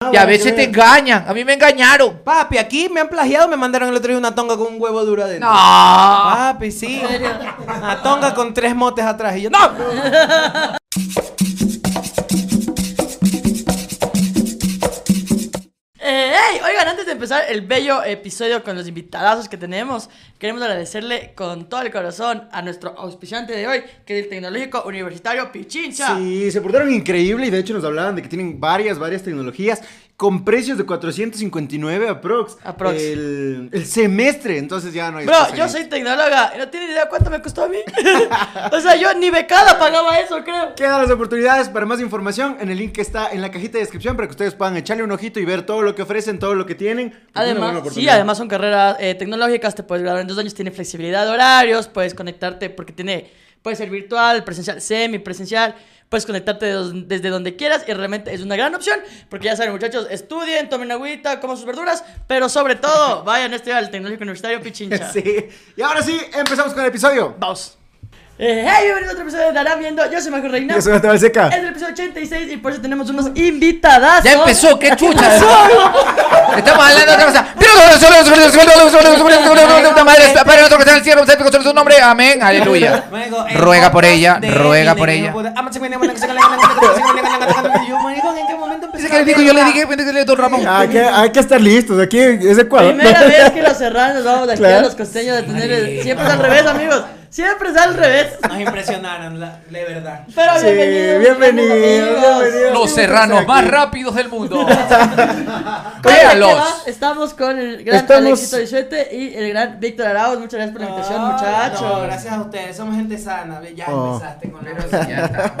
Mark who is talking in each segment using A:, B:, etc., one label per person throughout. A: Ah,
B: y a
A: bueno,
B: veces
A: yo
B: te
A: veo.
B: engañan. A mí me engañaron.
A: Papi, aquí me han plagiado, me mandaron el otro día una tonga con un huevo duro adentro.
B: No.
A: Papi, sí. Una tonga con tres motes atrás. Y yo,
B: No.
C: Eh, hey, oigan, antes de empezar el bello episodio con los invitadazos que tenemos, queremos agradecerle con todo el corazón a nuestro auspiciante de hoy, que es el Tecnológico Universitario Pichincha.
D: Sí, se portaron increíble y de hecho nos hablaban de que tienen varias, varias tecnologías con precios de 459 aprox.
C: Aprox.
D: El, el semestre, entonces ya no hay...
C: Bro,
D: excusa
C: yo
D: ahí.
C: soy tecnóloga y no tiene idea cuánto me costó a mí. o sea, yo ni becada pagaba eso, creo.
D: Quedan las oportunidades para más información en el link que está en la cajita de descripción para que ustedes puedan echarle un ojito y ver todo lo que ofrecen, todo lo que tienen. porque es una buena
C: Además, sí,
D: oportunidad.
C: además son carreras eh, tecnológicas, te puedes graduar en dos años, tiene flexibilidad de horarios, puedes conectarte porque tiene, puede ser virtual, presencial, semipresencial, puedes conectarte de dos- desde donde quieras y realmente es una gran opción porque ya saben muchachos, estudien, tomen agüita, coman sus verduras, pero sobre todo vayan a estudiar al Tecnológico Universitario Pichincha.
D: Sí. Y ahora sí, empezamos con el episodio.
C: Vamos. Eh, hey, bienvenidos a otro episodio de Dará Viendo, yo soy Majo Reina.
D: Yo soy Esteban Seca.
C: Es el episodio 86 y por eso tenemos unos invitadas.
B: Ya empezó, qué chucha. Estamos hablando de otra cosa. Pero no, solo- solo- solo- solo- solo- solo- solo- solo- solo- solo- Madre, Padre nuestro que está en el cielo, santificado sea tu nombre. Amén. Aleluya.
A: Marico, el
B: Ruega por
A: podcast
B: ella,
A: de
B: ruega
A: Eminem,
B: por ella.
A: puta. Ah, macho, Eminem, Eminem, Eminem, Eminem, Eminem, Eminem, Eminem. Y yo, marico, ¿en qué momento empecé
B: Dice que le dijo, yo le dije, vente que le doy Ramón.
D: Hay que, hay que estar listos, aquí es Ecuador.
C: Primera vez que los serranos vamos aquí a
D: Claro.
C: los costeños de tener. el- Siempre es al revés, amigos. Siempre es al revés.
A: Nos impresionaron, la, de verdad.
C: Pero
D: Sí,
C: bienvenidos.
D: bienvenidos,
C: amigos.
D: bienvenidos.
B: Los serranos más rápidos del mundo.
C: Hola, ¿qué
B: Véalos.
C: va? Estamos con el gran
D: Estamos-
C: Alexito Bichuete y el gran Víctor Arauz. Muchas gracias por la invitación,
A: Ah, no,
C: muchachos.
A: gracias a ustedes, somos gente sana. ve, Ya
D: Oh.
A: empezaste con la
B: Ya está, ya está.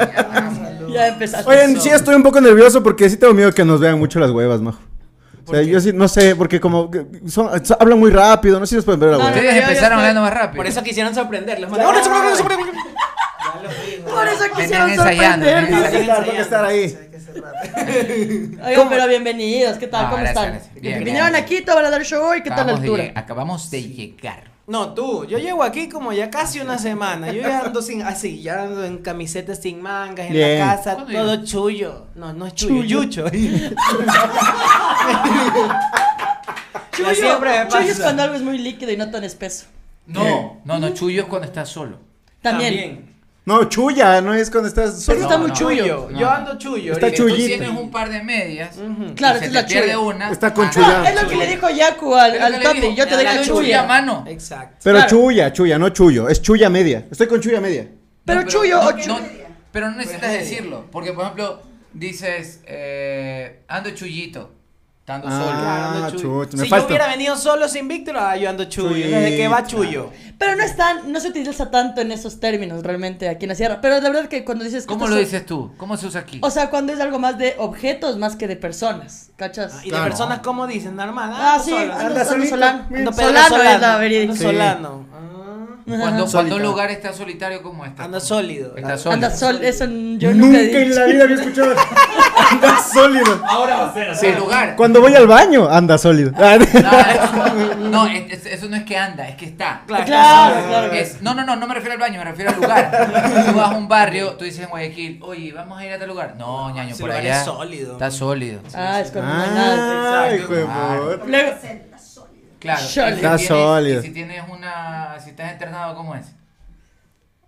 A: Salud.
C: Ya empezaste.
D: Oigan, sí estoy un poco nervioso porque sí tengo miedo que nos vean mucho las huevas, majo. O sea, yo sí, no sé, porque como que son, son- hablan muy rápido, no sé si nos pueden ver la
C: No,
D: hueva.
C: no,
B: Ustedes
C: yo- yo
B: empezaron
C: estoy-
B: hablando más rápido.
A: Por eso quisieron sorprenderlos.
D: Ya,
A: Ahora, sobre-
D: ya,
A: sobre- Ya lo digo.
C: Por eso quisieron
B: Venían ensayando,
C: sorprendernos.
B: venían
A: Hay
D: estar, tengo que estar ahí.
A: hay que ser rápido.
C: Oigan, pero bienvenidos. ¿Qué tal?
B: Ah,
C: ¿Cómo
B: gracias,
C: están?
B: gracias. Bien,
C: Vinieron
B: bien.
C: aquí, Quito, van a dar show hoy. ¿Qué tal la
B: Acabamos de
C: altura?
B: lleg- Acabamos de llegar.
A: No, tú, yo llevo aquí como ya casi una semana. Yo ya ando sin, así, ya ando en camisetas sin mangas, en
D: Bien.
A: la casa,
B: ¿Cuándo
A: todo
B: llegas?
A: chullo. No, no es chullo, yucho.
C: Chuyo,
A: Ya siempre me
C: chuyo es
A: pasa.
C: cuando algo es muy líquido y no tan espeso.
B: No, no, no, Chuyo es cuando estás solo.
C: También.
D: No, chulla, no es cuando estás
C: Pero
D: solo.
C: está muy
B: no.
C: chullo.
B: No.
A: Yo ando chullo.
D: Está
A: ahorita.
B: Tú
D: Chuyito.
B: tienes un par de medias.
A: Ujú.
C: Claro,
B: y se
C: esta es
B: te
C: la
B: pierde
C: chulla.
B: una.
D: Está con
B: Ah,
D: chulla.
C: No, es lo que le dijo Yaku al,
B: Es lo
C: al
B: que le
C: papi.
B: dijo.
C: Yo te
B: Ya
C: doy
B: la
C: la
B: chulla,
C: chulla.
B: mano.
A: Exacto.
D: Pero
C: claro.
D: chulla, chulla, no chuyo, es chulla media. Estoy con chulla media.
C: Pero
B: No,
C: Chuyo,
B: no,
C: o Chu-
B: no, pero no necesitas
A: Pues,
B: decirlo. Porque, por ejemplo, dices, eh, ando chullito, estando
D: Ah.
A: Claro, ando chullo.
D: chucho, me
A: si
D: falta.
A: yo hubiera venido solo sin Víctor, ah, yo ando chullo. ¿Desde qué va chullo?
C: Pero no están, no se utiliza tanto en esos términos realmente aquí en la sierra. Pero la verdad que cuando dices
B: solo.
C: que
B: ¿Cómo lo
C: estas son-
B: dices tú? ¿Cómo se usa aquí?
C: O sea, cuando es algo más de objetos más que de personas, ¿cachas?
A: Y de
D: Claro.
A: personas, ¿cómo dicen? Normal.
C: Ah,
A: ando
C: sí,
A: solo,
C: ando-
A: ando
D: Anda
C: ando
D: solito,
C: Solano.
D: mira.
C: Ando
A: Pedro
C: Solano es la
A: Solano,
C: verídica.
A: Ando
D: Sí.
A: solano. Ah.
B: cuando,
D: Solitario.
B: cuando un lugar está solitario como este.
A: Anda sólido.
B: Está sólido.
C: Anda sol, eso yo nunca
D: nunca
C: he dicho.
D: en la vida había escuchado. Anda sólido.
B: Sí, el lugar.
D: Cuando voy al baño, anda sólido.
B: No, no, es- es- eso no es que anda, es que está.
A: Claro,
C: Claro, claro. que-
B: Es- no, no, no, no me refiero al baño, me refiero al lugar. Tú vas a un barrio, tú dices en Guayaquil, oye, vamos a ir a tal lugar. No, ñaño,
A: ese
B: por
A: lugar
B: allá.
A: es sólido. pues.
B: Está sólido.
C: Ah, es cuando no hay nada.
D: Ah, hijo de
B: Claro.
D: puta.
C: Luego,
B: Claro.
C: Sólido.
B: y si
D: Está
B: tienes-
D: sólido.
B: y si tienes una. Si estás internado, ¿cómo es?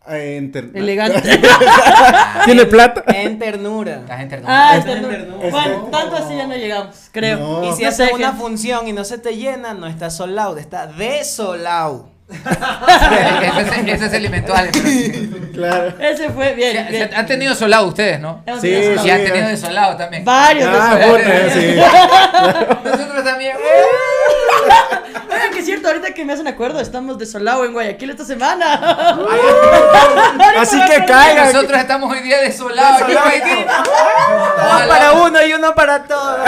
D: Ay, enter- este,
C: elegante.
D: ¿Tiene plata?
A: En ternura.
B: Estás internado.
A: Está
C: Ah, este
A: en
C: no-
A: ternura.
C: Bueno, tanto así ya no llegamos, creo.
D: No.
A: Y si
C: No sé,
A: haces una
C: gente.
A: función y no se te llena, no está solado, está desolado.
B: ese, es- ese es el eventual. pero sí.
D: Claro.
C: Ese fue bien.
B: Se-
C: bien.
B: se- han tenido solado ustedes, ¿no?
C: Hemos
D: Sí,
C: tenido
B: Y han
D: sí. eh.
B: tenido desolado también.
C: Varios de
D: Ah,
C: esos.
D: puta, sí.
B: Nosotros también.
C: Oigan, que es cierto, ahorita que me hacen acuerdo, estamos de Solao en Guayaquil esta semana.
D: Así que caigan.
B: Nosotros estamos hoy día desolados. aquí en Haití.
A: Uno para uno y uno para todos.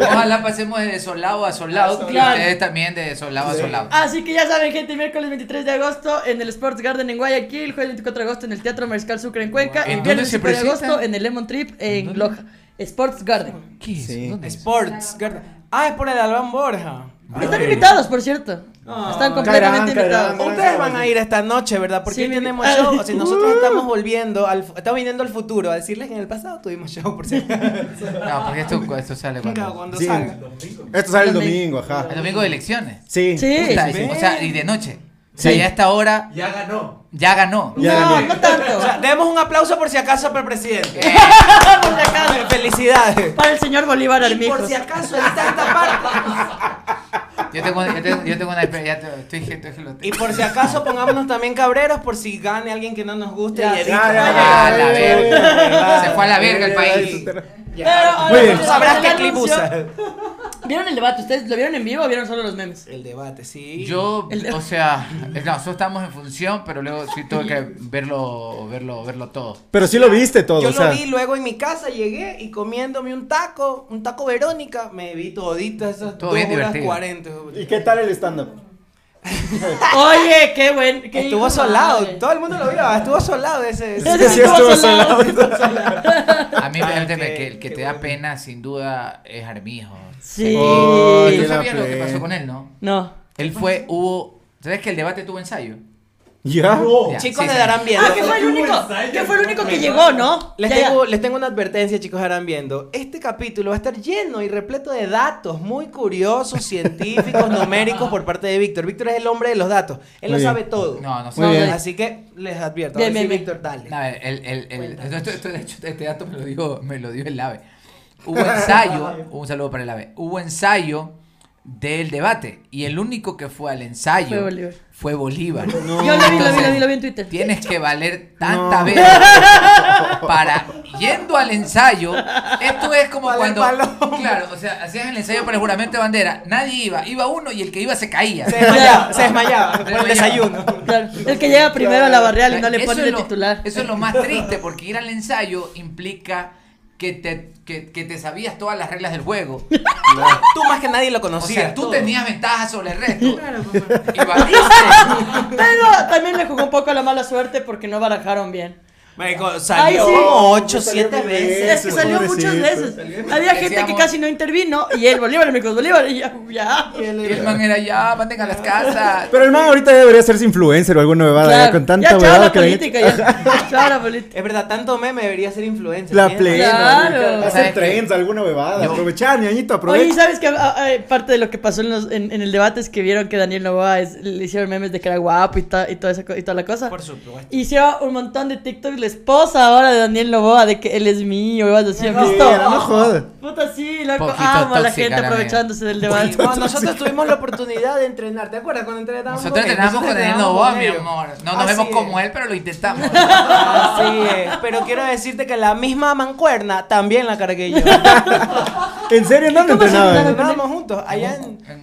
B: Ojalá pasemos de desolado a solado. Y
C: Claro.
B: ustedes también de desolado a solado.
C: Así que ya saben, gente, miércoles 23 de agosto en el Sports Garden en Guayaquil, jueves 24 de agosto en el Teatro Mariscal Sucre en Cuenca,
B: ¿En
C: y
B: dónde
C: viernes
B: se
C: 5 de
B: presentan?
C: agosto en el Lemon Trip en Loja. Sports Garden.
B: ¿Qué es?
D: Sí.
B: ¿Dónde es?
A: Sports. Garden. Ah, es por el Albán Borja.
C: Están invitados, por cierto.
A: Ah,
C: Están completamente
E: caramba, caramba.
C: invitados.
A: Ustedes van a ir esta noche, ¿verdad? Porque
C: Sí,
A: hoy
C: mi-
A: tenemos
C: Ah.
A: show. O sea, nosotros estamos volviendo al, fu- estamos viniendo al futuro a decirles que en el pasado tuvimos show, por si acaso.
B: No, porque esto, esto sale
A: Nunca,
B: cuando...
A: cuando
D: Sí.
A: salga.
D: Esto sale el
C: Domingo.
D: domingo, ajá.
B: El domingo de elecciones.
D: Sí.
C: Sí.
B: Puta,
C: Sí.
B: O sea, y de noche. O sea,
D: Sí.
B: ya a esta hora
E: Ya ganó.
B: ya ganó.
D: Ya
C: no,
D: gané.
C: no
A: O sea,
C: tanto.
A: demos un aplauso por si acaso para el presidente. por si acaso. Felicidades.
C: Para el señor Bolívar
A: Y por
C: Armijos.
A: si acaso está esta parte.
B: Yo tengo, yo tengo, yo tengo una espe- ya te- estoy, estoy, gelote.
A: Y por si acaso pongámonos también cabreros por si gane alguien que no nos guste
C: Ya,
A: y edita.
D: ya, ya, ya.
B: Ah, la
D: Ay,
B: verga.
D: ay,
B: Se fue a la verga el país.
C: Pero ahora
D: Muy bien.
A: Tú
C: vamos a
A: sabrás
C: hacer
A: qué
C: el
A: clip
C: anuncio.
A: usas.
C: ¿Vieron el debate? ¿Ustedes lo vieron en vivo o vieron solo los memes?
A: El debate, sí.
B: Yo,
C: El-
B: o sea, eh, no, nosotros estábamos en función, pero luego sí tuve que verlo, verlo, verlo todo.
D: Pero sí lo viste todo,
A: Yo
D: o sea.
A: lo vi luego en mi casa, llegué y comiéndome un taco, un taco Verónica, me vi todita esas
B: Todo
A: dos
B: bien
A: horas
B: divertido.
A: 40.
D: ¿Y qué tal el stand-up?
C: Oye, qué buen. qué hijo
A: Estuvo
C: de
A: solado,
C: madre.
A: todo el mundo lo vio, estuvo solado ese.
D: Sí,
A: ese-
D: sí estuvo solado.
B: A mí,
A: Ah,
B: fíjate
A: qué-
B: que el que
A: qué
B: te da
A: bueno.
B: pena, sin duda, es Armijo.
C: Sí.
D: Oh,
B: ¿Tú
D: qué
B: sabías lo que
D: pena.
B: pasó con él, no?
C: No.
B: Él fue, hubo... ¿Sabes que el debate tuvo ensayo?
D: ¿Ya?
B: Ya,
A: Chicos
B: sí,
A: de
B: sí.
A: Darán Viendo.
C: Ah, que fue el único. Que fue el único que llegó, ¿no?
A: Les
C: Ya, ya.
A: tengo, les tengo una advertencia, chicos, harán viendo. Este capítulo va a estar lleno y repleto de datos muy curiosos, científicos, numéricos por parte de Víctor. Víctor es el hombre de los datos. Él lo
D: Muy bien.
A: sabe todo.
B: No, no sé.
D: Muy bien.
A: Así que les advierto.
C: Bien,
A: Ahora sí,
C: bien, bien.
A: Víctor, dale.
B: No, el, el, el, esto- esto- de hecho, este dato me lo dio, me lo dio el AVE. Hubo ensayo, un saludo para el AVE, hubo ensayo del debate y el único que fue al ensayo
C: Fue Bolívar.
B: fue Bolívar.
C: Yo lo vi, lo vi, lo vi, lo vi en Twitter.
B: Tienes que valer tanta vez para yendo al ensayo. Esto es como
A: Valer
B: cuando.
A: paloma.
B: Claro, o sea, hacías el ensayo para el juramento de bandera. Nadie iba, iba uno y el que iba se caía.
A: Se desmayaba, se desmayaba por el
B: Desmayaba.
A: desayuno.
C: Claro, el que llega primero a la barreal y no le
B: Eso
C: ponen
B: es
C: de
B: lo-
C: titular.
B: Eso es lo más triste, porque ir al ensayo implica que te, que, que te sabías todas las reglas del juego.
A: Tú más que nadie lo
B: O
A: conocías.
B: sea, tú
A: todo.
B: tenías ventajas sobre el resto. Y valiste.
C: Pero también le jugó un poco la mala suerte porque no barajaron bien.
A: Marico, salió
C: Ay, sí.
A: como 8,
D: Salió
A: 7
D: mil
A: veces.
C: Es
D: veces.
C: que salió
D: pobrecito.
C: muchas veces. Había gente que
B: Decíamos-
C: casi no intervino y él Bolívar, el micro Bolívar, y ya. ya.
B: Y el man era ya, manden a las casas.
D: Pero el man ahorita ya debería hacerse influencer o alguna bebada
C: Claro,
D: ya con
C: ya,
D: tanta
C: chao
D: huevada
C: la
D: que le-
C: política, ya. Chao la política.
A: Es verdad, tanto meme debería ser influencer.
D: La
A: ¿tienes?
D: plena.
C: Claro.
B: ¿Sabes
D: Hacer
B: qué?
D: trends, alguna bebada.
B: Yo-
D: Aprovechar, ñañito,
C: Oye, ¿y
D: aprovecha.
C: ¿sabes que eh, parte de lo que pasó en, los- en- en el debate es que vieron que Daniel Novoa es- le hicieron memes de que era guapo y, ta- y toda, esa, co- y toda la cosa?
A: Por supuesto.
C: Hicieron un montón de TikTok la esposa ahora de Daniel Novoa de que él es mío y vas así, ¿has
D: Sí,
C: visto?
D: no joda.
C: Puta, sí, loco,
B: Poquito
C: amo a la
B: tóxica
C: gente
B: la
C: aprovechándose del
A: Bueno,
C: debate.
A: nosotros tuvimos la oportunidad de entrenar. ¿Te acuerdas cuando entrenábamos?
B: Nosotros
A: él?
B: entrenamos con Daniel
A: entrenábamos
B: Novoa,
A: con
B: mi
A: ellos.
B: amor. No nos
A: Así
B: vemos
A: es.
B: como él, pero lo intentamos.
A: Así es. Pero quiero decirte que la misma mancuerna también la cargué yo.
D: ¿En serio? ¿Dónde
C: ¿Cómo se
D: entrenaban?
C: juntaron?
A: Entrenábamos juntos. Allá en.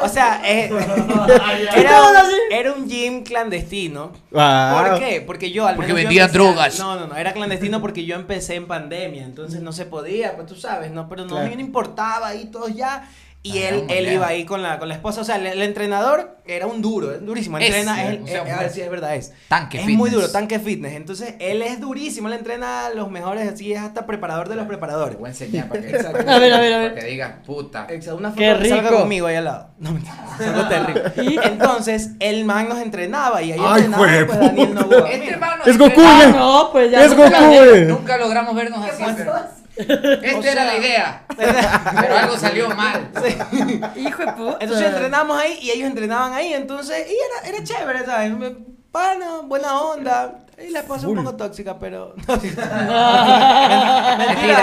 A: O sea, eh, era,
C: Estábamos así.
A: era un gym clandestino.
D: Wow.
A: ¿Por qué? Porque yo al
B: Porque
A: menos yo
B: vendían
A: empecé a-
B: drogas.
A: no, no, no, era clandestino porque yo empecé en pandemia, entonces no se podía, pues tú sabes, no, pero no,
D: Claro.
A: a mí no importaba ahí todos ya. Y
B: Ah, era
A: él,
B: un
A: él
B: boleado.
A: iba ahí con la, con la esposa, o sea, el, el entrenador era un duro, es durísimo,
B: Es,
A: entrena,
B: eh,
A: es,
B: o sea,
A: eh,
B: un-
A: ah, sí, es verdad, es.
B: Tanque
A: es
B: fitness.
A: muy duro, tanque fitness, entonces él es durísimo, él entrena a los mejores, así es hasta preparador de los
B: Te
A: preparadores.
B: voy a enseñar para que,
A: A
C: ver, a ver, a ver.
B: para que digas, puta.
A: Exacto, una foto
C: ¡Qué
A: que salga
C: rico!
A: conmigo ahí al lado. No, mentira, algo terrible. Entonces, el man nos entrenaba y ahí
D: ¡Ay,
A: entrenaba
D: jue-
A: pues, Daniel Novoa.
B: Este
A: Mira.
B: hermano
D: Es Goku,
B: entrenaba-
C: Ah,
D: güey.
C: no, pues ya.
D: Es
C: nunca la
D: Goku,
C: vi.
D: güey.
B: Nunca logramos vernos así, pero esta era la idea. Pero algo salió mal.
A: Sí.
C: Hijo de puta.
A: Entonces entrenamos ahí y ellos entrenaban ahí, entonces, y era, era chévere, ¿sabes? Me- Pana, buena onda. Y la esposa un poco tóxica, pero.
B: Mentira,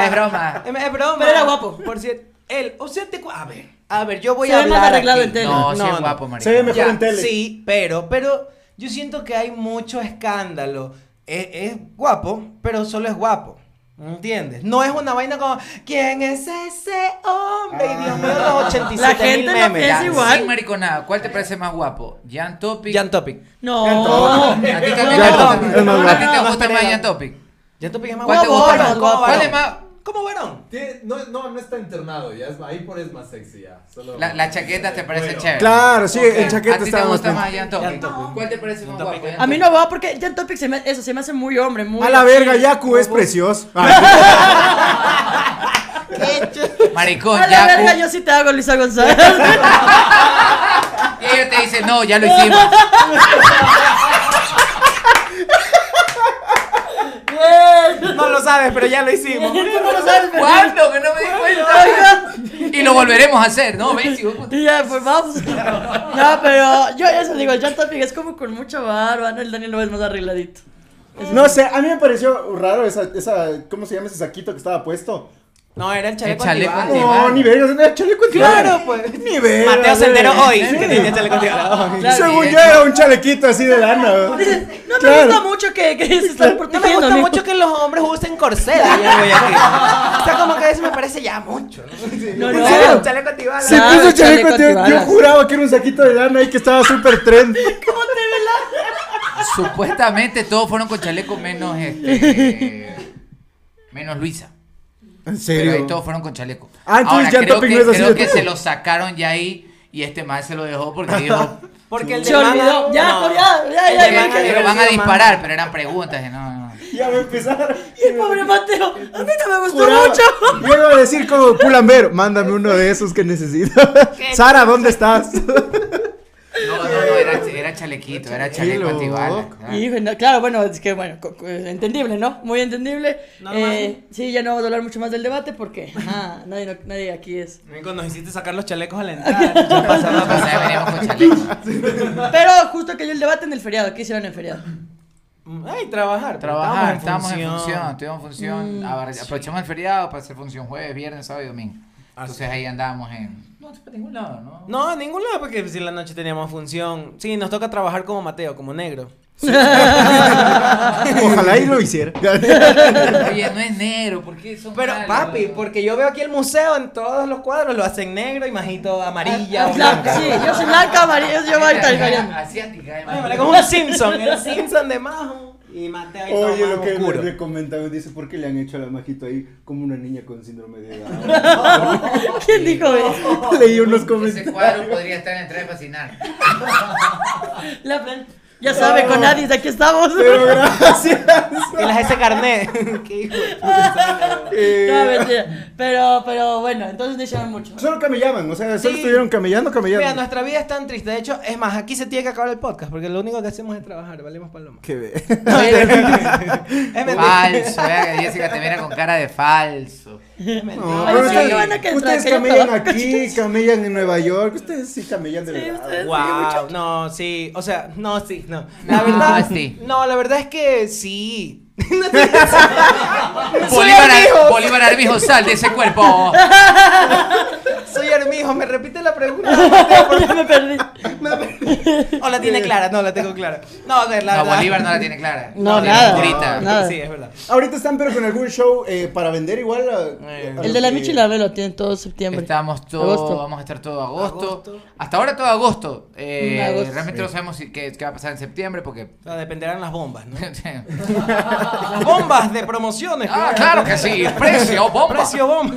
B: es broma.
A: Es, es broma.
C: Pero era guapo.
A: Por cierto, él, o sea, te. cu- A ver, a ver, yo voy
C: Se
A: a
C: ve más
A: hablar.
C: arreglado
A: aquí.
C: en tele.
B: No, sí es guapo, marica.
D: Se ve mejor
A: Ya,
D: en tele.
A: Sí, pero, pero yo siento que hay mucho escándalo. Es, es guapo, pero solo es guapo. ¿Entiendes? No es una vaina como ¿Quién es ese hombre? Y Dios mío, los 87
C: La gente
A: mil
C: no
A: memes.
C: piensa
B: Ya,
C: igual.
B: Sin mariconada, ¿cuál te parece más guapo? ¿Jan Topic?
A: Jan Topic.
C: No.
B: ¿A ti también te
D: Jan
B: gusta?
D: Topic, es más
B: ¿A ti te
D: guapo.
A: No,
B: gusta
A: no,
B: más
A: no.
B: Jan Topic?
A: Jan Topic es más
B: ¿Cuál te
A: guapo.
B: gusta
A: varón,
B: más?
A: como
B: ¿Cuál
A: varón.
B: es más-
A: Como varón.
E: Tiene- No, no, no está internado, ya es, ahí por es más sexy ya. Solo
B: La, la chaqueta te parece chévere.
D: Claro, sí,
B: Ok.
D: el
B: ¿A
D: chaqueta
B: ti te
D: estaba más.
B: gusta más
D: bien.
B: Jan
A: Jan
B: Topic?
A: Topic.
B: ¿Cuál te parece más
A: Jan
B: guapo?
A: Topic.
B: Jan
C: A mí
B: Topic.
C: no va porque Jan Topic se me, eso se me hace muy hombre, muy
D: A la verga,
C: así,
D: Yaku es
C: como-
D: precioso.
B: Maricón,
C: A la
B: ya.
C: verga,
B: uh,
C: yo sí te hago, Luisa González.
B: Y ella te dice, no, ya lo hicimos.
A: No lo sabes, pero ya lo hicimos.
B: ¿Cuándo? Que no me di cuenta. Y lo volveremos a hacer, ¿no? ¿Ves? Hijo de puta.
C: Y ya, pues vamos. No, pero yo eso digo, el Jan Topic es como con mucha barba, ¿no? El Daniel lo es más arregladito.
D: No sé, a mí me pareció raro esa, esa, ¿cómo se llama ese saquito que estaba puesto?
A: No, era el chaleco,
B: El chaleco
A: antibala.
B: antibala.
D: No, ni vergas, era chaleco antibala.
A: Claro, pues.
D: Ni vergas.
A: Mateo se enteró
D: güey.
A: hoy
D: Sí.
A: que tenía chaleco antibala.
C: Claro.
D: Según yo era un chalequito así de lana. güey.
C: Dice, no me
D: Claro.
C: gusta mucho que, que se están
A: No me
C: protegiendo.
A: gusta
C: amigo.
A: mucho que los hombres usen corsé Daniel Guayaquil. O sea, como que eso me parece ya mucho. ¿no?
C: No,
A: Un
C: no.
A: chaleco- un chaleco antibala.
D: Se
C: Ah,
D: puso
C: el
D: chaleco
C: chaleco
D: antibala. Yo
C: antibalas.
D: juraba que era un saquito de lana y que estaba súper trend.
B: Supuestamente todos fueron con chaleco menos este. Menos Luisa. Pero
D: En
B: ahí
D: serio.
B: todos fueron con chaleco.
D: Ah, entonces ya
B: Ahora, creo
D: Topic
B: que,
D: no es así
B: creo
D: de-
B: que se lo sacaron ya ahí y este más se lo dejó porque dijo.
A: Porque el de
C: Se olvidó.
A: Mana-
C: Ya,
A: no.
C: ya, ya, ya,
B: "Este
C: ya.
B: man,
A: ya,
B: que
A: ya,
B: lo van a
A: ya,
B: disparar, pero eran preguntas. y no, no.
D: Ya va a empezar.
C: Y el pobre Mateo, a mí no me gustó
D: Juraba-
C: mucho.
D: Yo iba a decir como Pulambero, mándame uno de esos que necesito. Sara, ¿dónde estás?
B: No, no, no, era, era chalequito, era chaleco
D: Qué
B: antibala.
D: loco.
A: Ah.
B: claro.
C: Hijo, no, claro, bueno, es que bueno, co- co- entendible, ¿no? Muy entendible.
A: Normal.
C: Eh, sí, ya no vamos a hablar mucho más del debate porque ajá, nadie, no- nadie aquí es.
A: Cuando nos hiciste sacar los chalecos a la entrada. Ya pasaba,
B: O sea,
A: pasaba.
B: veníamos con chaleco.
C: Pero justo cayó el debate en el feriado. ¿Qué hicieron en el feriado?
A: Ay, trabajar. pues,
B: Trabajar, estábamos en función, Mm. estuvimos en función. abar- Aprovechamos el feriado para hacer función jueves, viernes, sábado y domingo. Entonces ahí andábamos en. No, para ningún lado, ¿no?
A: No, en ningún lado, porque si en la noche teníamos función. Sí, nos toca trabajar como Mateo, como negro.
D: Ojalá y lo hiciera.
B: Oye, no es negro, ¿por qué son
A: Pero,
B: malos?
A: papi, porque yo veo aquí el museo en todos los cuadros, lo hacen negro y majito amarilla. o
C: Blanca,
A: blanca.
C: Ah, sí, yo soy blanca, amarillo, yo voy a estar variando.
B: Asiática,
A: Ay,
B: además.
A: vale, como un Simpson, el Simpson de Majo y Mateo y
D: Oye,
A: todo
D: lo
A: más
D: que
A: oscuro.
D: me comentaron dice, ¿por qué le han hecho a la majito ahí como una niña con síndrome de Down?
C: ¿Quién dijo eso?
D: Leí unos
B: Ese
D: comentarios.
B: cuadro podría estar en el tren fascinar.
C: La plan- Ya sabe, con nadie, aquí estamos.
D: Pero gracias.
A: Y las ese carnet. Qué hijo de puta.
D: Eh,
C: No, mentira. Pero, pero bueno, entonces no hicieron mucho.
D: solo camellaban, o sea, solo
A: Sí.
D: estuvieron camellando,
A: Mira,
D: camellando.
A: nuestra vida es tan triste. De hecho, es más, aquí se tiene que acabar el podcast porque lo único que hacemos es trabajar. Valemos paloma.
D: Qué be-
A: Es mentira.
B: Falso, vea que Jessica te mira con cara de falso.
D: No,
C: Ay,
D: pero
C: sí,
D: ustedes-
C: qué bueno que
D: ustedes
C: tra- que yo
D: camellan
C: trabajo.
D: aquí, camellan en Nueva York, ustedes sí camellan de
C: Sí,
D: verdad.
C: ustedes-
A: Wow, no, sí, o sea, no, sí, no. La
B: No,
A: verdad,
B: sí.
A: no, la verdad es que sí.
B: Bolívar,
A: Armijo.
B: Ar- Bolívar Armijo, sal de ese cuerpo.
A: Soy Hermijo, me repite la pregunta.
C: Ya me perdí.
A: O la tiene clara, no, la tengo clara. No, a ver, la
B: No,
A: verdad.
B: Bolívar no la tiene clara.
C: No,
B: La tiene
C: nada.
B: oscurita.
C: No, nada.
A: Sí, es verdad.
D: Ahorita están pero con algún show eh, para vender igual. a-
A: Eh,
D: a
C: El
D: lo
C: de la
D: que-
C: Michi la lo tienen todo septiembre.
B: Estamos todo,
C: Agosto.
B: vamos a estar todo agosto.
A: Agosto.
B: Hasta ahora todo agosto. Eh,
C: Mm, agosto.
B: Realmente no sabemos si- qué, qué va a pasar en septiembre porque...
A: O sea, dependerán las bombas, ¿no? Las bombas de promociones.
B: ah, claro que sí. Precio, bomba.
A: Precio bomba.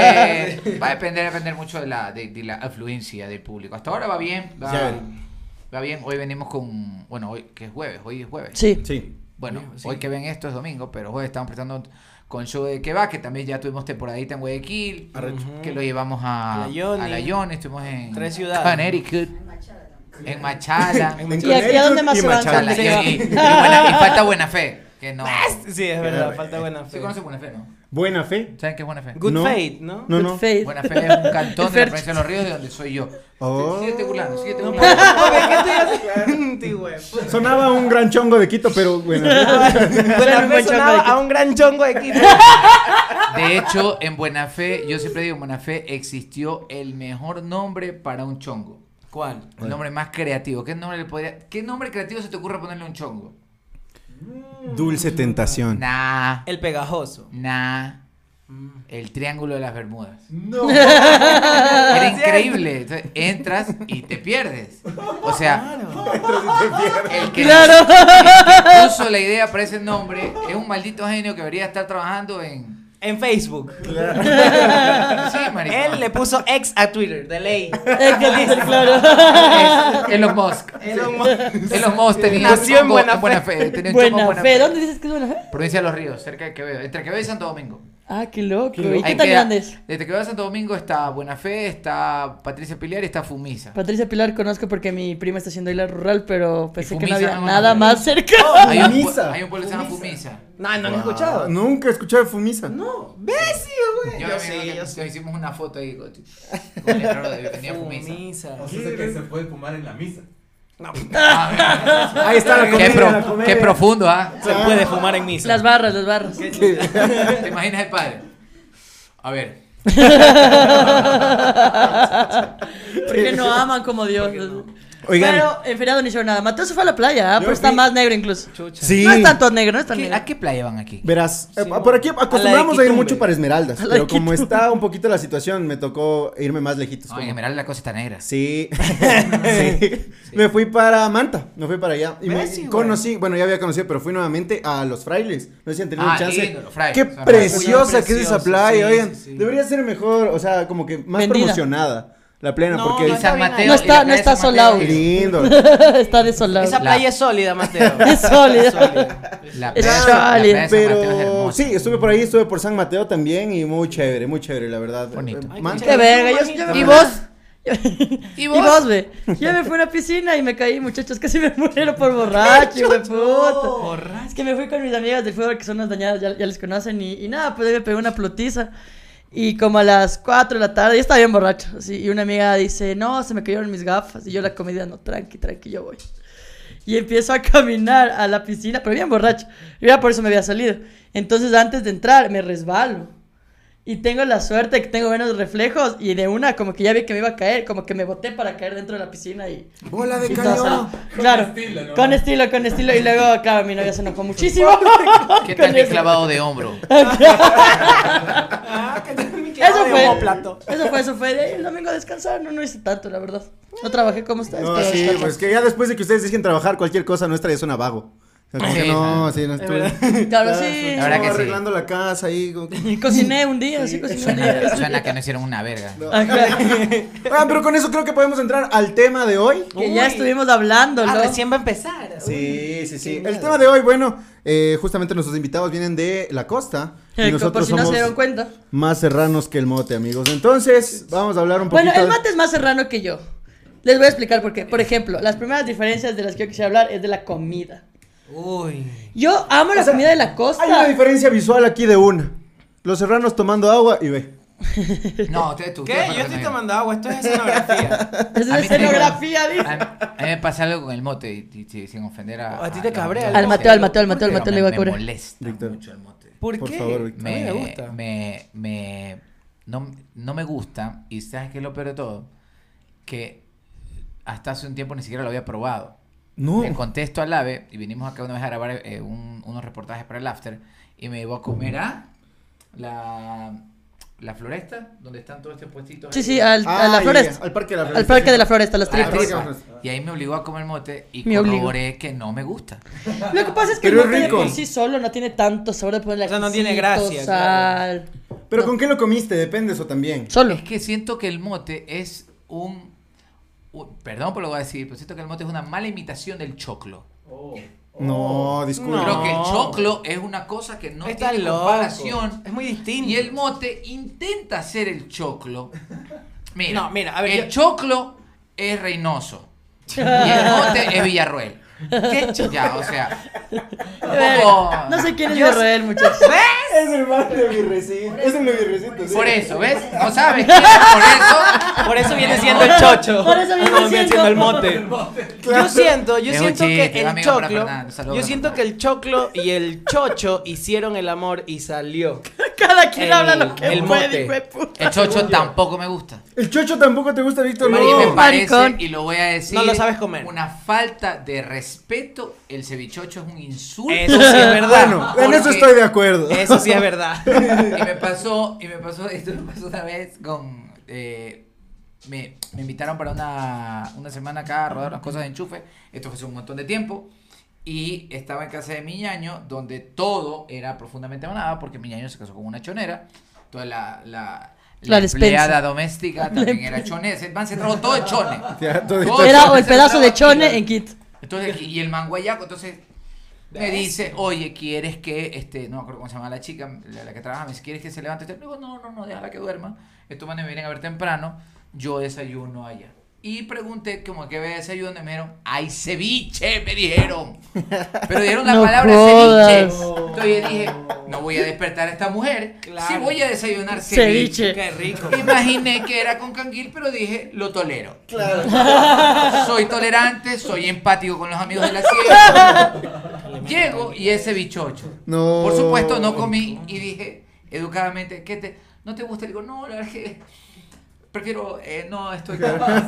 B: Eh, va a depender, depender mucho de la, de, de la afluencia del público. Hasta ahora va bien. Va,
D: Ya ven.
B: va bien. Hoy venimos con... Bueno, hoy que es jueves. Hoy es jueves.
C: Sí.
D: Sí.
B: Bueno, hoy que ven esto es domingo, pero hoy estamos prestando con el show de que va, que también ya tuvimos temporadita en Guayaquil, que lo llevamos a,
A: A la Johnny.
B: a la Johnny, estuvimos en
A: Tres ciudades.
B: Connecticut, en Machala, en
C: ¿Y aquí a dónde más
D: Y
C: se van?
D: Machala.
B: Machala,
C: Se
B: y,
C: va.
B: y- y buena- y falta Buena Fe, que no.
A: Este, Sí, es verdad, falta buena
B: ¿Se
A: fe.
B: conoce Buena Fe, no?
D: Buena fe.
B: ¿Saben qué es Buena Fe?
A: Good
D: No.
A: Fate, ¿no?
D: No, no.
C: Good faith.
B: Buena Fe es un cantón de la
C: Ferch.
B: provincia de los ríos de donde soy yo.
D: Oh.
B: Síguete burlando, síguete
A: No,
B: burlando.
D: Sonaba un gran chongo de Quito, pero bueno.
A: Buena fe sonaba a un gran chongo de equipo.
B: De hecho, en Buena Fe, yo siempre digo, en Buena Fe existió el mejor nombre para un chongo.
A: ¿Cuál?
B: El nombre más creativo. ¿Qué nombre le podría... ¿Qué nombre creativo se te ocurre ponerle a un chongo?
D: Dulce tentación.
B: Nah.
A: El pegajoso.
B: Nah. El triángulo de las Bermudas.
E: No.
B: Era
A: Ah, Sí.
B: increíble. Entonces, entras y te pierdes. O sea, el que
C: Claro.
B: nos puso la idea para ese nombre es un maldito genio que debería estar trabajando en.
A: En Facebook.
B: Sí, maricón.
A: Él le puso ex a Twitter, de ley.
C: Es que dice, claro.
B: Es- Elon Musk.
A: Elon Musk.
B: Elon Musk tenía
A: Nació
B: un
A: en
B: chongo
A: Buena Fe.
B: Tenía un chongo en
C: Buena
B: Buena
C: fe.
B: Fe.
C: ¿Dónde dices que es buena fe?
B: Provincia de los Ríos, cerca de Quevedo. Entre Quevedo y Santo Domingo.
C: Ah, qué loco.
B: Ahí
C: ¿Y qué
B: queda-
C: tan grande es?
B: Desde que va a Santo Domingo está Buena Fe, está Patricia Piliar y está Fumisa.
C: Patricia Pilar conozco porque mi prima está haciendo isla rural, pero pensé que no
B: Fumisa,
C: había
B: no, Oh.
C: nada
B: no.
C: más cerca.
B: Hay un, pue-
D: Fumisa.
B: hay un pueblo que se llama Fumisa.
A: No, no lo he
D: Wow.
A: escuchado.
D: Nunca he escuchado de Fumisa.
A: No, Bessie, güey.
B: Yo,
A: Yo,
B: me acuerdo
A: sí,
B: que
A: yo
B: nos
A: sí.
B: hicimos una foto ahí con, con el letrero de Bienvenida Fumisa.
A: Fumisa.
E: O sea, sé que se puede fumar en la misa.
D: Ahí está la
B: Ah, Qué,
D: comedia.
B: pro-
D: la comedia.
B: qué profundo, ¿ah?
A: Se puede fumar en misa.
C: Las barras, las barras.
B: ¿Te imaginas el padre? A ver.
C: Porque no aman como Dios.
D: Oigan.
C: Pero en feriado no hicieron nada. Mateo se fue a la playa, ¿ah? pero está más negro incluso.
A: Chucha.
D: Sí.
C: No es tanto negro, no es tan
B: ¿Qué-
C: negro.
B: ¿A qué playa van aquí?
D: Verás, eh,
A: Sí,
D: por aquí
A: a la de
D: acostumbramos a ir
A: Quitumbe.
D: mucho para Esmeraldas,
C: A la de
D: pero como
C: Quitumbe.
D: está un poquito la situación, me tocó irme más lejitos.
B: No,
D: como-
B: en general la cosa está negra.
D: Sí. Sí. Me fui para Manta, me fui para allá. Y me
A: Messi, güey.
D: conocí, bueno, ya había conocido, pero fui nuevamente a los frailes. No sé si han tenido
B: Ah,
D: un chance.
B: lindo, los frailes.
D: Qué
B: Son
D: preciosa
A: preciosos,
D: que es esa
A: sí,
D: playa,
A: sí,
D: oigan.
A: sí.
D: Debería ser mejor, o sea, como que más
C: Vendida.
D: promocionada la plena,
A: No,
D: porque
B: Y
A: no
D: es
A: está
B: San
A: bien
B: Mateo.
A: ahí.
C: No está-
B: y la
C: no
B: playa de
C: está
B: San
C: solao.
B: Mateo.
D: lindo.
C: está desolado.
A: Esa
B: La-
A: playa es sólida, Mateo.
C: Es sólida.
B: La
C: Es
B: playa, la playa de
C: chale,
B: San Mateo es
D: Pero
B: hermosa.
D: sí, estuve por ahí, estuve por San Mateo también y muy chévere, muy chévere, la verdad.
B: Bonito.
D: Eh, Manta-
C: Qué verga, yo- yo, me-
B: ¿Y vos?
C: ¿Y vos? ve? Yo me fui a una piscina y me caí, muchachos, casi me muero por borracho, me puto.
A: Borracho.
C: Es que me fui con mis amigas del fútbol que son las dañadas, ya, ya les conocen, y, y nada, pues ahí me pegué una plotiza. Y como a las 4 de la tarde, ya estaba bien borracho, así, y una amiga dice, no, se me cayeron mis gafas, y yo la comida, no, tranqui, tranqui, yo voy. Y empiezo a caminar a la piscina, pero bien borracho. Yo ya por eso me había salido. Entonces, antes de entrar, me resbalo. Y tengo la suerte que tengo buenos reflejos. Y de una, como que ya vi que me iba a caer, como que me boté para caer dentro de la piscina y.
D: Bola de
C: y todo, o sea,
D: cañón.
C: claro,
E: Con estilo, ¿no?
C: con estilo, con estilo. Y luego, claro, mi novia se enojó muchísimo.
B: ¿Qué
C: Con
B: tal mi
C: eso.
B: clavado de hombro?
A: Ah, que tengo mi clavo
C: Eso
A: de
C: fue,
A: omóplato.
C: eso fue, eso fue. De ahí el domingo a descansar, no, no hice tanto, la verdad. No trabajé como ustedes.
D: No,
C: pero
D: sí,
C: descansé.
D: pues que ya después de que ustedes dejen trabajar cualquier cosa nuestra ya suena vago. O sea, como
B: Sí,
D: que no,
B: ajá.
D: sí, no estuve.
C: Claro,
D: Ah,
C: sí.
D: estuve
B: La verdad que sí.
D: arreglando la casa ahí. como que-
C: Y cociné un día, sí, cociné un día.
B: Suena, suena que no hicieron una verga.
C: Ajá.
D: Ah, pero con eso creo que podemos entrar al tema de hoy.
C: Que ya
A: Uy.
C: estuvimos hablando,
A: Ah,
C: ¿no?
A: recién va a empezar.
D: Sí, sí, sí.
A: qué
D: El
A: miedo.
D: tema de hoy, bueno, eh, justamente nuestros invitados vienen de la costa. Y
C: Eh, por
D: nosotros
C: si no
D: somos
C: se dieron cuenta.
D: más serranos que el mote, amigos. Entonces, vamos a hablar un poquito.
C: Bueno, el
D: de-
C: mate es más serrano que yo. Les voy a explicar por qué. Por ejemplo, las primeras diferencias de las que yo quisiera hablar es de la comida.
A: Uy.
C: Yo amo la
D: sea,
C: comida de la costa.
D: Hay una diferencia visual aquí de una. Los serranos tomando agua y ve.
B: No, ustedes tú.
A: ¿Qué?
B: ustedes
A: Yo
B: fueron
A: estoy
B: los
A: tomando agua, esto es escenografía.
C: es
B: A
C: una
B: mí también.
C: escenografía,
B: que-
C: dice.
B: A, a mí me pasa algo con el mote, y, y- y- sin ofender a...
A: A ti te
B: los
A: cabrea el
B: moteros.
A: Al
C: Mateo, al Mateo, al Mateo, al
B: Pero
C: Mateo
B: me-
C: le iba a
B: me
C: cobrar.
B: molesta
D: Víctor.
B: mucho el mote.
A: ¿Por,
D: Por
A: qué?
D: favor, Víctor.
A: A mí me gusta.
B: me- me- no, no me gusta, y sabes que es lo peor de todo, que hasta hace un tiempo ni siquiera lo había probado.
A: Uh.
D: No.
B: Le contesto al AVE, y vinimos acá una vez a grabar eh, un- unos reportajes para el After, y me llevó a comer a la, la floresta, donde están todos estos puestitos.
C: Sí,
B: ahí.
C: sí, al,
D: Ah,
C: a la
D: ya,
C: floresta.
D: ya, Al parque de la floresta.
C: Al parque de la floresta, las
B: A la
C: tripas.
B: tripa. Y ahí me obligó a comer mote y
C: Me obligó.
B: corroboré que no me gusta.
C: Lo que pasa es que el
D: Ah, Pero es
C: mote de
D: rico.
C: por sí solo no tiene tanto sabor de ponerle
A: O sea, no tiene
C: ajicito,
A: gracia,
C: sal.
D: Pero
C: No,
D: con qué lo comiste, depende eso también.
C: Solo.
B: Es que siento que el mote es un, un- Perdón por lo que voy a decir, pero siento que el mote es una mala imitación del choclo.
E: Oh.
D: No, disculpe.
A: No.
B: Creo que el choclo es una cosa que no
A: Está
B: tiene
A: loco.
B: comparación.
A: Es muy distinto.
B: Y el mote intenta ser el choclo. Mira,
A: No, mira, a ver, yo-
B: el choclo es Reynoso. Y el mote es Villarruel.
A: ¿Qué cho-
B: Ya, o sea. un poco-
C: No sé quién es Israel, muchachos.
D: Es el man de Virrecito. Es el de Virrecito. sí.
B: Por eso, ¿ves? No sabes quién es, por eso.
A: Por eso viene siendo el chocho.
C: Por eso viene
A: No,
C: siendo.
A: el mote. Yo siento, yo
B: Es un
A: siento
B: chiste,
A: que el
B: amigo, para
A: choclo,
B: Fernando, saludos
A: yo
B: para
A: siento que el choclo y el chocho hicieron el amor y salió.
C: Cada quien
A: El-
C: habla lo que
A: el
C: puede,
A: mote.
C: hijo de puta.
B: El chocho tampoco me gusta.
D: El chocho tampoco te gusta, Víctor.
B: Y me
D: No.
C: pa-
B: parece,
C: Maricón.
B: y lo voy a decir.
A: No lo sabes comer.
B: Una falta de respeto. El cevichocho es un insulto.
A: Eso sí es verdad. eh,
D: Bueno, en eso
B: Porque-
D: estoy de acuerdo.
A: Eso sí es verdad.
B: Y me pasó, y me pasó, esto me pasó una vez con. eh, me, me invitaron para una, una semana acá a rodar las cosas de enchufe. Esto fue hace un montón de tiempo. Y estaba en casa de mi ñaño, donde todo era profundamente manada, porque mi ñaño se casó con una chonera. Toda la. la
C: La
B: la
C: despensa.
B: empleada doméstica también era chone. Ese man se trajo todo de chone.
D: Ya, todo de
B: Todo
D: chone.
B: de
C: Era o el
B: se
C: pedazo
B: trajo
C: de
B: aquí,
C: chone en kit.
B: entonces, y el manguayaco, entonces, Me dice, oye, ¿quieres que, este, no me acuerdo cómo se llama la chica, la, la que trabaja, me dice, ¿quieres que se levante? Le digo, no, no, no, déjala que duerma. Estos manes me vienen a ver temprano, yo desayuno allá. Y pregunté, como que ve desayuno, y me dijeron, ¡ay, ceviche! Me dijeron. Pero dieron la
C: No
B: palabra
C: jodas.
B: ceviche. Entonces yo dije, no voy a despertar a esta mujer,
A: Claro.
B: si voy a desayunar ceviche.
C: Ceviche.
A: Qué rico.
B: Imaginé que era con canguil, pero dije, lo tolero. Soy tolerante, soy empático con los amigos de la sierra. Llego y ese bichocho.
D: No.
B: Por supuesto, no comí y dije educadamente, ¿qué te, ¿no te gusta? Le digo, no, la verdad es que prefiero, eh, no estoy capaz.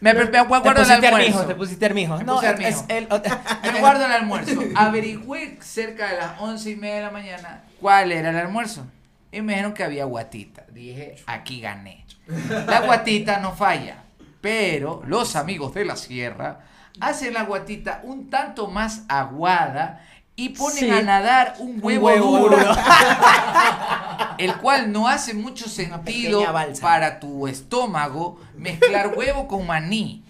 B: Me, me, me
A: Te
B: guardo el
A: pusiste armijo,
B: almuerzo.
A: te pusiste armijo.
B: Me
A: No,
B: puse
A: es
B: armijo.
A: el...
B: Me guardo el almuerzo. Averigüé cerca de las once y media de la mañana cuál era el almuerzo. Y me dijeron que había guatita. Dije, aquí gané. La guatita no falla. Pero los amigos de la sierra hacen la guatita un tanto más aguada y ponen
C: Sí.
B: a nadar un huevo,
A: huevo
B: duro.
A: duro.
B: el cual no hace mucho sentido
A: pequeña balsa.
B: para tu estómago mezclar huevo con maní.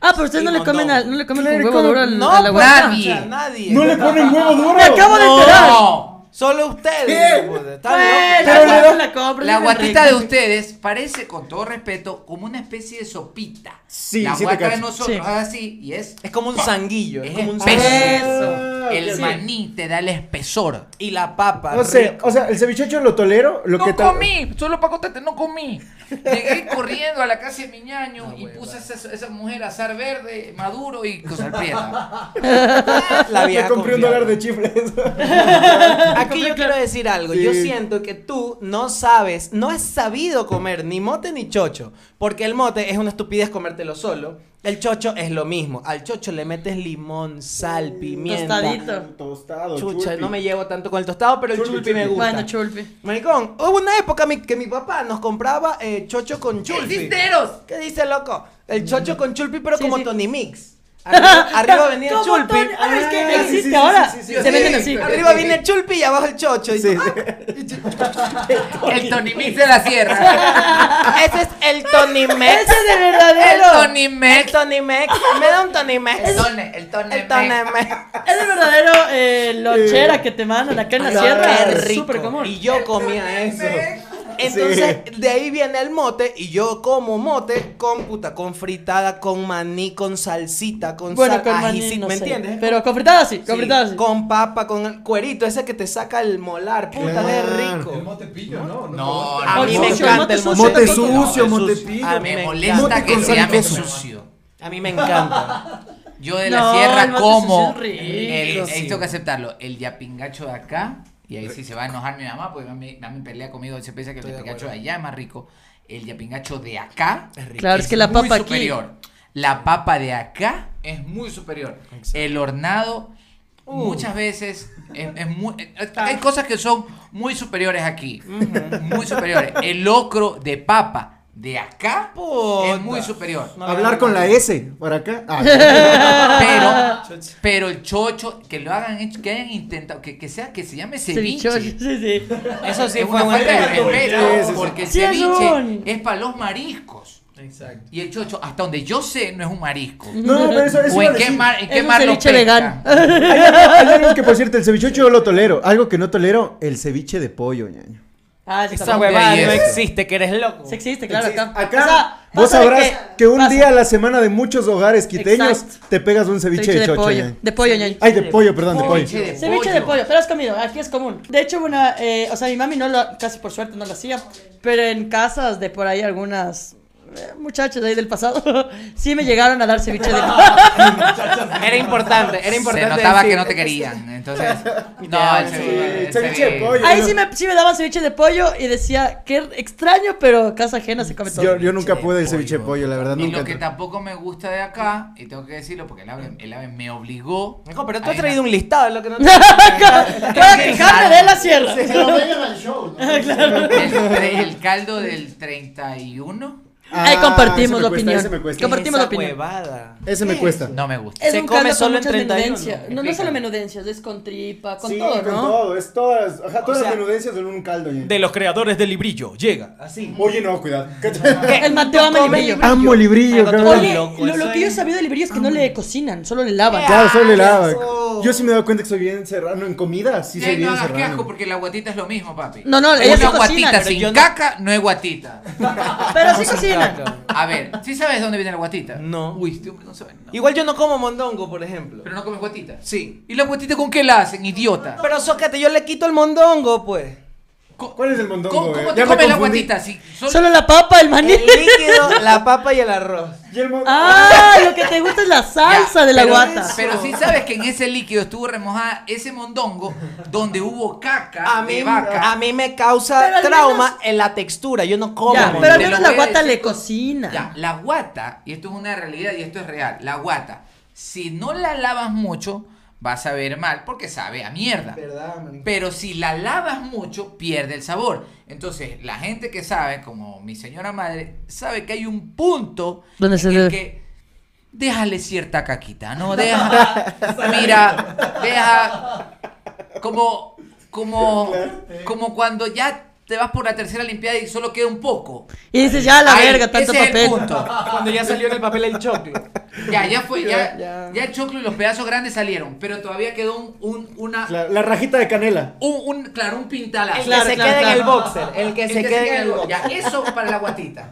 C: Ah, pero ustedes
A: Sí,
C: no le
A: mondongo.
C: comen, a- no le comen un
D: Claro,
C: huevo
D: como-
C: duro al,
A: No,
C: a
A: pues,
C: la guata.
A: o
B: nadie.
A: sea, nadie.
D: No le ponen huevo duro.
C: Me acabo de enterar.
B: ¡No!
A: Solo ustedes.
D: ¿Qué?
A: hijo de- Está
C: Bueno,
A: loco.
D: Pero le da-
C: la compro,
B: La
C: sí me
B: guatita de
C: rico.
B: ustedes parece, con todo respeto, como una especie de sopita.
D: Sí,
B: la
D: sí te
B: guata de
D: cacho.
B: nosotros
C: Sí.
B: es así y es,
A: Es como un sanguillo. Es
B: es
A: como un
B: espeso.
A: sanguillo.
B: el
D: sí.
B: maní te da el espesor.
A: Y la papa.
D: No sé,
A: rico.
D: o sea, el cevichecho lo tolero, lo
B: no
D: que tal-
B: comí, solo para contarte, no comí. Llegué corriendo a la casa de mi ñaño y puse a esa, esa mujer azar verde, maduro y cosas prietas.
A: La
D: Me
A: vieja
D: compré
A: confiable.
D: un dólar de chifles.
A: Aquí yo quiero decir algo. Yo
D: Sí.
A: siento que tú no sabes, no has sabido comer ni mote ni chocho. Porque el mote es una estupidez comértelo solo. El chocho es lo mismo. Al chocho le metes limón, sal, pimienta.
C: Tostadito.
D: Tostado,
A: Chucha,
D: Mm, chulpi.
A: no me llevo tanto con el tostado, pero el
D: Chulpi,
A: chulpi me
D: chulpi.
A: gusta.
C: Bueno, chulpi.
A: Maricón, hubo una época mi- que mi papá nos compraba eh, chocho con chulpi.
B: ¡Cisteros!
A: ¿Qué dice loco? El chocho con chulpi, pero
C: Mm. Sí,
A: como
C: sí.
A: Tony Mix. Arriba, arriba venía el
C: Como
A: chulpi.
C: Tony- Ah, es que
A: Ah,
D: sí,
C: existe
D: sí, sí,
C: ahora.
D: sí, sí,
B: sí.
C: Se venden
B: Sí.
C: así.
A: Arriba viene el chulpi y abajo el chocho. Y
D: Sí,
A: tú,
D: sí.
B: El Tony Mix de la sierra.
A: "Ah, ese es el Tony Mex.
C: Ese es de
B: El
C: verdadero.
B: Tony
A: El
B: Mix.
A: Tony Mex. Me da un Tony Mex.
B: El Tony, el Tony
A: El Tony
B: Mix.
A: Mex.
C: Es el verdadero eh, lonchera que te mandan acá en la
A: No,
C: sierra.
A: qué
C: Es
A: rico.
C: súper común.
A: Y yo comía eso. Entonces, de ahí viene el mote y yo como mote con puta, con fritada, con maní, con salsita, con
C: Bueno,
A: sal,
C: con
A: ají,
C: maní,
A: sí,
C: no
A: ¿me
C: sé.
A: entiendes?
C: Pero con fritada sí,
A: Sí,
C: con fritada sí.
A: con papa, con el cuerito, ese que te saca el molar, puta, qué
D: Claro.
E: El
A: rico.
E: mote pillo, ¿no?
B: No,
A: A mí
C: Mote
A: me
C: sucio,
A: encanta el
C: mote
A: mote.
D: Mote
A: pillo.
D: sucio,
A: No,
D: mote
A: sucio.
D: pillo.
A: A mí
B: Ah, Me
A: me
B: molesta
A: encanta.
B: que
D: con
B: se llame
D: salsa.
B: sucio.
A: A mí me encanta.
B: Yo de la
C: No,
B: sierra
C: el mate
B: como
C: sucio es
B: el,
C: rico.
B: eh, tengo que aceptarlo, el yapingacho de acá, y ahí sí se va a enojar mi mamá, porque mami, mami pelea conmigo, se piensa que el
A: Estoy de
B: yapingacho de allá es más rico. El yapingacho de acá
A: Es rico.
C: Claro, es que la
B: muy
C: papa aquí.
B: superior. La papa de acá es muy superior. El hornado
A: Uh.
B: muchas veces es, es muy eh,
A: Ah.
B: hay cosas que son muy superiores aquí. Muy superiores. El locro de papa de acá
A: Puta.
B: es muy superior.
A: No,
D: Hablar con la S, para acá. Ah,
B: Pero, pero el chocho, que lo hagan, hecho- que hayan intentado, que, que sea, que se llame ceviche.
C: Ceviche, sí, sí.
A: Eso sí
B: Es
A: fue
B: una
A: un
B: falta de respeto,
D: Sí, sí, sí.
B: porque el
C: Sí, es
B: ceviche
C: un-
B: es para los mariscos.
A: Exacto.
B: Y el chocho, hasta donde yo sé, no es un marisco.
D: No, pero eso, eso
B: ¿O
D: iba
B: en
D: a
B: qué
D: decir.
B: mar, en qué
C: Es un
B: mar lo
C: ceviche
B: pesca?
C: vegano.
D: Hay algo, hay algo que, por cierto, el cevichecho yo lo tolero. Algo que no tolero, el ceviche de pollo, ñaño.
C: Ah, sí,
A: Esa
C: está
A: huevada no
B: belleza.
A: existe, que eres loco.
C: Sí existe, claro, acá.
D: Acá,
C: O sea,
D: vos
C: pasa de
D: sabrás que, un
C: pasa.
D: día a la semana de muchos hogares quiteños
C: Exacto.
D: te pegas un ceviche,
C: Ceviche
D: de
C: de
D: chocho.
C: pollo.
D: ñaño.
C: De pollo, ñaño.
D: Ay, de pollo, perdón, de pollo.
B: Ceviche de
C: Ceviche de pollo, pero has comido, aquí es común. De hecho, una, eh, o sea, mi mami no lo, casi por suerte no lo hacía, pero en casas de por ahí algunas eh, muchachas de ahí del pasado, sí me llegaron a dar ceviche de pollo.
A: Era importante, era importante.
B: Se notaba
A: decir-
B: que no te querían, entonces. No,
A: Ya,
B: el
A: sí,
B: ceviche, el
D: ceviche de pollo.
C: Ahí sí me, sí me daban ceviche de pollo y decía, qué extraño, pero casa ajena se come todo.
D: Yo, yo nunca
B: de
D: pude el
B: pollo.
D: ceviche de pollo, la verdad,
B: Y
D: nunca.
B: lo que tampoco me gusta de acá, y tengo que decirlo porque el ave, el ave me obligó.
A: Hijo, pero tú
B: a
A: has
B: ir a-
A: traído un listado de lo que no te
C: Para quejarme de la sierra.
F: Pero vengan al show. ¿no?
B: El, tre- el caldo del 31
D: Ah,
C: Ahí compartimos
D: ese me
C: la
D: cuesta,
C: opinión.
D: Ese me cuesta.
C: Compar- Compartimos la
A: Esa
C: opinión.
A: huevada.
D: Ese me cuesta.
B: no me gusta.
C: Es
A: Se
C: un
A: come
C: caldo
A: solo
C: con
A: en
C: muchas
A: 31,
C: menudencias. No, no solo
B: explícame.
C: menudencias, es con tripa, con
D: sí,
C: todo,
D: con
C: ¿no?
D: todo. Es todas, ajá, todas
A: O sea,
D: las menudencias en un caldo, ñaño.
A: los creadores del librillo, llega. Así.
D: Oye, no, cuidado.
C: El Mateo ama el brillo.
D: Amo el librillo,
A: Ah, no te
D: cabrón.
A: Oye,
C: Oye,
A: loco,
C: lo, lo
A: eso
C: que yo
A: es-
C: sabía del librillo es que no le cocinan, solo le lavan.
D: Claro, solo le lava.
A: asco.
D: Yo sí me he dado cuenta que soy bien serrano en comida. Sí, soy
B: Sí, Eh, no,
D: bien
B: no, es que asco
D: serrano.
B: porque la guatita es lo mismo, papi.
C: No, no, ellas sí
B: Una
C: cocinan,
B: guatita
C: pero
B: sin
A: yo no-
B: caca no es guatita.
C: Ah, Pero sí cocinan.
B: A ver, ¿sí sabes dónde viene la guatita?
A: No.
B: Uy, este hombre no sabe nada.
A: Igual yo no como mondongo, por ejemplo.
B: Pero no comes guatita.
A: Sí.
B: ¿Y la guatita con qué la hacen, idiota?
A: Pero Sócate, yo le quito el mondongo, pues.
B: Co-
D: ¿Cuál es el mondongo,
B: ¿Cómo,
D: eh?
B: cómo
D: Ya
B: te
D: me
B: comes la
D: confundí.
B: guatita? Si solo-
C: Solo la papa, el
A: El
C: maní.
A: líquido, la papa y el arroz.
D: Y el mo-
C: Ah, lo que te gusta es la
B: Ya,
C: salsa de la
B: pero-
C: guata.
B: Pero sí sabes que en ese líquido estuvo remojada ese mondongo donde hubo caca
A: A mí,
B: de vaca.
A: a mí me causa
C: Pero al
A: trauma en la textura. Yo no como.
C: Ya,
A: mondongo.
C: pero al
B: Te
C: menos
B: lo
C: la
B: voy a
C: guata
B: decir.
C: le cocina.
B: Ya, la guata, y esto es una realidad y esto es real, la guata, si no la lavas mucho, vas a ver mal porque sabe a mierda.
A: ¿Verdad, marico?
B: Pero si la lavas mucho, pierde el sabor. Entonces, la gente que sabe, como mi señora madre, sabe que hay un punto
C: Donde
B: en
C: se
B: el
C: debe.
B: que déjale cierta caquita, ¿no? Deja, mira, deja como, como, como cuando ya te vas por la tercera limpiada y solo queda un poco.
C: Y dices, ya la
B: Ahí,
C: verga, tanto
B: ese es el
C: papel.
B: punto.
A: Cuando ya salió en el papel el choclo.
B: Ya, ya fue, ya,
A: Ya.
B: ya, el choclo y los pedazos grandes salieron, pero todavía quedó un, un- una,
D: La, la rajita de canela.
B: un, un- claro, un pintalazo.
A: El
C: Claro,
A: que se
C: claro,
A: quede en
C: claro.
A: el boxer. El que
B: El
A: se
B: que
A: quede en el
B: algo. Ya,
A: boxer.
B: eso para la guatita.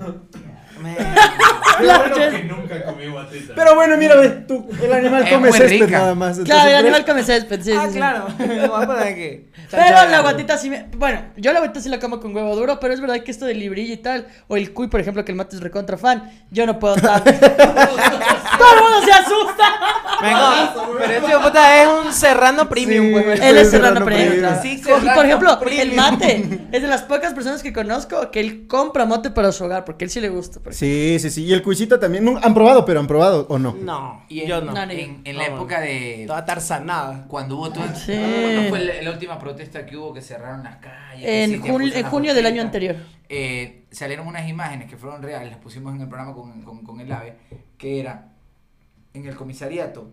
F: Qué
C: La-
F: bueno que nunca comí guatita.
D: Pero bueno, mira, ve, tú, el animal
B: Es
D: come
B: muy
D: césped
B: rica.
D: nada más.
C: Claro,
D: entonces,
C: el
D: pues,
C: animal come césped, sí, sí,
A: Ah,
C: sí.
A: claro. Lo voy a poner aquí.
C: Pero la guatita sí me... Bueno, yo la guatita sí la como con huevo duro, pero es verdad que esto del librillo y tal, o el cuy, por ejemplo, que el mate es recontra fan, yo no puedo tanto. ¡Todo el mundo se asusta!
A: Vengo, pero este hijo de puta es un serrano premium,
D: Sí,
A: güey.
D: güey.
C: Él es
D: Sí, serrano
C: serrano premium.
D: premium.
C: claro.
A: Sí,
C: Co- Y
A: serrano
C: por ejemplo, el
A: premium.
C: mate es de las pocas personas que conozco que él compra mote para su hogar, porque él sí le gusta. por ejemplo.
D: Sí, sí, sí. Y el cuisita también. No, han probado, pero han probado o no.
A: No,
B: Y en,
A: yo no.
C: No, no.
B: en, en la
A: No, no.
B: época de
A: Toda tarzanada.
B: cuando hubo todo
C: Sí.
B: cuando fue la, la última protesta que hubo que cerraron las calles. que
C: En,
B: sí, que
C: jun-
B: pusieron
C: en
B: las
C: junio del año
B: botellitas.
C: anterior.
B: eh, salieron unas imágenes que fueron reales, las pusimos en el programa con, con- con el AVE, que era en el comisariato,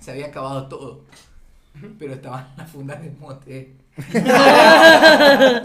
B: se había acabado todo, pero estaban las fundas de mote. o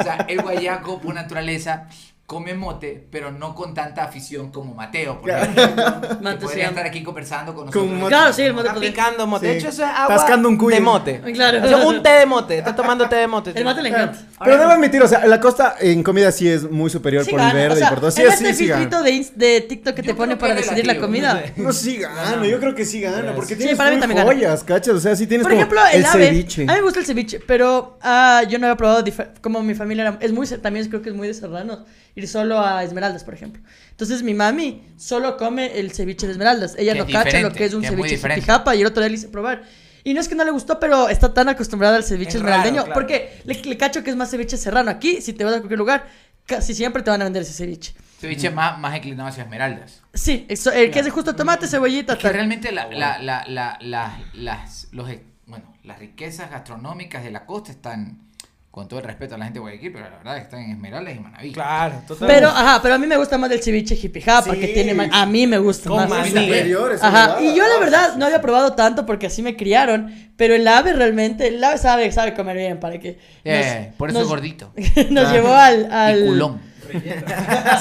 B: sea, el guayaco por naturaleza come mote, pero no con tanta afición como Mateo, por ejemplo, que
C: Mate se
B: podría
C: llama.
B: estar aquí conversando con
D: Con
B: nosotros.
D: mote.
C: Claro, sí, el mote.
A: Está
C: podría-
A: picando mote.
D: Sí.
A: De hecho, eso es agua
D: Tascando un cuy.
A: de mote.
C: Claro.
A: Eso es un té de mote. Está tomando té de mote.
C: El mate le encanta.
D: Ah, Pero debo admitir, o sea, la costa en comida sí es muy superior
C: Sí
D: por el
C: gana,
D: verde
C: o sea,
D: y por todo. Sí,
C: en
D: sí,
C: este
D: sí gana.
C: filtrito de, Inst- de TikTok que
B: Yo
C: te pone
B: creo que
C: para
B: es
C: decidir la
B: relativo,
C: comida.
B: no sé.
D: No, sí gana, yo creo que sí gana, porque
C: Sí,
D: tienes
C: para mí
D: muy
C: también gana.
D: joyas, cachas, o sea, sí tienes
C: Por
D: como
C: ejemplo, el, ave.
D: ceviche.
C: A mí me gusta el ceviche, pero ah, yo no había probado. dife- Como mi familia era- es muy, ser- también creo que es muy de serranos. Ir solo a Esmeraldas, por ejemplo. Entonces mi mami solo come el ceviche de Esmeraldas. Ella
B: Que es
C: no cacha lo
B: diferente,
C: que es un
B: que es muy
C: ceviche de
B: diferente.
C: Japa y el otro día le hice probar. Y no es que no le gustó, pero está tan acostumbrada al ceviche
A: Es raro,
C: esmeraldeño.
A: claro.
C: Porque le, le cacho que es más ceviche serrano. Aquí, si te vas a cualquier lugar, casi siempre te van a vender ese ceviche.
B: Ceviche más, más inclinado hacia esmeraldas.
C: Sí, eso- el que hace justo tomate, cebollita,
B: Es que
C: tal.
B: realmente la- la- la- la- la- las, los, ex- bueno, las riquezas gastronómicas de la costa están, con todo el respeto a la gente de Guayaquil, pero la verdad es que están en Esmeraldas y Manaví.
A: Claro, totalmente.
C: Pero, ajá, pero a mí me gusta más el ceviche jipijapa,
D: Sí.
C: que tiene más... A mí me gusta
A: Con
C: más.
A: maní.
D: Superiores,
C: Ajá,
D: ¿verdad?
C: y yo la verdad no había probado tanto porque así me criaron, pero el ave realmente, el ave sabe, sabe comer bien para que...
B: Eh,
C: nos-
B: por eso
C: nos-
B: es gordito.
C: Nos llevó al... al
B: Y culón.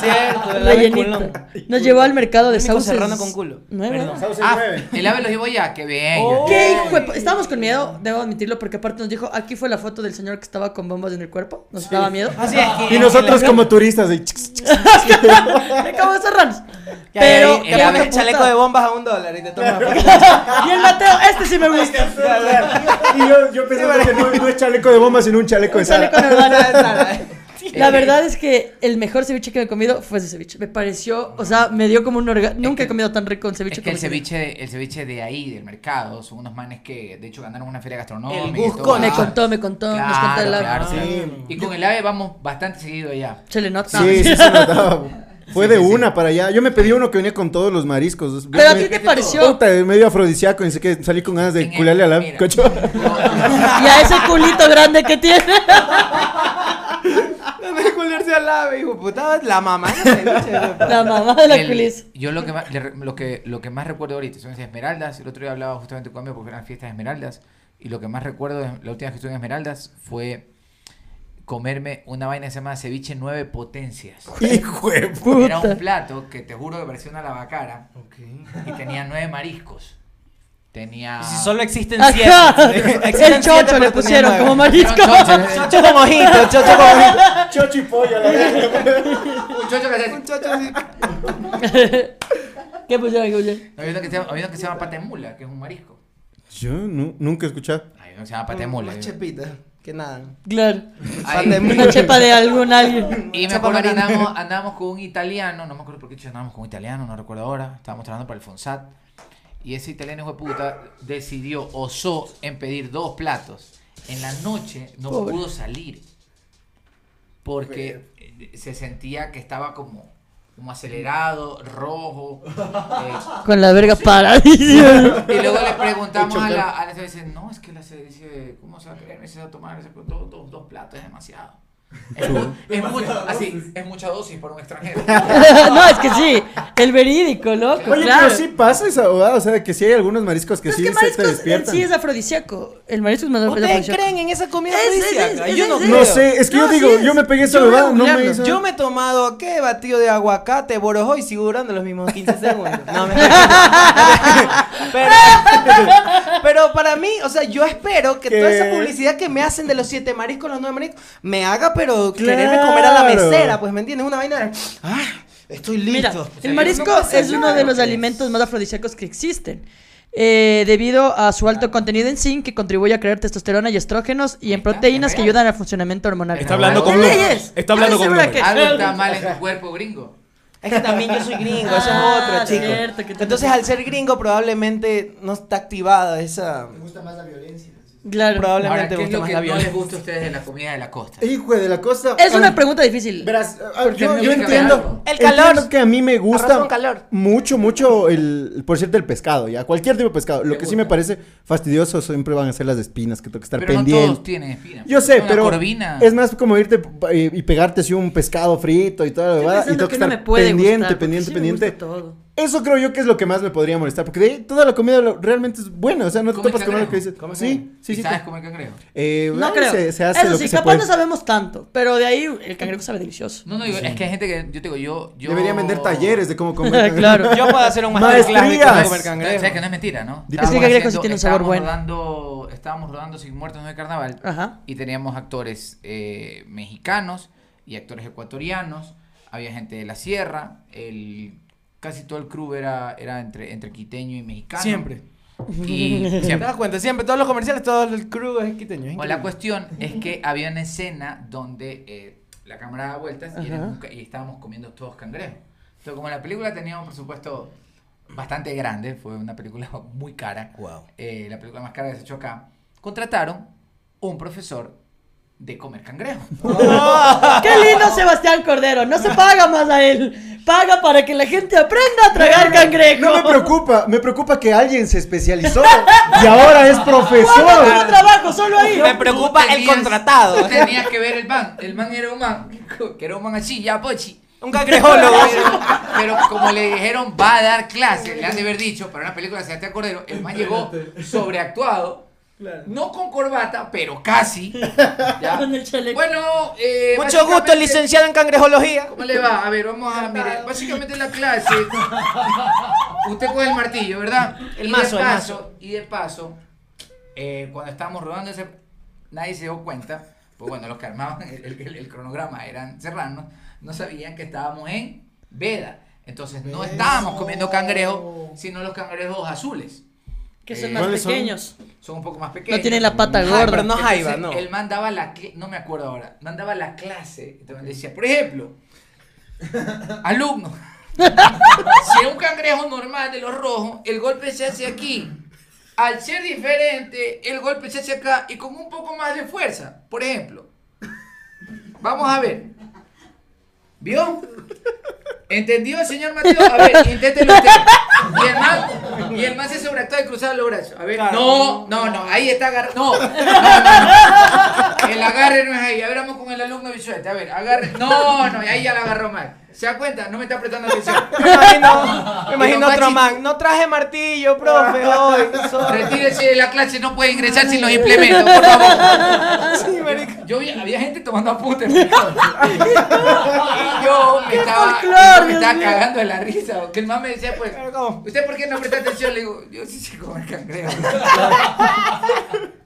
A: Cierto, el ave
C: rellenito.
A: culón.
C: Nos llevó al mercado de
A: Único
C: sauces.
A: serrano con culo.
C: nuevos.
A: Perdón.
D: Sauce
B: Ah,
D: nueve.
B: el ave los llevó ya, qué bien.
A: Oh.
B: ya.
C: ¿Qué hijo de pu- Estábamos con miedo, debo admitirlo, porque aparte nos dijo, aquí fue la foto del señor que estaba con bombas en el cuerpo, nos daba miedo.
A: Así es que-
D: Y nosotros como turistas de
C: Me acabo de cerrar.
A: Ya, ya,
C: Pero...
A: ya,
B: el
A: ya
B: ave
A: pones el chaleco de bombas a un dólar y te tomas la foto.
C: Y el Mateo, este sí me gusta.
D: y yo, yo pensando que no, no es chaleco de bomba, sino un chaleco de
C: Un chaleco
D: Sara.
C: normal. La verdad es que el mejor ceviche que me he comido fue ese ceviche. Me pareció, o sea, me dio como un orgasmo. Nunca he comido tan rico un ceviche
B: Es que el
C: como ese.
B: ceviche, el ceviche de ahí, del mercado, son unos manes que de hecho ganaron una feria gastronómica.
A: El
B: y
A: Cusco,
B: todo.
A: me
C: Me contó, me contó, nos
B: Claro,
C: contó el ave.
B: claro,
A: Ah,
B: claro.
A: sí.
B: Y con el ave vamos bastante seguido allá.
C: Se le nota.
D: Sí, sí se notaba. Fue
B: Sí,
D: de
B: sí, sí.
D: una para allá. Yo me pedí uno que venía con todos los mariscos.
C: Pero a ti
D: Me-
C: te
B: Puta,
C: pareció.
D: Puta, medio afrodisíaco, y sé que salí con ganas de
B: En el-
D: culearle a la
B: mira.
D: cocho.
C: Y a ese culito grande que tiene.
A: Antes de culiarse al ave, hijo de puta, la mamá. no sé, bicho, hijo de
C: La mamá de la
B: El-
C: culis.
B: Yo lo que, más, le re- lo, que, lo que más recuerdo ahorita son esas esmeraldas. El otro día hablaba justamente con Cambio porque eran fiestas de esmeraldas. Y lo que más recuerdo de la última vez que estuve en esmeraldas fue comerme una vaina que se llama ceviche nueve potencias.
D: Hijo de puta.
B: Era
C: Puta.
B: un plato que te juro que parecía una lavacara
A: puta.
B: y tenía nueve mariscos. Tenía.
A: Si solo existen
C: Ajá.
A: siete. Existen
C: El chocho
A: siete,
C: le
A: pero
C: pusieron
A: tenía
C: como
A: nueve.
C: marisco.
B: Chocho,
A: Chocho con ojito, chocho con ojito.
D: Chocho y pollo, la verdad.
B: Un chocho que se-
C: ¿Qué pusieron? ¿Qué pusieron?
B: Había uno que se llama, había uno que se llama patemula, que es un marisco.
D: Yo nu- nunca he escuchado.
B: Hay uno que se llama patemula.
A: Más chepita, que nada.
C: Claro.
B: Ahí.
C: Una chepa de algún alguien.
B: Y me
A: Chapa
B: acuerdo que
A: marina.
B: andábamos, andábamos con un italiano, no me acuerdo por qué chucha andábamos con un italiano, no recuerdo ahora. Estábamos trabajando para el Fonsat. Y ese italiano hijo de puta decidió, osó en pedir dos platos. En la noche no
C: Pobre.
B: pudo salir. Porque eh, se sentía que estaba como, como acelerado, rojo. eh,
C: Con la verga paradísima.
B: y luego le preguntamos a la, a la señora, dice, no, es que la se dice, ¿cómo se va a creer? Me dice, se va a tomar ese- dos, dos, dos platos, es demasiado. Es, mu- es mucho, así, es mucha dosis para un extranjero.
C: no, es que sí. El verídico, loco.
D: Oye,
C: claro.
D: pero sí pasa esa abogada, o sea, que sí hay algunos mariscos que
C: Pero
D: sí
C: es que
D: se te
C: mariscos en
D: despiertan.
C: sí es afrodisíaco. El marisco es más
A: ¿Ustedes
C: afrodisíaco.
A: creen en esa comida
C: Es- es-
A: afrodisíaca?
C: es-
A: Yo
C: es-
A: no
C: es-
A: creo.
D: No sé, es que
C: No,
D: yo digo,
C: sí
D: yo
C: es.
D: me pegué
C: Yo
D: esa
C: voy a
D: huevada, no me
C: googlearlo.
D: hizo.
A: Yo me he tomado, ¿qué? Batido de aguacate, borojó y sigo durando los mismos 15 segundos. No, me pero, pero para mí, o sea, yo espero que
D: ¿Qué?
A: toda esa publicidad que me hacen de los siete mariscos, los nueve mariscos, me haga, pero quererme comer a la
D: Claro.
A: mesera, pues, ¿me entiendes? Una vaina de, ah, estoy listo.
C: Mira,
A: O sea,
C: el marisco
A: no pasa
C: es uno
A: nada.
C: de los alimentos más afrodisíacos que existen. eh, debido a su alto contenido en zinc que contribuye a crear testosterona y estrógenos y
B: Ahí
C: en
B: está,
C: proteínas
B: es
C: que
B: real.
C: ayudan al funcionamiento hormonal.
B: Está hablando con
C: ¿Qué
B: números.
C: leyes?
G: Está hablando
C: Estoy
G: con
C: segura
G: números.
C: que-
B: Algo está mal en tu cuerpo, gringo.
A: Es que también yo soy gringo, eso
C: Ah,
A: es otro, chico.
C: cierto, que tú-
A: Entonces, al ser gringo, probablemente no está activada esa...
C: Claro.
B: Ahora,
A: Probablemente
B: ¿qué es
A: gusta
B: lo
A: más
B: que
A: la
B: no
A: violencia.
B: les gusta a ustedes de la comida de la costa?
D: Hijo de la costa.
C: Es
D: ah,
C: una pregunta difícil.
D: Verás, ah,
B: Porque
D: yo,
B: me
D: yo
B: gusta
D: entiendo.
B: verlo.
A: El calor.
D: Entiendo que a mí me
A: Arroz
D: gusta
A: con calor.
D: mucho, mucho el, por cierto, el pescado, ya. Cualquier tipo de pescado. Lo
B: Me
D: que sí me
B: gusta.
D: parece fastidioso siempre van a ser las espinas que tengo que estar
B: Pero no
D: pendiente.
B: todos tienen espina.
D: Yo sé,
B: Una
D: pero
B: corvina.
D: es más como irte eh, y pegarte así un pescado frito y toda la
C: Estoy
D: verdad. Y
C: pensando
D: tengo
C: pues que
D: que
C: no
D: estar
C: me puede
D: pendiente,
C: gustar, porque
D: pendiente,
C: sí me
D: pendiente.
C: gusta todo.
D: Eso creo yo que es lo que más me podría molestar, porque de ahí toda la comida lo- realmente es buena, o sea, no te
B: ¿Comes
D: topas con algo que
B: cangrejo?
D: dices. Sí, sí,
B: ¿Y
D: sí.
B: ¿Sabes
D: te-
B: comer cangrejo?
D: eh,
C: No
D: ah,
C: creo.
D: Se, se hace
C: Eso
D: lo
C: sí,
D: que se
C: capaz
D: puede.
C: no sabemos tanto, pero de ahí el cangrejo sabe delicioso.
B: No, no, digo, es que hay gente que, yo te digo, yo... yo...
D: Deberían vender talleres de cómo comer. cangrejo.
C: Claro.
A: Yo puedo hacer un masterclass de cómo comer
D: Maestrías.
B: O sea, que
A: cangrejo.
B: no es mentira, ¿no?
D: Es que
B: Estábamos
C: cangrejo sí
B: haciendo-
C: tiene un sabor
B: estábamos
C: bueno.
B: rodando- estábamos rodando Sin Muertos no hay carnaval.
C: Ajá.
B: Y teníamos actores eh, mexicanos y actores ecuatorianos. Había gente de la sierra. El, casi todo el crew era, era entre, entre quiteño y mexicano.
A: Siempre.
B: Y
A: ¿Te
B: siempre.
A: das cuenta? Siempre, todos los comerciales, todo el crew es quiteño. es
B: O la
A: increíble.
B: cuestión es que había una escena donde eh, la cámara daba vueltas y, era
C: Ajá.
B: un ca- y estábamos comiendo todos cangrejos. Entonces, como la película tenía un presupuesto bastante grande, fue una película muy cara.
A: Wow.
B: eh, la película más cara que se ha hecho acá, contrataron un profesor de comer cangrejo.
A: pues, Oh,
C: Qué lindo Sebastián Cordero. No se paga más a él. Paga para que la gente aprenda a tragar cangrejo.
D: No me preocupa, me preocupa que alguien se especializó y ahora es
C: ¿Cuándo tuvo
D: profesor.
C: trabajo? Solo ahí.
A: Me preocupa
B: Tú
A: el
B: tenías-
A: contratado. ¿eh?
B: tú Tenías que ver el man. El man era un man, que era un man así, ya pochi.
A: Un cangrejólogo.
B: Pero como le dijeron, va a dar clases, le han de haber dicho, para una película de Sebastián Cordero, el man llegó sobreactuado. No con corbata, pero casi. ¿ya?
C: Con el chaleco.
B: Bueno, eh,
A: Mucho gusto,
B: básicamente-
A: licenciado en cangrejología.
B: ¿Cómo le va? A ver, vamos a, mire, básicamente la clase. Usted coge el martillo, ¿verdad?
A: El
B: y
A: mazo,
B: de
A: el
B: paso, Y de paso, eh, cuando estábamos rodando ese, nadie se dio cuenta, pues bueno, los que armaban el, el- el cronograma eran serranos, no sabían que estábamos en veda. Entonces no estábamos comiendo cangrejo, sino los cangrejos azules.
C: Que son
B: Eh,
C: más
D: ¿cuáles son?
C: pequeños.
B: Son un poco más pequeños.
C: No tienen la pata
B: Ajá,
C: gorda.
A: Pero no
B: entonces,
A: jaiba, no.
B: El man daba la cl- no me acuerdo ahora, el man daba la clase, entonces decía, por ejemplo, alumno, si es un cangrejo normal de los rojos, el golpe se hace aquí. Al ser diferente, el golpe se hace acá y con un poco más de fuerza. Por ejemplo, vamos a ver. ¿Vio? ¿Entendió, señor Mateo? A ver, inténtelo usted. Y el man, y el man se sobreactúa y cruzaba los brazos. A ver,
A: Claro.
B: no, no, no, ahí está agarrado. No, no, no, no. El agarre no es ahí. A ver, vamos con con el alumno Bichuete. A ver, agarre. No, no, y ahí ya la agarró mal. ¿Se da cuenta? No me está prestando atención.
A: Me imagino, me imagino
B: Pachi-
A: otro man. No traje martillo, profe, hoy. sorry".
B: Retírese de la clase, no puede ingresar sin los implementos, por favor.
A: Sí, marica.
B: Yo vi, había gente tomando apuntes. Y yo me estaba, y yo
C: folclor,
B: me
C: Dios
B: estaba
C: mío.
B: cagando de la risa. Que el man me decía, pues,
A: Pero ¿cómo?
B: ¿usted por qué no presta atención? Le digo, yo sí sé comer cangrejo.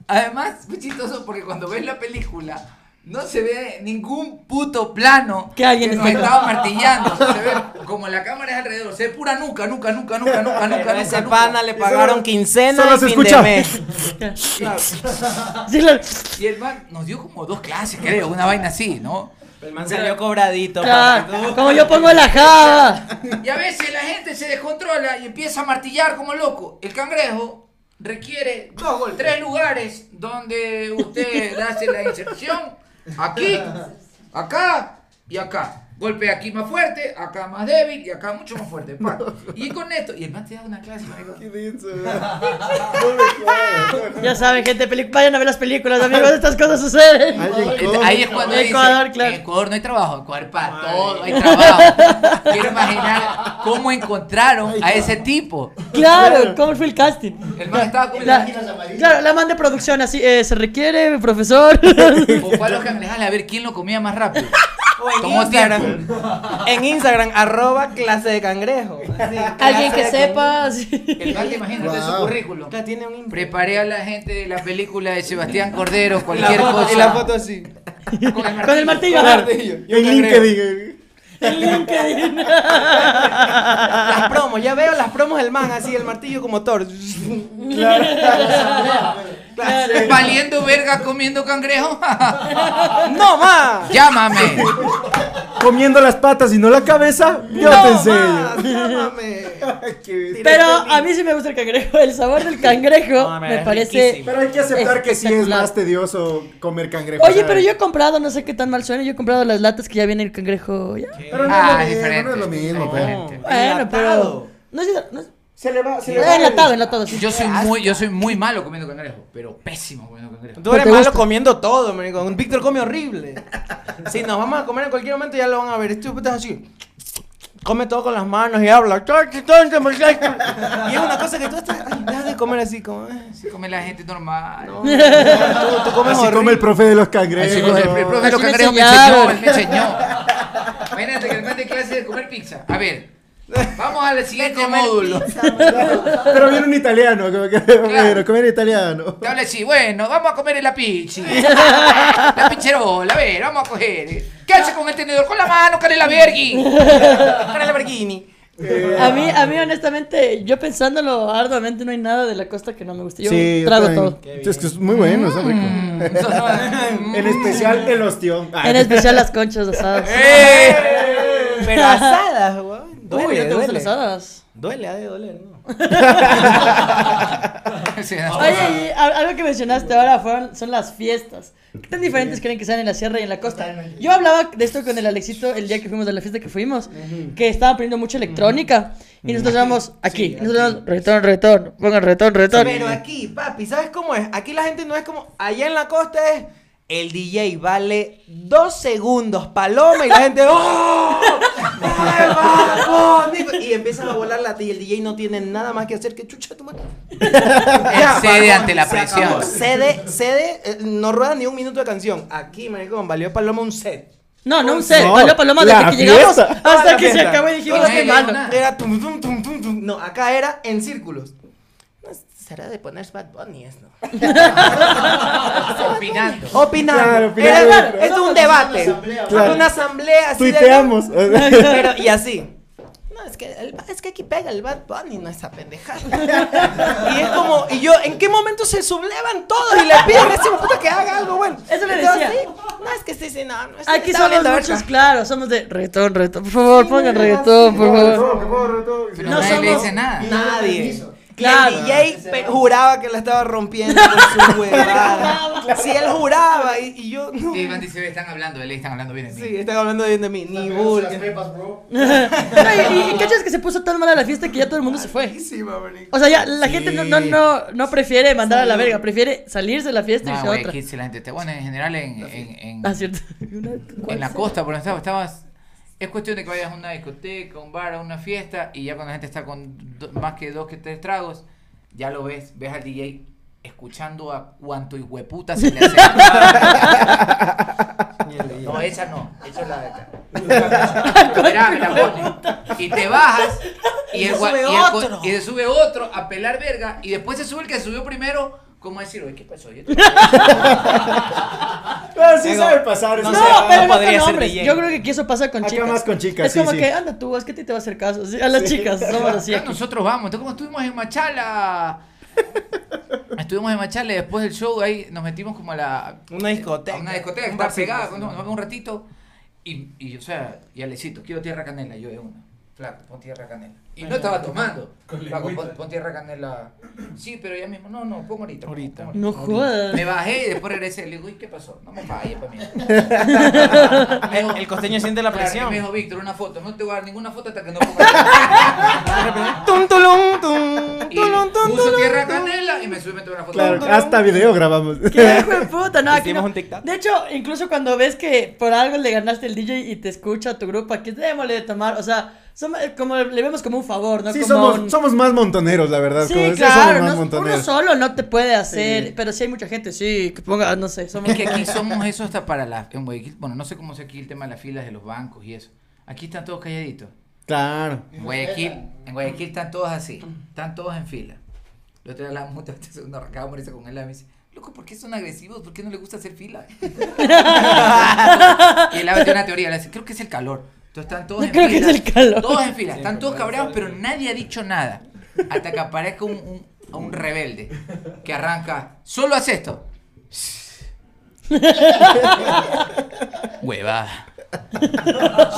B: Además, fue chistoso porque cuando ves la película, no se ve ningún puto plano
C: Que alguien
B: nos
C: esté-
B: estaba martillando. Se ve como la cámara es alrededor, se ve pura nuca, nuca, nuca, nuca, nuca, nuca.
A: A ese
B: nuca.
A: pana le pagaron quincena
D: solo
A: y
D: se
A: fin de
D: escucha.
A: mes.
C: Sí, claro.
B: Y el man nos dio como dos clases, creo, una vaina así, ¿no?
A: El man salió cobradito.
C: Claro,
A: papá.
C: Ah, como yo pongo la java.
B: Y a veces la gente se descontrola y empieza a martillar como loco. El cangrejo requiere dos gol- tres lugares donde usted hace la inserción. Aquí, acá y acá. Golpe aquí más fuerte, acá más débil y acá mucho más fuerte. pa. Y con esto, y el man te da una clase. marico.
C: Ya saben, gente, peli- vayan a ver las películas, amigos, estas cosas suceden.
B: Ahí es cuando dice,
C: Ecuador, claro.
B: en Ecuador no hay trabajo, en Ecuador para todo hay trabajo. Quiero imaginar cómo encontraron a ese tipo.
C: Claro, ¿cómo fue el casting?
B: El man estaba como
C: La- claro, la man de producción, así, eh, se requiere, profesor.
B: O fue a los cangrejales a ver quién lo comía más rápido.
A: O en
B: Tomó
A: Instagram. En Instagram, arroba clase de cangrejo. Así,
C: Alguien
A: clase
C: que
A: de
C: sepa. sí.
B: El mal, imagínate su
D: Wow.
B: currículum.
A: cangrejo. Tiene un impre-
B: Preparé a la gente de la película de Sebastián Cordero,
A: Y la
B: cualquier
A: foto,
B: cosa.
A: y la foto así.
B: Con el
C: Con el martillo. ajá.
D: En LinkedIn.
C: En LinkedIn. Ah.
A: Las promos, ya veo las promos del man, así, el martillo como Thor.
B: martillo. Valiendo verga comiendo cangrejo.
A: ¡No, más!
B: Llámame.
D: Comiendo las patas y no la cabeza. Yo te enseño.
C: Pero a mí sí me gusta el cangrejo. El sabor del cangrejo
A: No,
C: me
A: es
C: parece.
A: riquísimo.
D: Pero hay que aceptar que sí es
C: espectacular.
D: más tedioso comer cangrejo.
C: Oye,
D: ¿sabes?
C: pero yo he comprado, no sé qué tan mal suena, yo he comprado las latas que ya viene el cangrejo. ya.
D: Pero no,
B: Ah,
D: es, lo mismo, no
B: diferente.
D: es lo mismo, pues.
B: Diferente.
C: Bueno,
A: Enlatado.
C: pero. No es. No es-
D: Se le va, se
C: eh, enlatado, enlatado, sí.
B: Yo soy muy, yo soy muy malo comiendo cangrejo, pero pésimo comiendo cangrejo.
A: Tú eres
C: te
A: malo
C: gusta?
A: comiendo todo, marico. Un Víctor come horrible. Si nos vamos a comer en cualquier momento, ya lo van a ver. Este puto es así. Come todo con las manos y habla. "Chachi, chachi, muchacho". este- Y es una cosa que tú estás. Ay, deja de comer así, como. eh.
B: Así come la gente normal.
D: pues.
A: Tú, tú comes
D: Así
A: horrible.
D: come el profe de los
B: Así como
D: cangrejos.
B: el, el profe de los
C: Así me
B: cangrejos me enseñó,
C: enseñaron.
B: él me enseñó. Imagínate que el man de clase de comer pizza. A ver, vamos al siguiente módulo.
D: Pero viene un italiano, como que, bueno, comer italiano.
B: Te habla así, bueno, vamos a comer la pichi. La pincherola, a ver, vamos a coger. ¿Qué hace con el tenedor? Con la mano, Canela Bergui.
A: Para la Berghini.
C: A mí, a mí, honestamente, yo pensándolo arduamente, no hay nada de la costa que no me guste. Yo
D: yo
C: trago
D: también.
C: todo.
D: Es que es muy bueno, está rico.
A: Mm.
D: En especial el ostión. Ah,
C: En especial las conchas asadas.
A: Pero asadas, weón.
C: Uy,
A: ¡Eh! Duele,
C: ¿no te gustan
A: duele.
C: las asadas?
A: Duele, ha de doler, ¿no?
C: Oye, y a- algo que mencionaste ahora fueron, son las fiestas. ¿Qué tan diferentes creen que sean en la sierra y en la costa? Yo hablaba de esto con el Alexito el día que fuimos a la fiesta que fuimos, que estaban poniendo mucha electrónica. Y nosotros llevamos aquí, nosotros llevamos reggaetón, reggaetón, pongan reggaetón, reggaetón.
A: Pero aquí, papi, ¿sabes cómo es? Aquí la gente no es como. Allá en la costa es. El DJ vale dos segundos, paloma, y la gente. ¡Oh! ¡Ay, Bad Bunny! Y empiezan a volar lata y el DJ no tiene nada más que hacer que chucha tu madre. Ya,
B: Cede
A: Bad
B: ante la
A: Bunny, se acabó.
B: presión.
A: Cede, cede, eh, no rueda ni un minuto de canción. Aquí, maricón, valió paloma un set.
C: No, no un set,
D: No,
C: valió paloma desde
D: la
C: que llegamos
D: fiesta.
A: Toda
C: hasta
A: la
C: que se
A: fiesta.
C: acabó y dijimos
B: Toda
C: qué
B: la
C: malo.
B: fiesta.
A: Era tum, tum, tum, tum, tum. No, acá era en círculos. No, Será de poner Bad Bunny, es, ¿no? Oh.
B: Opinando.
A: Opinando.
D: Claro,
A: Era-
D: opinando.
A: claro, esto es un debate. Una asamblea,
D: Claro.
A: así. de-
D: Tuiteamos.
A: Pero, y así. No, es que, el- es que aquí pega el Bad Bunny, no esa pendejada. y es como, y yo, ¿en qué momento se sublevan todos y le piden a ese puta que haga algo bueno?
C: Eso le
A: Entonces,
C: decía.
A: sí, No, es que sí, sí, no. no,
C: Aquí
A: está
C: somos
A: valiendo
C: muchos,
A: verga.
C: claro, somos de reggaetón, reggaetón, por favor, pongan reggaetón, por favor.
B: Pero
C: No
B: nadie le
C: somos-
B: dice nada.
A: Nadie.
C: Claro.
A: Y el DJ pe- juraba que la estaba rompiendo con su huevada. Sí, él juraba y, y yo no.
B: Y Iván dice, "Ve, están hablando de ley, están hablando bien de mí.
A: Sí, están hablando bien de mí. Ni burla.
C: Ay, y, y cachas que se puso tan mala la fiesta que ya todo el mundo se fue.
A: Sí, mamarico.
C: O sea, ya la
B: Sí.
C: gente no, no, no, no prefiere mandar a la verga, prefiere salirse de la
A: este
C: fiesta y
B: No,
C: irse a
B: Ah, güey,
C: otra.
B: aquí sí la gente está bueno en general en, en, en-
C: Ah, cierto. Una-
B: en la costa, por ejemplo, estabas... Es cuestión de que vayas a una discoteca, a un bar, a una fiesta y ya cuando la gente está con do- más que dos que tres tragos, ya lo ves, ves al DJ escuchando a cuanto hijueputa se le hace. No, esa no, esa es la de acá. Esperá, me la pone. Y te bajas y,
A: Y
B: el,
A: se
B: gua-
A: sube
B: y, el co-
A: otro.
B: y se sube otro a pelar verga y después se sube el que subió primero. Como decir, oye, ¿qué pasó? Yo te-
G: Pero sí
A: Digo,
G: sabe pasar.
A: no
G: eso.
A: sé,
C: No,
A: no
C: pero no,
A: podría
C: con
A: ser
C: hombres.
A: DJ.
C: Yo creo que aquí eso pasa con
D: Acá
C: chicas.
D: más con chicas,
C: Es
D: sí,
C: como
D: sí.
C: que, anda tú, es que a ti te va a hacer caso. Sí, a las chicas, somos así
B: Ya
C: aquí.
B: nosotros vamos. Entonces, como estuvimos en Machala. Estuvimos en Machala y después del show ahí nos metimos como a la.
A: Una discoteca.
B: a una discoteca,
A: Un
B: estaba
A: barcito,
B: pegada,
A: sí.
B: nos vamos un ratito. Y, y, o sea, y Alecito, quiero tierra canela. Yo de una. Flaco, pon tierra canela. Y no estaba tomando.
F: Con
B: Flaco, pon,
F: lengüita.
B: pon tierra canela. Sí, pero ya mismo. No, no, pongo ahorita. pongo,
A: Ahorita.
B: pongo
C: No jodas.
B: Me bajé y después regresé. Le digo, ¿y qué pasó? No me vayas para mí.
A: El, el costeño siente la presión.
B: Me dijo, Víctor, una foto. No te voy a dar ninguna foto hasta que no ponga.
A: Tum, tulum, tum,
B: Y
A: tulum, tum,
B: puso
A: tulum,
B: tierra
A: tum.
B: canela y me sube una foto.
D: Claro, hasta video grabamos.
C: Qué hijo de puta, no, aquí
A: Hicimos
C: no.
A: un TikTok.
C: De hecho, incluso cuando ves que por algo le ganaste el DJ y te escucha tu grupo, aquí démosle de tomar, o sea, som- eh, como le vemos como un favor, ¿no?
D: Sí,
C: como
D: somos,
C: un-
D: somos más montoneros, la verdad.
C: Sí,
D: como decía,
C: claro,
D: somos más
C: no- uno
D: montoneros.
C: solo no te puede hacer,
D: Sí.
C: pero si hay mucha gente, sí, que ponga, no sé, somos...
B: Es que aquí somos eso hasta para las... en Guayaquil- Bueno, no sé cómo es aquí el tema de las filas de los bancos y eso. Aquí están todos calladitos.
D: Claro.
B: En Guayaquil, en Guayaquil están todos así.
C: Mm.
B: Están todos en fila. El otro día hablábamos mucho, este segundo arrancaba Marisa con él y me dice, loco, ¿por qué son agresivos? ¿Por qué no les gusta hacer fila? y él tiene una teoría, le dice, creo que es el calor. Entonces están todos
C: No
B: en
C: creo que
B: fila.
C: es el calor.
B: Todos en fila, están todos cabreados, pero nadie ha dicho nada. Hasta que aparezca un, un- un rebelde que arranca, solo haz esto. Hueva.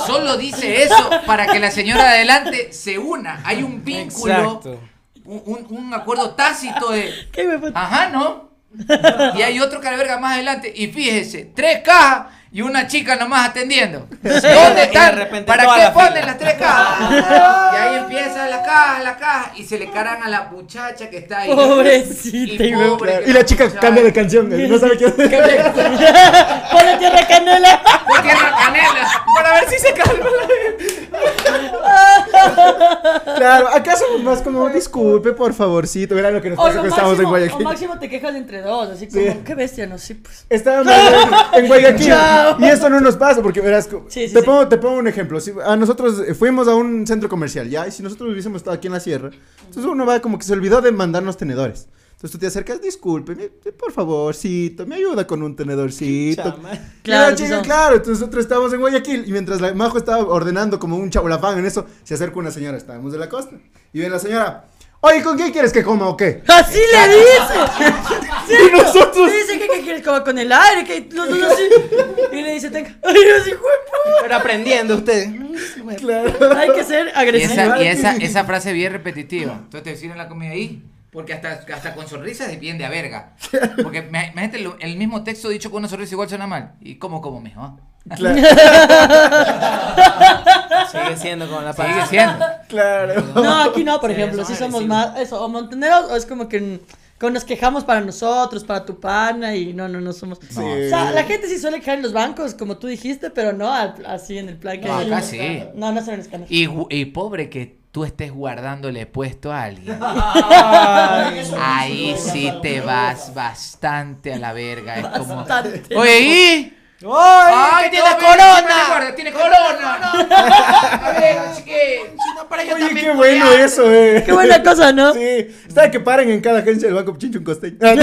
B: Solo dice eso para que la señora de adelante se una. Hay un vínculo,
A: Exacto.
B: un, un- un acuerdo tácito de,
C: ¿Qué, güey, puta?
B: ajá, ¿no? Y hay otro calaverga más adelante. Y fíjese, tres cajas y una chica nomás atendiendo.
A: Y de
B: ¿Dónde están?
A: repente
B: ¿Para
A: toda
B: qué
A: la
B: ponen
A: fila.
B: las tres cajas? Y ahí empiezan las cajas, las cajas. Y se le caran a la muchacha que está ahí.
C: Pobrecita,
B: Y
C: güey,
B: pobre que
D: Y la chica
B: muchacha-
D: cambia de canción, güey, no sabe qué hacer.
C: Ponle tierra canela.
B: Por tierra canela. Para ver si se calma.
D: Claro, acá somos más como, disculpe, por favorcito. Era lo que nos
C: O,
D: pasó
C: lo
D: que estábamos en
C: máximo, o
D: Guayaquil.
C: máximo te quejas entre dos, así como,
D: Sí.
C: qué bestia, no, sí, pues.
D: Estábamos en- en Guayaquil.
C: Chao.
D: Y esto no nos pasa, porque verás, co-
C: Sí, sí,
D: te,
C: sí.
D: Pongo, te pongo un ejemplo. Si a nosotros eh, fuimos a un centro comercial, ¿ya? Y si nosotros hubiésemos estado aquí en la sierra, entonces uno va como que se olvidó de mandarnos tenedores. Entonces tú te acercas, disculpe, me- eh, por favorcito, me ayuda con un tenedorcito.
A: Chama.
C: Claro,
D: Claro,
C: sí
D: chica,
C: son.
D: claro. Entonces nosotros estábamos en Guayaquil y mientras la Majo estaba ordenando como un chabolafán en eso, se acerca una señora, estábamos de la costa. Y viene la señora, oye, ¿con quién quieres que coma o qué?
C: Así le dice. ¿Cierto? Le dice que, que quieres como con el aire, que los dos así. Y le dice, tenga. Ay, así, güey,
A: Pero aprendiendo usted.
C: Hay que ser
B: Y
C: agresivo.
B: esa, y esa, esa frase bien repetitiva. Entonces te sirven la comida ahí. Porque hasta, hasta con sonrisas es bien de a verga. Porque me- imagínate, lo- el mismo texto dicho con una sonrisa igual suena mal. ¿Y cómo, cómo, mijo?
D: Claro.
A: Sigue siendo con la
B: Sigue
A: paz.
B: siendo.
D: Claro.
C: No, aquí no, por
A: Sí,
C: ejemplo.
A: son
C: Sí somos
A: agresivos.
C: más. Eso, o montoneros, o es como que, mm, como nos quejamos para nosotros, para tu pana, y no, no, no somos.
D: Sí.
C: O sea, la gente sí suele caer en los bancos, como tú dijiste, pero no al- así en el plan que.
B: No, acá sí.
C: No, no se ven escándalos.
B: Y, gu- y pobre que tú estés guardándole puesto a alguien. Ahí sí te vas bastante a la verga. Es como.
C: Bastante.
B: Oye, ¿y?
A: ¡Ay, que tiene
B: no, ven, siempre le
A: corona!
B: guarda, ¡Tiene corona! A ver, chiquín.
D: Oye, qué bueno eso, eh.
C: Qué buena cosa, ¿no?
D: Sí, está que paren en cada agencia del Banco Pichincho un costeño.
B: Para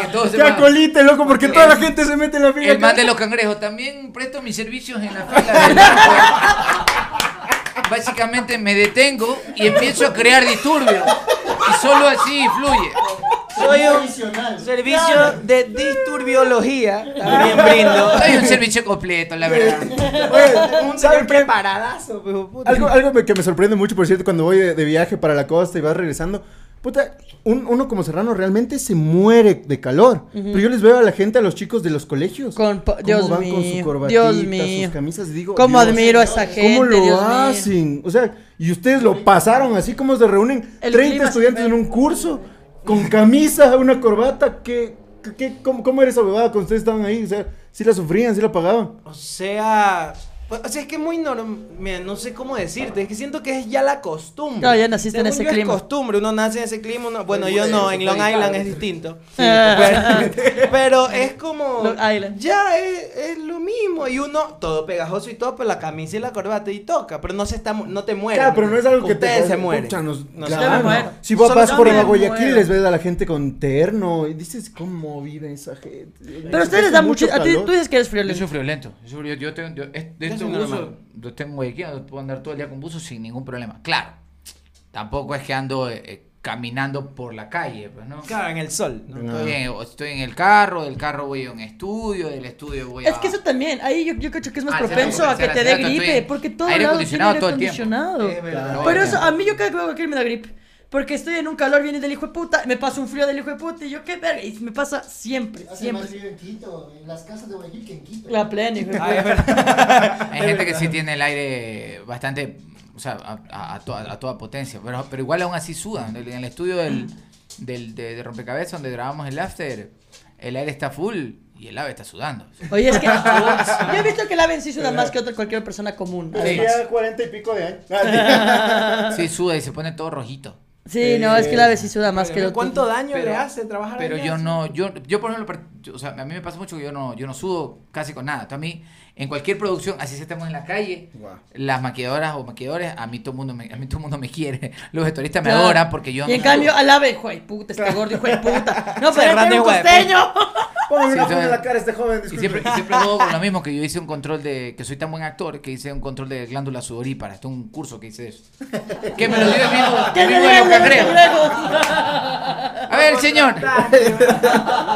B: que todos se
D: que
B: vayan.
D: acolite, loco, porque toda la gente se mete en la fila.
B: El man de los cangrejos. También presto mis servicios en la fila. del banco. Básicamente me detengo y empiezo a crear disturbios. Y solo así fluye.
A: Soy un
D: Adicional.
A: servicio de disturbiología. También brindo.
B: Soy un servicio completo, la verdad.
A: Oye, un
D: ¿Sabe
A: señor
D: qué?
A: preparadazo, pero puta.
D: Algo, algo me- que me sorprende mucho, por cierto, cuando voy de, de viaje para la costa y vas regresando. Puta, un- uno como serrano realmente se muere de calor. Pero yo les veo a la gente, a los chicos de los colegios.
C: Con po-
D: cómo
C: Dios
D: van con su
C: mío,
D: corbatita,
C: Dios
D: sus
C: mío.
D: camisas. y Digo,
C: Cómo
D: Dios,
C: admiro a esa
D: ¿Cómo
C: gente,
D: lo
C: Dios mío.
D: hacen? O sea, y ustedes lo pasaron así como se reúnen
C: El
D: 30
C: clima
D: estudiantes en
C: siempre-
D: un curso con camisa, una corbata. ¿qué, qué- cómo, ¿Cómo era esa bebada cuando ustedes estaban ahí? O sea, si la sufrían, si la pagaban.
A: O sea, pues, o sea, es que es muy normal, no sé cómo decirte, es que siento que es ya la costumbre.
C: Claro, ya naciste en
A: Según
C: ese
A: yo es
C: clima.
A: costumbre, uno nace en ese clima, uno- bueno, yo
E: bueno,
A: no, en Long
E: soy
A: Island
E: padre.
A: es distinto.
C: Ah.
A: Pero, pero es como
C: Long Island.
A: ya es, es lo mismo y uno todo pegajoso y todo, pero la camisa y la corbata y toca, pero no se está mu- no te muere.
D: Claro, pero no es algo que te
A: Ustedes
D: jode,
A: se mueren.
D: pucha, nos-
A: No
D: claro.
A: se
C: me muero.
D: Si vos
A: Solo
D: vas por
A: yo me
D: la Guayaquil,
C: muero.
D: les ves a la gente con terno y dices, ¿cómo vive esa gente?
C: Pero a ustedes les da mucho. A ti, tú dices que eres
B: Yo
C: friolento.
B: soy friolento. Yo, soy- yo- yo tengo, yo, es- de
A: Yo
B: este
A: soy normal.
B: buzo, yo tengo aquí, yo puedo andar todo el día con buzo sin ningún problema. Claro, tampoco es que ando eh, eh, caminando por la calle, pues, ¿no?
A: Claro, en el sol. ¿no?
D: No.
B: Estoy en, o estoy en el carro, del carro voy a un estudio, del estudio voy a...
C: Es que eso también, ahí yo, yo creo que es más
B: Ah, el
C: propenso
B: centro
C: a que te
B: comercial,
C: dé
B: al centro
C: gripe,
B: estoy-
C: porque todo
B: aire
C: lado tiene
B: acondicionado
C: aire
B: todo el tiempo.
C: acondicionado.
E: Es verdad.
D: Claro.
C: Pero eso, a mí yo cada que voy a Guayaquil me da gripe. Porque estoy en un calor, viene del hijo de puta, me pasa un frío del hijo de puta y yo qué verga. Y me pasa siempre,
G: Hace
C: siempre.
G: más frío en Quito, en las casas de Guayaquil que en Quito.
C: La plena, hijo de
A: Ah, es
C: puta.
A: verdad.
B: Hay gente que sí tiene el aire bastante, o sea, a, a- a toda, a toda potencia, pero, pero igual aún así sudan. En el- en el estudio del, del- de, de Rompecabezas, donde grabamos el after, el aire está full y el ave está sudando.
C: Oye, es que yo he visto que el ave sí suda más que otra cualquier persona común.
B: Sí.
D: cuarenta y pico de años.
B: Sí, suda y se pone todo rojito.
C: Sí, no, es que el ave sí suda más que el otro.
A: ¿Cuánto daño
B: Pero-
A: le hace trabajar
B: Pero
A: allá?
B: yo no, yo, yo por ejemplo, per- yo- o sea, a mí me pasa mucho que yo no, yo no sudo casi con nada. Entonces, a mí, en cualquier producción, así si estamos en la calle, las maquilladoras o maquilladores, a mí todo el mundo me, a mí todo el mundo me quiere. Los gestoristas me
C: Claro.
B: adoran porque yo
C: Y en
B: no-
C: cambio, al ave, hijo de puta, está gordo, hijo de puta. No, pero
A: Serrano,
C: era un
A: hijo de puta.
C: costeño.
D: Póngame
B: Sí,
D: una foto
B: yo-
D: en la cara a este joven,
B: Y siempre,
D: disculpe.
B: y siempre juego con lo mismo, que yo hice un control de, que soy tan buen actor, que hice un control de glándula sudorípara. Esto es un curso que hice de eso. Que me lo dio el mismo,
C: ¿Qué
B: el
C: le
B: mismo de
C: digo?
B: los cangreos. A ver, señor,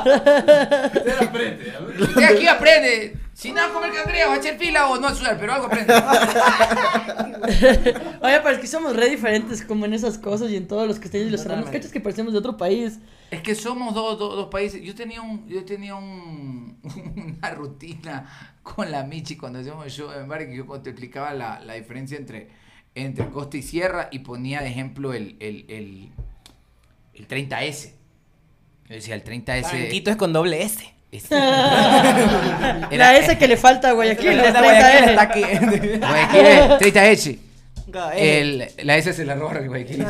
F: Te la frente, a ver.
B: usted aquí aprende. Si no va a comer cangrejo, va a echar fila o no a sudar, pero algo aprende.
C: Oye, pero es que somos re diferentes como en esas cosas y en todos los costeños y los serranos. Cachas que parecemos de otro país.
B: Es que somos dos, dos, dos países. Yo tenía un, yo tenía un, una rutina con la Michi cuando hacíamos el show de Embarque, que yo cuando te explicaba la, la diferencia entre, entre costa y sierra y ponía de ejemplo el, el, el, el 30S. Yo decía, el 30S.
A: Barranquito es con doble S.
B: es-
C: la S que le falta a Guayaquil, la
A: Esta Guayaquil está
C: 30
A: aquí.
B: Guayaquil es 30S.
A: Eh,
B: El, la S se la robaron, güey. que-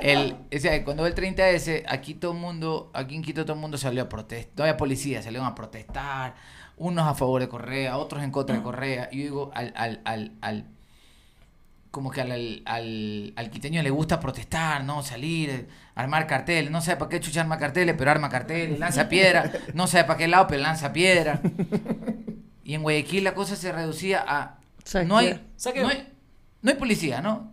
B: El, o sea, cuando ve el 30S, aquí todo el mundo, aquí en Quito todo el mundo salió a protestar. No había policía, salieron a protestar. Unos a favor de Correa, otros en contra de Correa. Y yo digo, al, al, al, al- como que al, al, al, al quiteño le gusta protestar, ¿no? Salir, eh, armar carteles. No sabe para qué chucha arma carteles, pero arma carteles, lanza piedra. No sabe para qué lado, pero lanza piedra. Y en Guayaquil la cosa se reducía a...
C: Saqueo.
B: No hay,
A: Saqueo.
B: no hay, no hay policía, ¿no?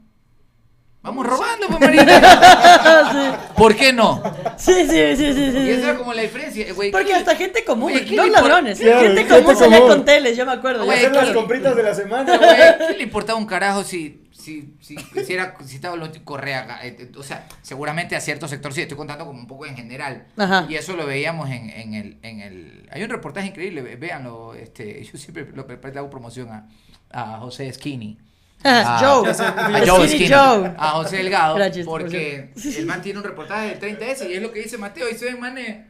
B: Vamos robando, pues, marica. ¿Por qué no?
C: Sí, sí, sí, sí,
B: Y
C: sí.
B: esa era
C: sí.
B: como la diferencia. eh, Guayaquil-
C: Porque hasta gente común,
B: Guayaquil
C: no
B: y por-
C: ladrones, ¿eh?
D: Claro,
C: gente
D: gente
C: común salía
D: común.
C: con teles, yo me acuerdo.
B: Güey,
D: Hacer
C: ya.
D: las compritas de la
B: No,
D: semana.
B: güey, ¿Qué le importaba un carajo si, si, si, si era, si estaba lo- Correa? ga- eh, eh, O sea, seguramente a cierto sector sí, estoy contando como un poco en general.
C: Ajá.
B: Y eso lo veíamos en, en el, en el... Hay un reportaje increíble, ve- véanlo. Este, yo siempre lo, le hago promoción a, a José Skinny.
C: Ah,
B: a-
C: Joe.
B: A Joe
C: Skinny
B: Skinner,
C: Joe.
B: A José Delgado.
C: Gracias, por
B: porque
C: cierto.
B: el man tiene un reportaje del 30S y es lo que dice Mateo. Y se ven manes eh,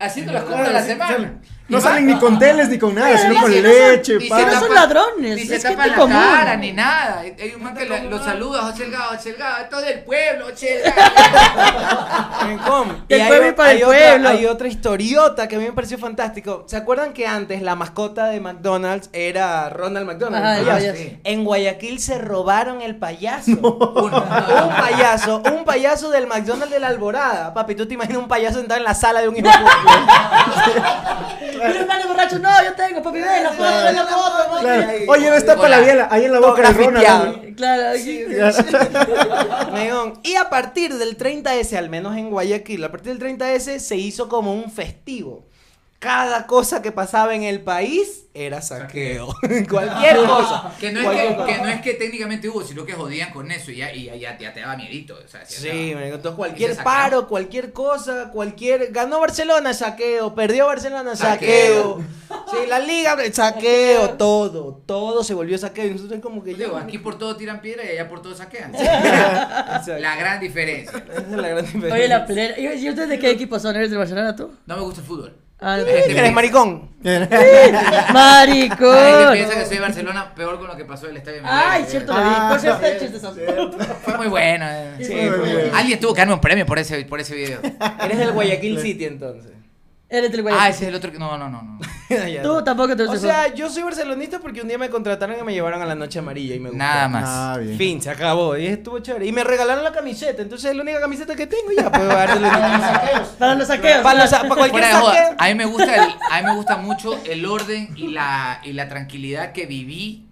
B: haciendo las compras de la
D: Sí,
B: semana. Y
D: No
B: van-
D: salen ni con teles ni con nada,
C: Pero
D: sino
C: no
D: Ah, con
C: son-
D: leche,
B: y se
D: pan.
C: no son
B: tapan-
C: ladrones,
B: Ni se
C: es gente
B: tapan la
C: común.
B: cara, ni nada. Hay- Hay un man que la- lo saluda, José Delgado, José Delgado, esto es del pueblo, José Delgado.
A: Rincón.
C: Del
A: Y hay
C: pueblo y
A: o-
C: para
A: hay
C: el
A: otra-
C: pueblo.
A: hay otra historiota que a mí me pareció fantástico. ¿Se acuerdan que antes la mascota de McDonald's era Ronald McDonald?
C: Ajá,
A: el
C: el
A: payaso?
C: payaso.
B: Sí.
A: En Guayaquil se robaron el payaso.
B: Uno.
A: Un payaso, un payaso del McDonald's de la Alborada. Papi, ¿tú te imaginas un payaso sentado en la sala de un hijo de puta?
C: Mira, hermano borracho, no, yo tengo, papi, ven, la foto, ven la foto, papi.
D: Claro. Oye, no está
B: Hola.
D: para la biela, ahí en la
A: Todo
D: boca de
A: grafiteado.
D: Ronald.
C: Claro, aquí.
A: Weón, Y a partir del 30S, al menos en Guayaquil, a partir del 30S se hizo como un festivo. Cada cosa que pasaba en el país era saqueo. Cualquier cosa.
B: Que no, es
A: Cualquier
B: que,
A: cosa.
B: que no es que técnicamente hubo, sino que jodían con eso y ya, y ya, ya te- ya te daba miedito. O sea, ya
A: Sí,
B: daba-
A: marico, entonces cualquier
B: Ese saqueo.
A: paro, cualquier cosa, cualquier... Ganó Barcelona, saqueo. Perdió Barcelona,
B: Saqueo.
A: saqueo. Sí, la liga, saqueo. Todo, todo se volvió saqueo. Y nosotros como que...
B: Digo,
A: ya-
B: aquí por todo tiran piedra y allá por todo saquean.
A: Exacto.
B: La gran diferencia.
A: Esa es la gran diferencia.
C: Oye, la pelea. ¿Y y ustedes de qué equipo son? ¿Eres de Barcelona tú?
B: No me gusta el fútbol.
C: Ah,
B: Sí.
C: no.
A: Eres maricón.
B: La gente piensa
C: Maricón.
B: que soy de Barcelona, peor con lo que pasó en el estadio. de
C: Ay,
B: Melgar.
C: cierto, lo vi. ¿Cuál
A: Ah,
C: fue este chiste?
B: Fue muy bueno. eh.
C: Sí,
A: fue
D: muy
C: bueno.
B: Alguien tuvo que darme un premio por ese, por ese video.
A: Eres del Guayaquil City entonces.
C: Eres del güey.
B: Ah, ese es el otro que. No, no, no. no.
A: Ya,
C: Tú tampoco te
A: O
C: gusta
A: sea, yo soy barcelonista porque un día me contrataron y me llevaron a la noche amarilla y me gustó.
B: Nada más.
D: Ah, bien.
A: Fin, se acabó. Y estuvo chévere. Y me regalaron la camiseta. Entonces es la única camiseta que tengo ya. Puedo darle
G: Para los saqueos.
C: Para los saqueos.
A: Para, los-
C: claro.
A: para cualquier
B: Fuera de joda,
A: saque.
B: a mí me gusta el- a mí me gusta mucho el orden y la y la tranquilidad que viví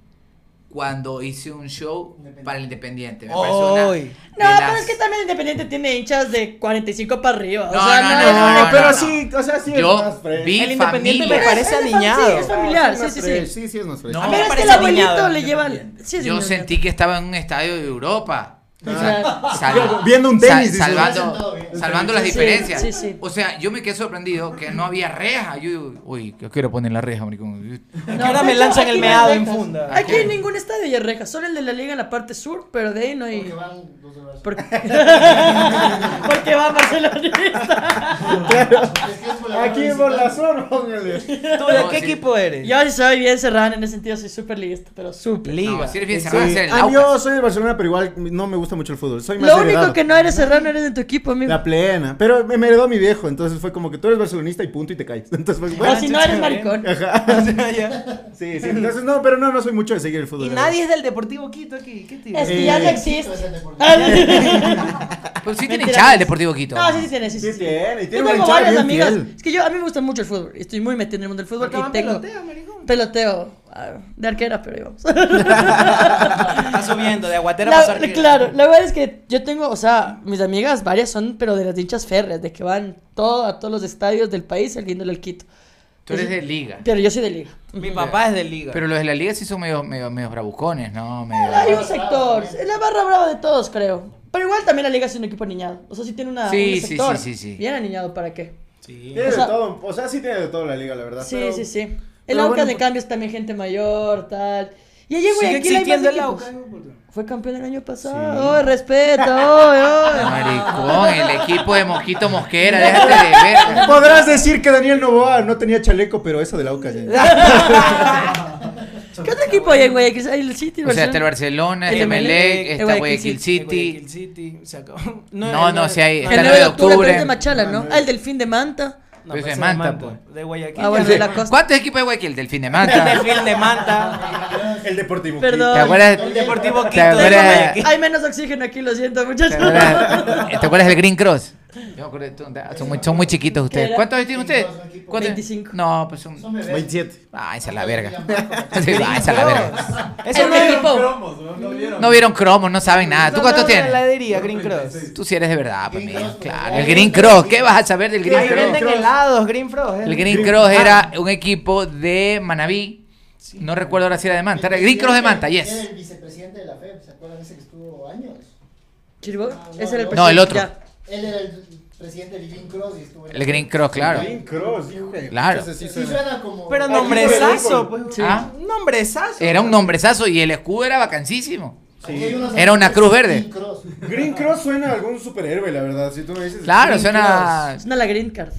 B: cuando hice un show para el Independiente. Me parece una
A: Oy.
B: de
C: No, pero
B: las-
C: es que también Independiente tiene hinchas de 45 para arriba.
B: No,
C: o sea,
B: no,
C: no,
B: no,
C: es-
B: no, no,
D: pero
B: no.
D: sí, o sea, sí es
B: yo
D: más fresh.
B: vi
A: El Independiente me
B: familia.
A: parece
C: Es de fam-
A: aniñado.
C: Sí, es familiar,
D: Ah,
C: sí,
D: es
C: sí,
D: más
C: sí.
D: fresh, Sí, sí es más fresh.
B: No.
C: Pero es que el
A: parece
C: abuelito
A: niñado,
C: le
A: yo
C: lleva.
A: también.
C: Sí, es
B: Yo
C: niñado.
B: sentí que estaba en un estadio de Europa.
C: O sea,
B: Sal-
D: Viendo un tenis, dice.
G: Todo
B: salvando,
G: bien.
B: salvando las
C: Sí,
B: diferencias.
C: sí, sí.
B: O sea, yo me quedé sorprendido que no había reja. Yo digo, uy, yo quiero poner la reja, maricón.
A: Que ahora me lanzan el
C: aquí no hay
A: meado en
C: rejas.
A: funda.
C: Aquí en ningún estadio y rejas, solo el de la liga en la parte sur, pero de ahí no hay.
G: Porque van los de Barcelona.
C: Porque, Porque va Barcelona.
G: Es que es por la
D: Aquí
G: visitante.
D: por la zona, póngale.
A: ¿Tú de
B: No,
A: qué
B: sí.
A: equipo eres?
C: Yo sí soy bien serrano en ese sentido, soy súper liguista, pero súper.
A: Liga.
B: No, si eres bien cerrado,
D: Sí.
B: hacer el
D: Ah,
B: Aucas.
D: yo soy de Barcelona, pero igual no me gusta mucho el fútbol. Soy más
C: Lo
D: heredado.
C: único que no eres serrano eres de tu equipo, amigo.
D: La plena. Pero me me heredó mi viejo, entonces fue como que tú eres barcelonista y punto y te caes. Entonces fue
C: O
D: bueno.
C: si no eres maricón.
A: O sea, ya.
D: Sí, sí. Entonces no, pero no, no soy mucho de seguir el fútbol.
A: Y
D: la verdad.
A: nadie es del Deportivo Quito aquí. ¿Qué tío?
C: Es que
D: Eh,
C: ya no
G: Quito es
C: existe.
G: el deportivo.
C: Ah, no.
B: Pero sí tiene
C: Mentira,
B: hinchada el
C: pues.
B: Deportivo Quito.
C: No, sí, sí tiene, sí, sí.
D: Sí tiene, y
C: Yo
D: tiene una
C: tengo
D: hinchada
C: varias
D: bien
C: amigas.
D: fiel.
C: Es que yo, a mí me gusta mucho el fútbol. Estoy muy metido en el mundo del fútbol.
A: Porque
C: y
A: van
C: tengo
A: peloteo, maricón.
C: peloteo. ah, de arquera, pues, pero íbamos.
A: Está subiendo de aguatera a
C: La-
A: pasar.
C: claro, la verdad es que yo tengo, o sea, mis amigas varias son, pero de las hinchas férreas, de que van todo, a todos los estadios del país saliéndole al Quito.
B: Tú eres de Liga.
C: Pero yo soy de liga.
A: Mi papá es de Liga.
B: Pero los de la Liga sí son medio, medio, medio bravucones, ¿no?
C: Hay
B: Medio...
C: un sector, es la barra brava de todos, creo. Pero igual también la liga es un equipo aniñado. O sea, sí tiene una,
B: Sí, sí,
C: un sector
B: sí, sí, sí.
C: bien aniñado, ¿para qué?
A: Sí.
D: Tiene
C: O sea-
D: de todo. O sea, sí tiene de todo la liga, la verdad.
C: Sí,
D: Ah, pero-
C: sí, sí. El
D: pero
C: Aucas,
D: bueno,
C: de
D: pues-
C: cambio, es también gente mayor, tal. Y allí, güey,
A: Sigue
C: aquí hay más
A: existiendo el
C: equipos.
A: Aucas.
C: Fue campeón el año
D: Sí.
C: pasado. ¡Oh, respeto! ¡Oh,
B: Maricón, el equipo de Mosquito Mosquera, déjate de ver.
D: Podrás decir que Daniel Novoa no tenía chaleco, pero eso de la UCA. ya.
C: ¿Qué otro equipo hay, güey? Que es- hay el City,
B: O sea, está el
C: Barcelona.
B: Barcelona, el
C: El
B: Emelec,
A: Emelec,
B: está
C: el
B: Guayaquil
C: Guayaquil
B: City.
A: Guayaquil City. Se acabó.
B: No, no, si hay. Está
C: El
B: 9 de octubre.
C: de Machala, ¿no? Ah, el Delfín de Manta.
A: No,
B: Pero
A: pero
B: es de
A: ese
B: Manta, pues.
A: De Guayaquil.
C: Ah, bueno,
A: ya
C: de la
A: no.
C: costa.
B: ¿Cuántos equipos de Guayaquil? Delfín de
A: El
B: Manta.
A: Delfín de Manta.
D: El Deportivo.
C: Perdón.
B: ¿Te
A: El
B: acuerdas?
A: Deportivo Quito.
B: ¿Te
A: de
B: acuerdas?
A: Guayaquil.
C: Hay menos oxígeno aquí, lo siento,
B: ¿Te
C: muchachos.
B: acuerdas, ¿Te acuerdas del Green Cross? Yo me acuerdo de tú, Son muy, son muy chiquitos ustedes.
C: era?
B: ¿Cuántos años tienen ustedes?
G: Dos equipos.
B: ¿Cuántos?
C: 25.
B: No, pues son.
G: Son bebés.
D: 27.
B: Ah, esa es la verga.
G: Dinamarca.
B: Sí, ah, esa es la verga.
A: Ese
C: un
A: no es-
C: equipo.
E: Cromos, ¿no? ¿No vieron?
B: No vieron cromos, no saben nada. ¿Tú
A: no,
B: cuántos
A: no,
B: tienes?
A: La heladería Green Cross.
E: 36.
B: Tú si eres de verdad, pues,
G: Green
B: mijo,
G: Cross, pues,
B: claro.
G: ya
B: El
G: hay
B: Green
G: otra
B: Cross,
G: cosa.
B: ¿qué vas a saber del Green
A: Ahí
B: Cross?
A: venden
D: Cross.
A: helados, Green Cross. eh.
B: El Green Cross
A: Ah,
B: era un equipo de Manabí. No recuerdo ahora si era de Manta. Era el Green Cross de Manta,
G: Era
B: yes.
G: el vicepresidente de la FEB, ¿se acuerdan ese que estuvo años?
C: ¿Chiriboga? Ese era el
G: No,
C: presidente,
B: el otro.
C: ya.
G: Él era el presidente del Green Cross y estuvo en
B: El Green Cross, claro.
D: Green Cross, hijo de-
B: Claro.
D: Entonces
G: Sí,
D: sí suena-
G: suena como.
A: Pero
D: Equipo
A: nombrezazo,
D: de
A: pues.
B: Sí. Ah.
A: Un Nombrezazo.
B: Era un nombrezazo y el escudo era vacancísimo.
G: Aquí hay unos
B: Era una cruz verde.
G: Green Cross.
D: Green Cross suena a algún superhéroe, la verdad. Si tú me dices.
B: Claro,
D: Green
B: suena.
C: Es una la green card.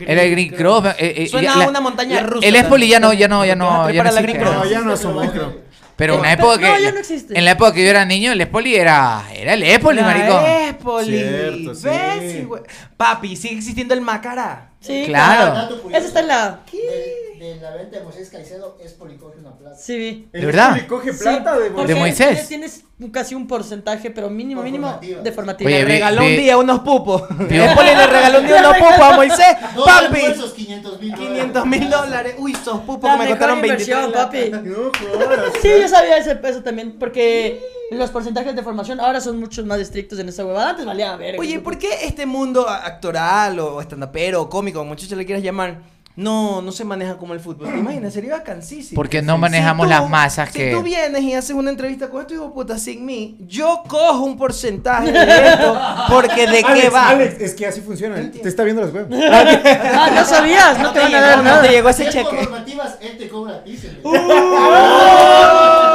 B: Era el Green Cross. eh, eh,
A: Suena
B: ya-
A: a
B: la-
A: una montaña
B: la-
A: rusa
B: El Espoli ya no,
A: también.
B: ya no, ya
A: Te vas a
B: no. Ya
A: trepar
B: no
A: a la Green
B: existe,
D: Cross.
B: ¿no?
D: No, ya no somos,
G: Pero-
D: creo.
B: Pero en una
C: Pero-
B: época que.
C: no, ya no existe.
B: En la época que yo era niño, el Espoli era. Era el Espoli,
A: La
B: maricón.
A: Espoli.
D: Cierto, sí.
A: ¿Ves? Sí, güey. Papi, sigue existiendo el Macará.
C: Sí,
B: Claro.
G: ah, Dato curioso.
C: Esa está en la.
G: Del- de la venta de Moisés Caicedo es porque coge una plaza.
C: Sí, vi.
D: El
B: ¿De verdad?
D: Napoli coge plata
C: Sí,
D: de
C: porque
D: Moisés.
B: Moisés?
C: Tienes un- casi un porcentaje, pero mínimo,
G: Por
C: mínimo,
G: formativa.
C: de formativa.
B: Oye,
A: Le
B: vi-
A: regaló
B: vi-
A: un día unos pupos.
B: vi-
A: Napoli le regaló un día unos pupos a Moisés.
G: Dos
A: Papi,
G: almuerzos, 500 mil
A: 500 mil dólares. Uy, esos pupos
C: La
A: que me
C: mejor
A: costaron 23.
C: inversión, papi.
D: No jodas.
C: Sí, yo sabía ese peso también, porque los porcentajes de formación ahora son muchos más estrictos en esa huevada. Antes valía verga.
A: Oye, ¿por qué este mundo a- actoral o estandapero o cómico, como muchacho le quieras llamar, no, no se maneja como el fútbol? ¿Te imaginas? Sería bacanísimo.
B: Porque no manejamos las masas
A: si
B: que-
A: tú vienes y haces una entrevista con esto, hijo puta, sin mí, yo cojo un porcentaje de esto porque de qué
D: Alex,
A: va.
D: Alex, es que así funciona. Te está viendo las huevas.
C: Ah, no sabías, no te van a dar
A: llegó,
C: nada.
A: no te llegó
G: Si
A: ese
G: es por
A: cheque. Uh.
G: normativas, él te cobra a ti. señor.
A: ¡Oh!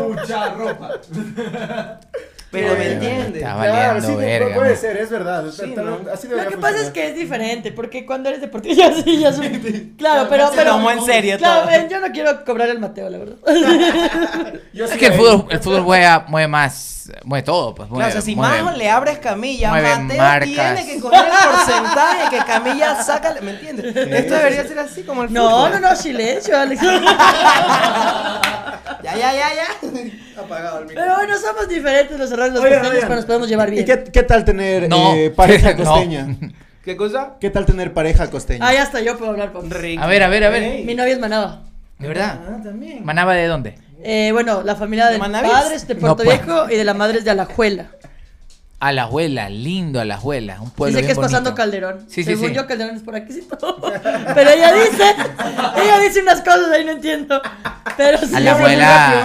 F: Mucha ropa.
A: Pero me
D: Verga,
A: entiendes.
B: está
D: Claro,
B: valiendo
D: sí,
B: verga.
D: puede
B: man.
D: ser, es verdad.
A: Sí,
D: Tal-
A: ¿no?
D: así
C: Lo
D: debería
C: que pasa es
D: funcionar.
C: que es diferente, porque cuando eres deportista, sí, ya es un- Claro, pero.
A: Se
C: pero
A: tomó en serio
C: Claro,
A: todo.
C: ven, yo no quiero cobrar al Mateo, la verdad.
D: Yo
B: Es
D: sí
B: que el
D: ahí.
B: fútbol, el fútbol mueve, mueve más, mueve todo, pues mueve,
A: Claro, o sea, si
B: mueve-
A: Majo le abres Camilla,
B: mueve
A: Mateo
B: marcas.
A: tiene que coger el porcentaje que Camilla saca, ¿me entiendes? Esto debería ser así como el
C: No,
A: fútbol.
C: no, no, silencio, Alex.
A: Ya, ya, ya, ya. Apagado el micrófono.
C: Pero bueno, somos diferentes los errores de los
D: Oigan,
C: costeños,
D: oigan.
C: pero nos podemos llevar
D: ¿Y
C: bien.
D: qué, qué tal tener
B: No.
D: eh, pareja
B: No.
D: costeña?
A: ¿Qué cosa?
D: ¿Qué tal tener pareja costeña?
C: Ah, ya hasta yo puedo hablar, papi.
B: A ver, a ver, a ver.
A: Ey.
C: Mi novia es Manaba.
B: ¿De verdad?
A: Ah, también.
B: ¿Manaba de dónde?
C: Eh, bueno, la familia
A: ¿De
C: de
A: Manavis?
C: padres de
B: No,
C: Puerto
B: pues.
C: Viejo y de la madre es de Alajuela.
B: Alajuela, lindo Alajuela, un pueblo
C: Dice que es
B: bien
C: pasando
B: bonito.
C: Calderón.
B: Sí, sí,
C: Según
B: sí.
C: yo, Calderón es por aquí, sí, todo. Pero ella dice, ella dice unas cosas ahí, no entiendo. Pero sí.
B: A la abuela.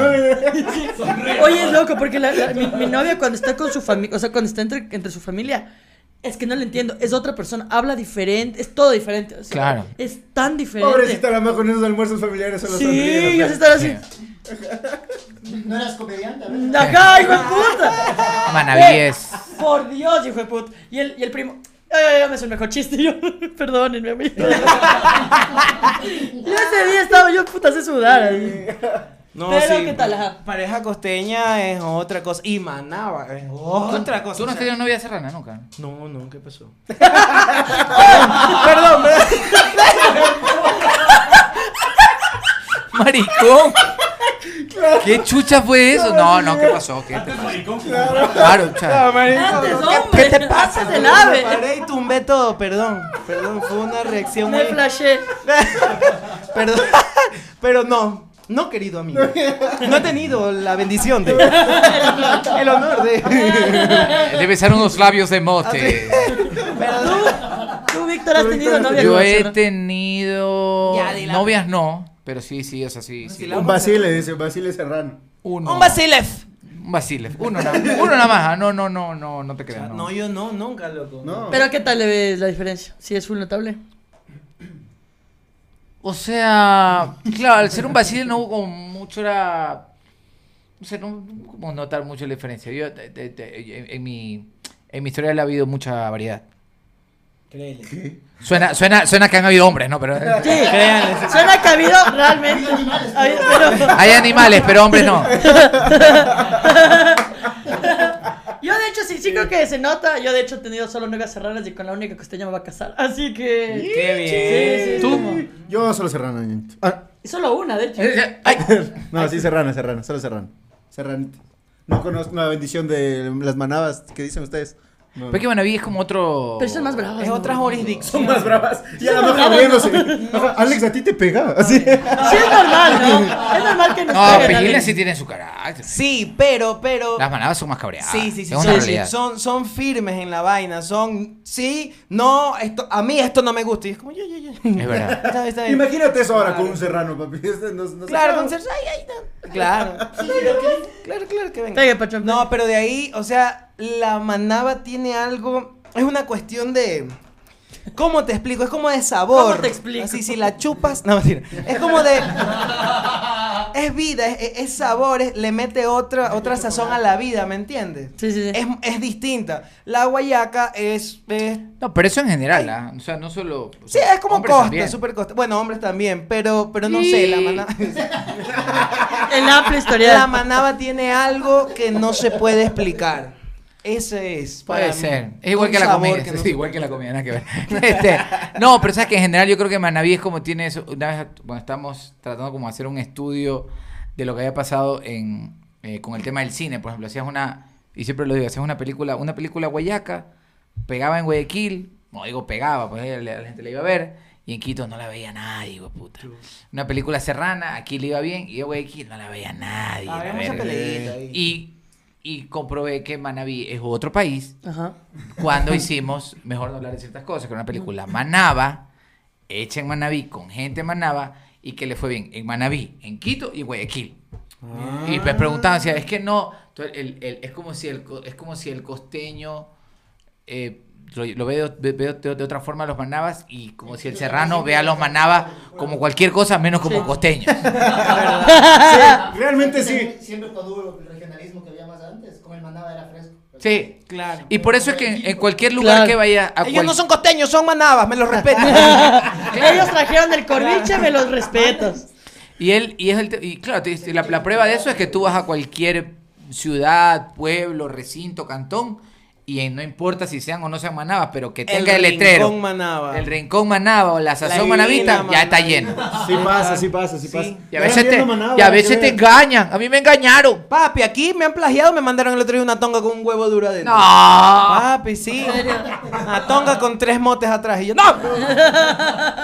C: Oye, es loco, porque la- la- mi, mi novia cuando está con su familia, o sea, cuando está entre, entre su familia, es que no le entiendo, es otra persona, habla diferente, es todo diferente. o sea,
B: Claro.
C: Es tan diferente.
D: Pobrecita la mejor en esos almuerzos familiares solo
C: Sí,
D: sonríe, ¿no?
C: yo sí estaba así.
G: No eras comediante, a ver.
C: Ajá, hijo de puta. Eh,
B: Manaví es.
C: Por Dios, hijo de puta. Y el, y el primo. Ay, ay, ay, me hizo el mejor chiste. y Yo, perdónenme, amigo. yo ese día estaba yo puta se sudar. así.
A: No,
C: Pero, ¿qué tal, ajá?
A: Pareja costeña es otra cosa. Y Manaba es otra cosa.
B: Tú
A: o
B: no has
A: sea-
B: tenido novia serrana nunca.
A: no, no, ¿qué pasó? perdón, perdón.
B: ¡Maricón! ¿Qué chucha fue eso? No, no, ¿qué pasó? ¿Qué te pasó? Claro,
A: No,
B: chucha.
A: marico,
C: Antes,
A: no,
C: hombre.
A: ¿Qué te pasa?
C: Antes del ave.
A: Me paré y tumbé todo, perdón. Perdón, fue una reacción
C: Me
A: muy.
C: flashé.
A: Perdón. Pero no. No, querido amigo. No he tenido la bendición de. El honor de.
B: Debe ser unos labios de
A: Ah,
B: mote.
A: Perdón.
C: Tú, Víctor, has tenido novia.
B: Yo
C: con
B: he
C: Barcelona?
B: tenido.
A: Ya, di la-
B: Novias no, pero sí, sí, o sea, sí. sí.
D: Un Basile, dice, Basile Serrano.
B: Uno.
A: Un Basilev.
B: Un Basile. Uno, na- uno nada más. Ah, No, no, no, no, no te creas. No.
A: No, yo no, nunca, loco.
D: No.
C: Pero, ¿qué tal le ves la diferencia? Sí, es full notable.
B: O sea, claro, al ser un Basile no hubo como mucho era. No sé, no hubo como notar mucho la diferencia. Yo, te- te- te- en, en mi, en mi historial ha habido mucha variedad. Suena, suena, suena que han habido hombres, ¿no? Pero.
C: Sí, suena que ha habido realmente. Ha habido- pero-
B: Hay animales, pero hombres no.
C: Yo de hecho sí, sí creo que se nota. Yo de hecho he tenido solo nueve serranas y con la única costeña me va a casar. Así que...
A: Qué bien.
C: Sí, sí,
B: ¿Tú?
D: Yo solo Serrano. ñañito. Ah,
C: Y Solo una, de hecho.
B: Ay,
D: no, sí, Serrano, Serrano, solo Serrano. Serranito. No conozco la bendición de las manabas que dicen ustedes. No,
B: pero que Manaví es como otro.
C: Pero son más bravas.
A: Es
C: ¿no?
A: otra jurisdicción.
D: Son más bravas. Ya la baja riéndose. Ajá, Alex, a ti te pega. Así.
C: Sí, es normal, ¿no? Es normal que nos
B: No,
C: peguen,
B: Pejilnes
C: Alex.
B: sí tienen su carácter.
A: Sí, pero, pero.
B: Las manabas son más cabreadas.
A: Sí, sí, sí.
B: Es una
A: Son,
B: realidad.
A: son, son firmes en la vaina. Son, sí, no, esto, a mí esto no me gusta. Y es como, yo, yo, yo.
B: Es verdad.
A: Está, está bien.
D: Imagínate eso ahora con un Serrano, papi. Este no- no se
A: Claro,
D: acaba.
A: con ser- ay, ay, no. Claro. Claro, claro que venga.
C: Pegue, Pacho, pegue.
A: No, pero de ahí, o sea, la manaba tiene algo. Es una cuestión de. ¿Cómo te explico? Es como de sabor.
C: ¿Cómo te explico?
A: Así, si la chupas. No, mentira. Es como de. Es vida, es, es sabor, es- le mete otra, otra sazón a la vida, ¿me entiendes?
C: Sí, sí, sí.
A: Es, es distinta. La guayaca es. es
B: No, pero eso en general, ¿ah? O sea, no solo. o
A: sí,
B: sea,
A: es como
B: hombres
A: costa,
B: también.
A: súper costa. Bueno, hombres también, pero, pero no sé, la
B: Sí.
A: manaba.
C: El amplio historial.
A: La manaba tiene algo que no se puede explicar. Ese es.
B: Puede
A: para
B: ser.
A: mí,
B: Es igual
A: un
B: que la
A: sabor
B: comida.
A: que
B: sí,
A: no-
B: igual que la comida, nada que ver. Este, no, pero sabes que en general yo creo que Manaví es como tiene eso. Una vez, bueno, estamos tratando como de hacer un estudio de lo que había pasado en, eh, con el tema del cine. Por ejemplo, hacías una, y siempre lo digo, hacías una película, una película guayaca, pegaba en Guayaquil, no digo pegaba, pues eh, la, la gente la iba a ver. Y en Quito no la veía nadie, hijo de puta. Una película serrana, aquí le iba bien, y en Guayaquil no la veía nadie.
A: Ah, Había
B: la
A: mucha
B: verga.
A: peleita ahí.
B: Y, y comprobé que Manaví es otro país
C: Ajá.
B: cuando hicimos, mejor no hablar de ciertas cosas, que era una película Manaba, hecha en Manabí, con gente en Manaba, y que le fue bien en Manabí, en Quito y Guayaquil. Y pues preguntaban, si es que no, Entonces, el- el- es, como si el, co- es como si el costeño eh, lo, lo veo, ve- veo de, de otra forma a los manabas y como si el serrano ve a los manabas como cualquier cosa menos como
C: Sí.
B: costeños.
D: Sí, realmente sí.
G: Siempre- Siempre cuando hubo el regionalismo que había más antes, como el manaba era fresco.
B: Sí.
A: Claro.
B: Y por eso es que en, en cualquier lugar
C: Claro.
B: que vaya a
A: Ellos
B: cual-
A: no son costeños, son manabas, me los respeto.
C: Ellos trajeron el corviche, me los respetas.
B: Y él, y es el te- y claro, te- te- la, la prueba de eso es que tú vas a cualquier ciudad, pueblo, recinto, cantón, y en- no importa si sean o no sean manabas, pero que tenga el, letrero.
A: Rincón Manaba.
B: El rincón manaba o la sazón
A: La
B: manavita,
A: divina
B: ya está
A: Manaba.
B: lleno.
D: Sí pasa, sí pasa, sí
A: Sí.
D: pasa.
B: Y a veces, te, y a veces te
D: tengo
B: engañan. A mí me engañaron.
A: Papi, aquí me han plagiado, me mandaron el otro día una tonga con un huevo duro adentro.
B: No.
A: Papi, sí. Una tonga con tres motes atrás. Y yo, ¡no!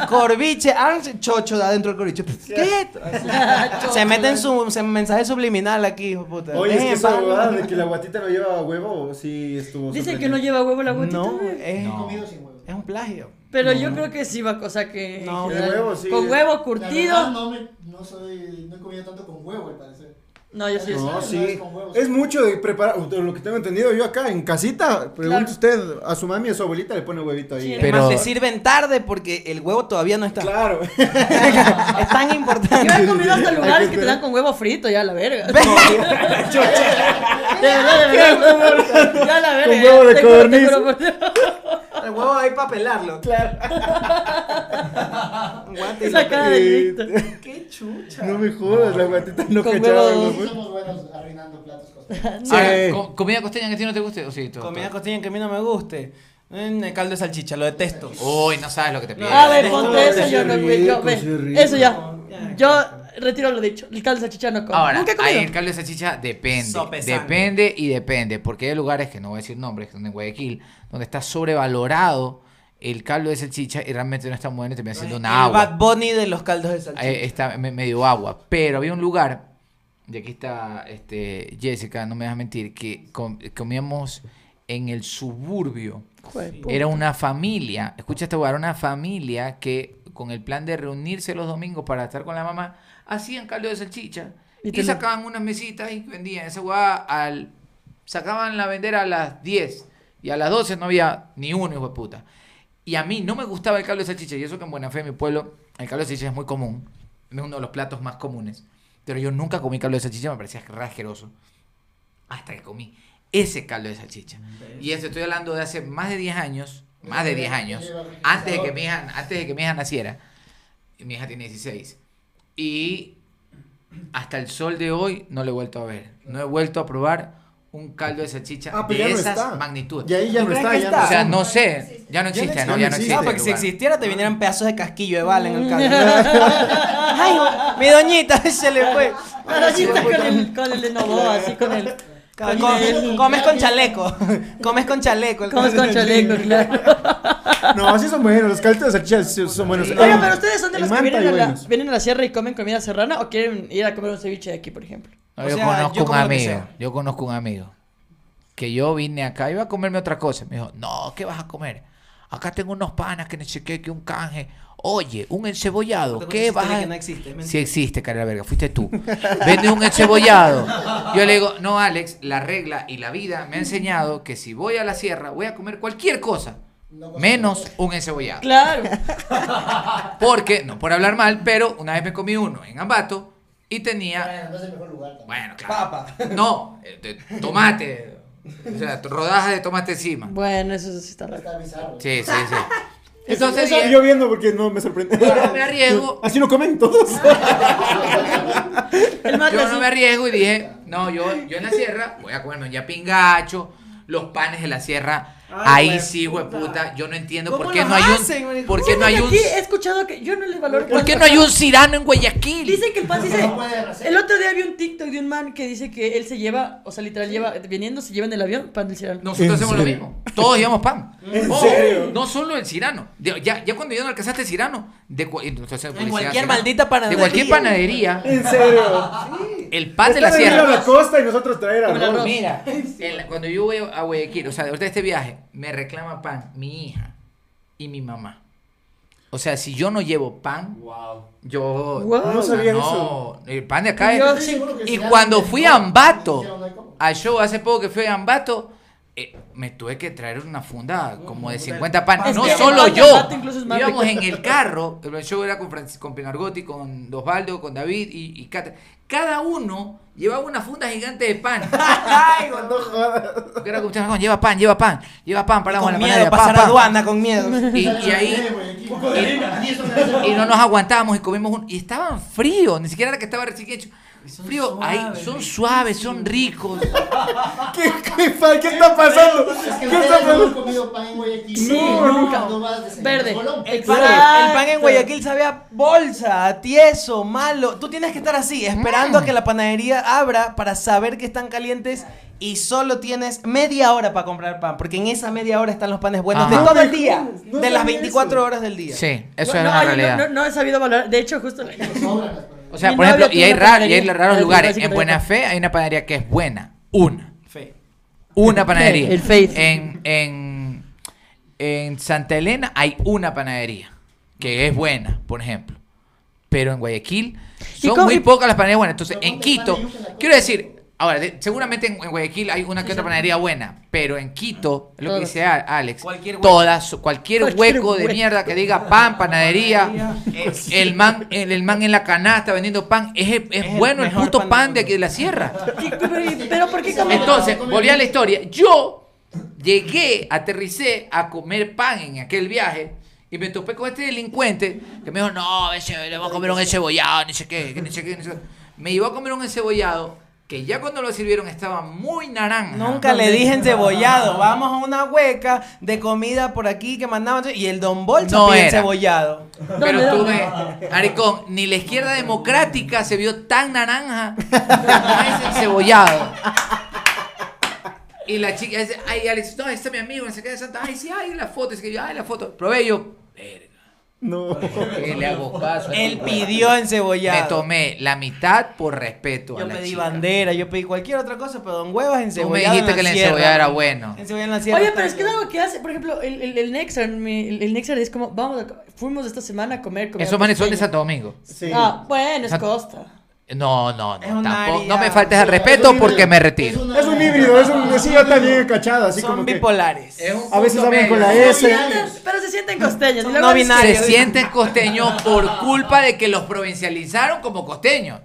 A: Corviche, ah, chocho de adentro del corviche. ¿Qué es esto? Se meten su se- mensaje subliminal aquí, hijo de puta.
D: Oye, es que
A: Ven,
B: Eh,
D: esa
A: vamos.
D: huevada de que la guatita no lleva huevo, sí estuvo
C: Dicen que no
D: sorprendente.
C: lleva huevo la gotita.
A: No,
C: güey.
A: es,
B: No.
G: Comido sin huevo.
A: es un plagio.
C: Pero yo creo que sí va cosa que.
A: No,
C: en
A: de
C: general,
D: huevo, sí.
C: Con huevo
G: La verdad,
C: curtido.
G: no, me, no, soy, no he comido tanto con huevo, al parecer.
C: No, yo sí.
D: No,
G: No,
D: sí.
G: es con huevos.
D: Es mucho de preparar. de Lo que tengo entendido yo acá en casita. Pregunta
C: Claro.
D: usted a su mami o a su abuelita le pone huevito ahí.
C: Sí,
A: Pero...
B: Pero-
A: Además, te sirven tarde porque el huevo todavía no está.
D: Claro.
A: Es tan
C: Yo he
A: importante.
C: comido hasta lugares que te dan con huevo frito, ya la verga. De verdad, de verdad. Ya la verga.
D: Con
C: ya,
D: huevo de
C: te juro, te
D: codorniz.
C: juro por Dios.
A: El huevo ahí para pelarlo. Claro.
C: Esa cara de Víctor.
A: Qué chucha.
D: No me jodas, la guatita no
C: Con
D: cachaba.
C: huevo.
D: güey.
G: somos buenos arruinando platos costeños.
D: Sí.
B: Ahora, co- ¿Comida costeña que a ti no te guste? ¿O sí, todo-
A: Comida
B: todo?
A: costeña que a mí no me guste. Mm, caldo de salchicha, lo detesto.
B: Uy, no sabes lo que te piden.
C: A ver,
A: No,
C: ponte eso,
A: qué
C: yo no güey, yo,
D: rico,
C: ve,
D: qué rico.
C: Eso ya. Yo retiro lo dicho. El caldo de salchicha no como.
B: Ahora,
C: Nunca he
B: ahí el
C: comido.
B: caldo de salchicha depende.
A: Sopesante.
B: Depende y depende. Porque hay lugares, que no voy a decir nombres, que son en Guayaquil, donde está sobrevalorado el caldo de salchicha y realmente no está bueno y termina siendo
A: el
B: una agua.
A: Bad Bunny de los caldos de salchicha.
B: Eh, está me- medio agua. Pero había un lugar, y aquí está este, Jessica, no me dejas mentir, que com- comíamos en el suburbio.
C: Joder, puta.
B: Era una familia, escucha este lugar, una familia que con el plan de reunirse los domingos para estar con la mamá, hacían caldo de salchicha
C: Y
B: y,
C: te lo-
B: sacaban unas mesitas y vendían esa guada al... Sacaban la vender a las 10 y a las 12 no había ni uno, hijo de puta. Y a mí no me gustaba el caldo de salchicha y eso que en Buena Fe, en mi pueblo, el caldo de salchicha es muy común, es uno de los platos más comunes. Pero yo nunca comí caldo de salchicha, me parecía re asqueroso. Hasta que comí ese caldo de salchicha. Y eso estoy hablando de hace más de 10 años, más de 10 años, antes de que mi hija, antes de que mi hija naciera. Y Mi hija tiene 16. Y hasta el sol de hoy no lo he vuelto a ver. No he vuelto a probar un caldo de salchicha
D: Ah, pero
B: de
D: ya no
B: esas
D: está.
B: magnitudes.
D: Y ahí ya
A: ¿Tú
D: no
A: crees
D: está,
A: que
D: ya
A: está?
D: no
B: O sea,
D: está.
B: no sé, ya no
D: Ya no
B: existe,
D: existe,
B: no,
D: no
B: ya no existe.
D: existe.
B: Mm.
A: no,
B: el
A: porque si
B: lugar.
A: existiera te vinieran pedazos de casquillo de bala en el caldo. Ay, mi doñita se le fue.
C: Ahora sí está con el, con el de Novoa, así con el.
A: Com-
C: con el-
A: comes con chaleco. Comes con chaleco. el
C: Comes
A: caldo
C: con
A: de
C: chaleco, claro.
D: No, sí son buenos. Los caldos de salchicha sí son buenos.
C: Oiga, pero ustedes son de
D: El
C: los que
D: manta
C: vienen
D: y
C: a, la,
D: buenos.
C: vienen a la sierra y comen comida serrana o quieren ir a comer un ceviche de aquí, por ejemplo.
B: No,
A: O
B: yo
A: sea,
B: conozco
A: yo
B: un
A: como lo que
B: amigo,
A: sea.
B: yo conozco un amigo que yo vine acá, iba a comerme otra cosa. Me dijo, no, ¿qué vas a comer? Acá tengo unos panas que no sé qué, que un canje. Oye, un encebollado,
A: Otra
B: ¿qué
A: cosa
B: vas
A: existe
B: a...?
A: que no existe, es mentira.
B: Sí existe, cara de la verga, fuiste tú. Vende un encebollado. Yo le digo, no, Alex, la regla y la vida me ha enseñado que si voy a la sierra voy a comer cualquier cosa, menos un encebollado.
C: Claro.
B: Porque, no por hablar mal, pero una vez me comí uno en Ambato y tenía...
G: Bueno, no es el mejor lugar también.
B: Bueno, claro. No, eh, de tomate. O sea, rodajas de tomate encima.
C: Bueno, eso sí está raro.
G: Está bizarro.
B: Sí, sí, sí. Entonces,
D: Eso
B: dije,
D: yo viendo porque no me sorprende.
B: yo no me arriesgo.
D: Así no comen todos.
C: El mate
B: Yo no
C: así.
B: me arriesgo y dije, no, yo, yo en la sierra voy a comerme un yapingacho, los panes de la sierra.
A: Ay,
B: Ahí
A: hueputa.
B: sí, hueputa. Yo no entiendo
A: ¿Cómo
B: por qué
A: los
B: no hay
A: hacen,
B: un.
A: marico?
B: ¿Por qué
C: Fíjate
B: no hay
C: que
B: un.
C: aquí he escuchado que yo no les valoro.
B: ¿Por qué
C: cuánto-
B: no hay un cirano en Guayaquil?
C: Dicen que el pan sí se...
G: No puede hacer.
C: El otro día vi un TikTok de un man que dice que él se lleva, o sea, literal lleva, viniendo se lleva en el avión pan del cirano.
B: Nosotros
D: ¿En
B: hacemos lo
D: serio?
B: mismo. Todos llevamos pan.
D: ¿En
B: Oh,
D: serio?
B: No solo el cirano. De- ya, ya cuando yo no alcanzaste cirano, de, cu- entonces, publicidad,
A: cualquier
B: Cirano.
A: maldita
B: De
A: panadería.
B: cualquier panadería,
D: En serio.
B: el pan de
D: Está
B: la
D: de ir a
B: sierra.
D: la costa y nosotros traer
C: Con el
D: arroz.
C: arroz.
B: Mira, en la- cuando yo voy a Guayaquil, o sea, ahorita este viaje, me reclama pan mi hija y mi mamá. O sea, si yo no llevo pan,
E: Wow.
B: yo.
C: Wow.
D: No sabía
B: no,
D: eso.
B: el pan de acá es-
C: Yo
G: Estoy seguro que
B: Y
G: si alguien
B: cuando
G: les
B: fui
G: cobra,
B: a Ambato,
G: dijeron, "No hay cómo".
B: al show hace poco que fui a Ambato, eh, me tuve que traer una funda como de 50
C: Es
B: panes. No
C: que
B: solo
C: Ambato,
B: yo.
C: Ambato incluso es más
B: Íbamos
C: rico.
B: en el carro. El show era con, Francis- con Pinargotti, con Osvaldo, con David y, y Cata. Cada uno llevaba una funda gigante de pan.
D: Ay, no jodas.
B: Porque era como, "Chacón, lleva pan, lleva pan, lleva pan, paramos en
A: Con
B: la
A: miedo,
B: panadería,
A: a
B: pan,
A: pasar
B: pan".
A: aduana, con miedo.
B: Y, y ahí y no nos aguantábamos y comimos un... Y estaban fríos, ni siquiera era que estaba recién hecho. Frío, ahí son suaves, son ricos.
D: ¿Qué, qué, pa- qué está pasando?
G: Es que
D: ¿Qué está
G: ustedes no han
D: pasando?
G: comido pan en Guayaquil.
D: Sí, No, no.
G: nunca. No vas de señor
C: Verde.
G: Colón.
C: El
A: Pan-
C: Exacto.
A: el pan en Guayaquil sabe a bolsa, a tieso, malo. Tú tienes que estar así, esperando a que la panadería abra para saber que están calientes y solo tienes media hora para comprar pan, porque en esa media hora están los panes buenos
B: Ajá.
A: de todo
D: No me
A: el día,
D: jodas, no
A: de las
D: sabía
A: 24
D: eso.
A: horas del día.
B: Sí, eso
C: no,
B: era
C: no,
B: la
C: yo no-
B: realidad.
C: No, no he sabido valorar. De hecho, justo.
G: Sobran las panaderías.
B: O sea,
C: Mi
B: por
C: novio
B: ejemplo, y
C: tiene
B: hay,
C: una
B: ra- y
C: panadería
B: hay raros
C: en
B: lugares.
C: Brasil,
B: En
C: por
B: Buena
C: ejemplo.
B: Fe hay una panadería que es buena. Una.
A: Fe.
B: Una panadería.
C: El Faith.
B: En, en, en Santa Elena hay una panadería que es buena, por ejemplo. Pero en Guayaquil son
C: cómo-
B: muy
C: y-
B: pocas las panaderías buenas. Entonces,
G: Pero
B: en
G: ponte el pan
B: Quito,
G: de yuca en la costa.
B: quiero decir, ahora, de- seguramente en, en Guayaquil hay una que otra panadería buena, pero en Quito, es lo que
C: Todas.
B: dice A- Alex,
A: Cualquier hueco.
B: todas, su- cualquier,
C: Cualquier
B: hueco de
C: hueco.
B: mierda que diga pan, panadería, el man, el, el man en la canasta vendiendo pan, es, el- es
A: Es el
B: bueno el
A: mejor
B: puto
A: pan del
B: pan de
A: mundo.
B: aquí de la sierra.
C: ¿Qué- pero- Pero ¿por qué comen?
B: Entonces, volví a la historia. Yo llegué, aterricé a comer pan en aquel viaje y me topé con este delincuente que me dijo, no, ese, le voy a comer un encebollado, ni sé qué, que ni sé qué, ni sé qué". Me llevó a comer un encebollado que ya cuando lo sirvieron estaba muy naranja.
A: Nunca le dije encebollado. Vamos a una hueca de comida por aquí que mandaban. Y el don Bolsa
B: No
A: pide
B: era.
A: encebollado.
C: ¿Dónde,
B: Pero
C: dónde?
B: tuve, Aricón, ni la izquierda democrática se vio tan naranja como ese encebollado. Y la chica dice, ay, Alex, no, este es mi amigo, no sé qué de Santa. Ay, sí, ay, la foto, es que yo, ay, la foto. Probé yo, verga,
D: No.
B: ¿qué le hago caso? a
A: Él
B: esta
A: pidió
B: huevada?
A: encebollado.
B: Me tomé la mitad por respeto a
A: Yo
B: la
A: pedí
B: chica.
A: bandera, yo pedí cualquier otra cosa, pero don Huevas
B: Tú me
A: encebollado.
B: dijiste
A: en la
B: que el
A: sierra.
B: encebollado era bueno.
A: Encebollado en la sierra.
C: Oye, pero es que es algo que hace, por ejemplo, el, el, el Nexar, mi- el, el Nexar es como, vamos, a co- fuimos esta semana a comer. comida
B: Esos manes son de
C: costeña.
B: Santo Domingo.
D: Sí.
C: Ah, bueno, es
B: Sat-
C: costa.
B: No, no,
A: Es una
B: no, tampoco. No
A: área-
B: me faltes al
G: Es un
B: respeto
G: híbrido.
B: porque me retiro.
G: una-
D: Es un híbrido, es un sí, yo también he cachado, así
A: Son
D: como que
A: bipolares.
D: a veces hablan con la S.
C: Pero se sienten costeños. y
A: Son
C: luego
A: no
C: dices-
A: binarios.
B: se sienten costeños por culpa de que los provincializaron como costeños.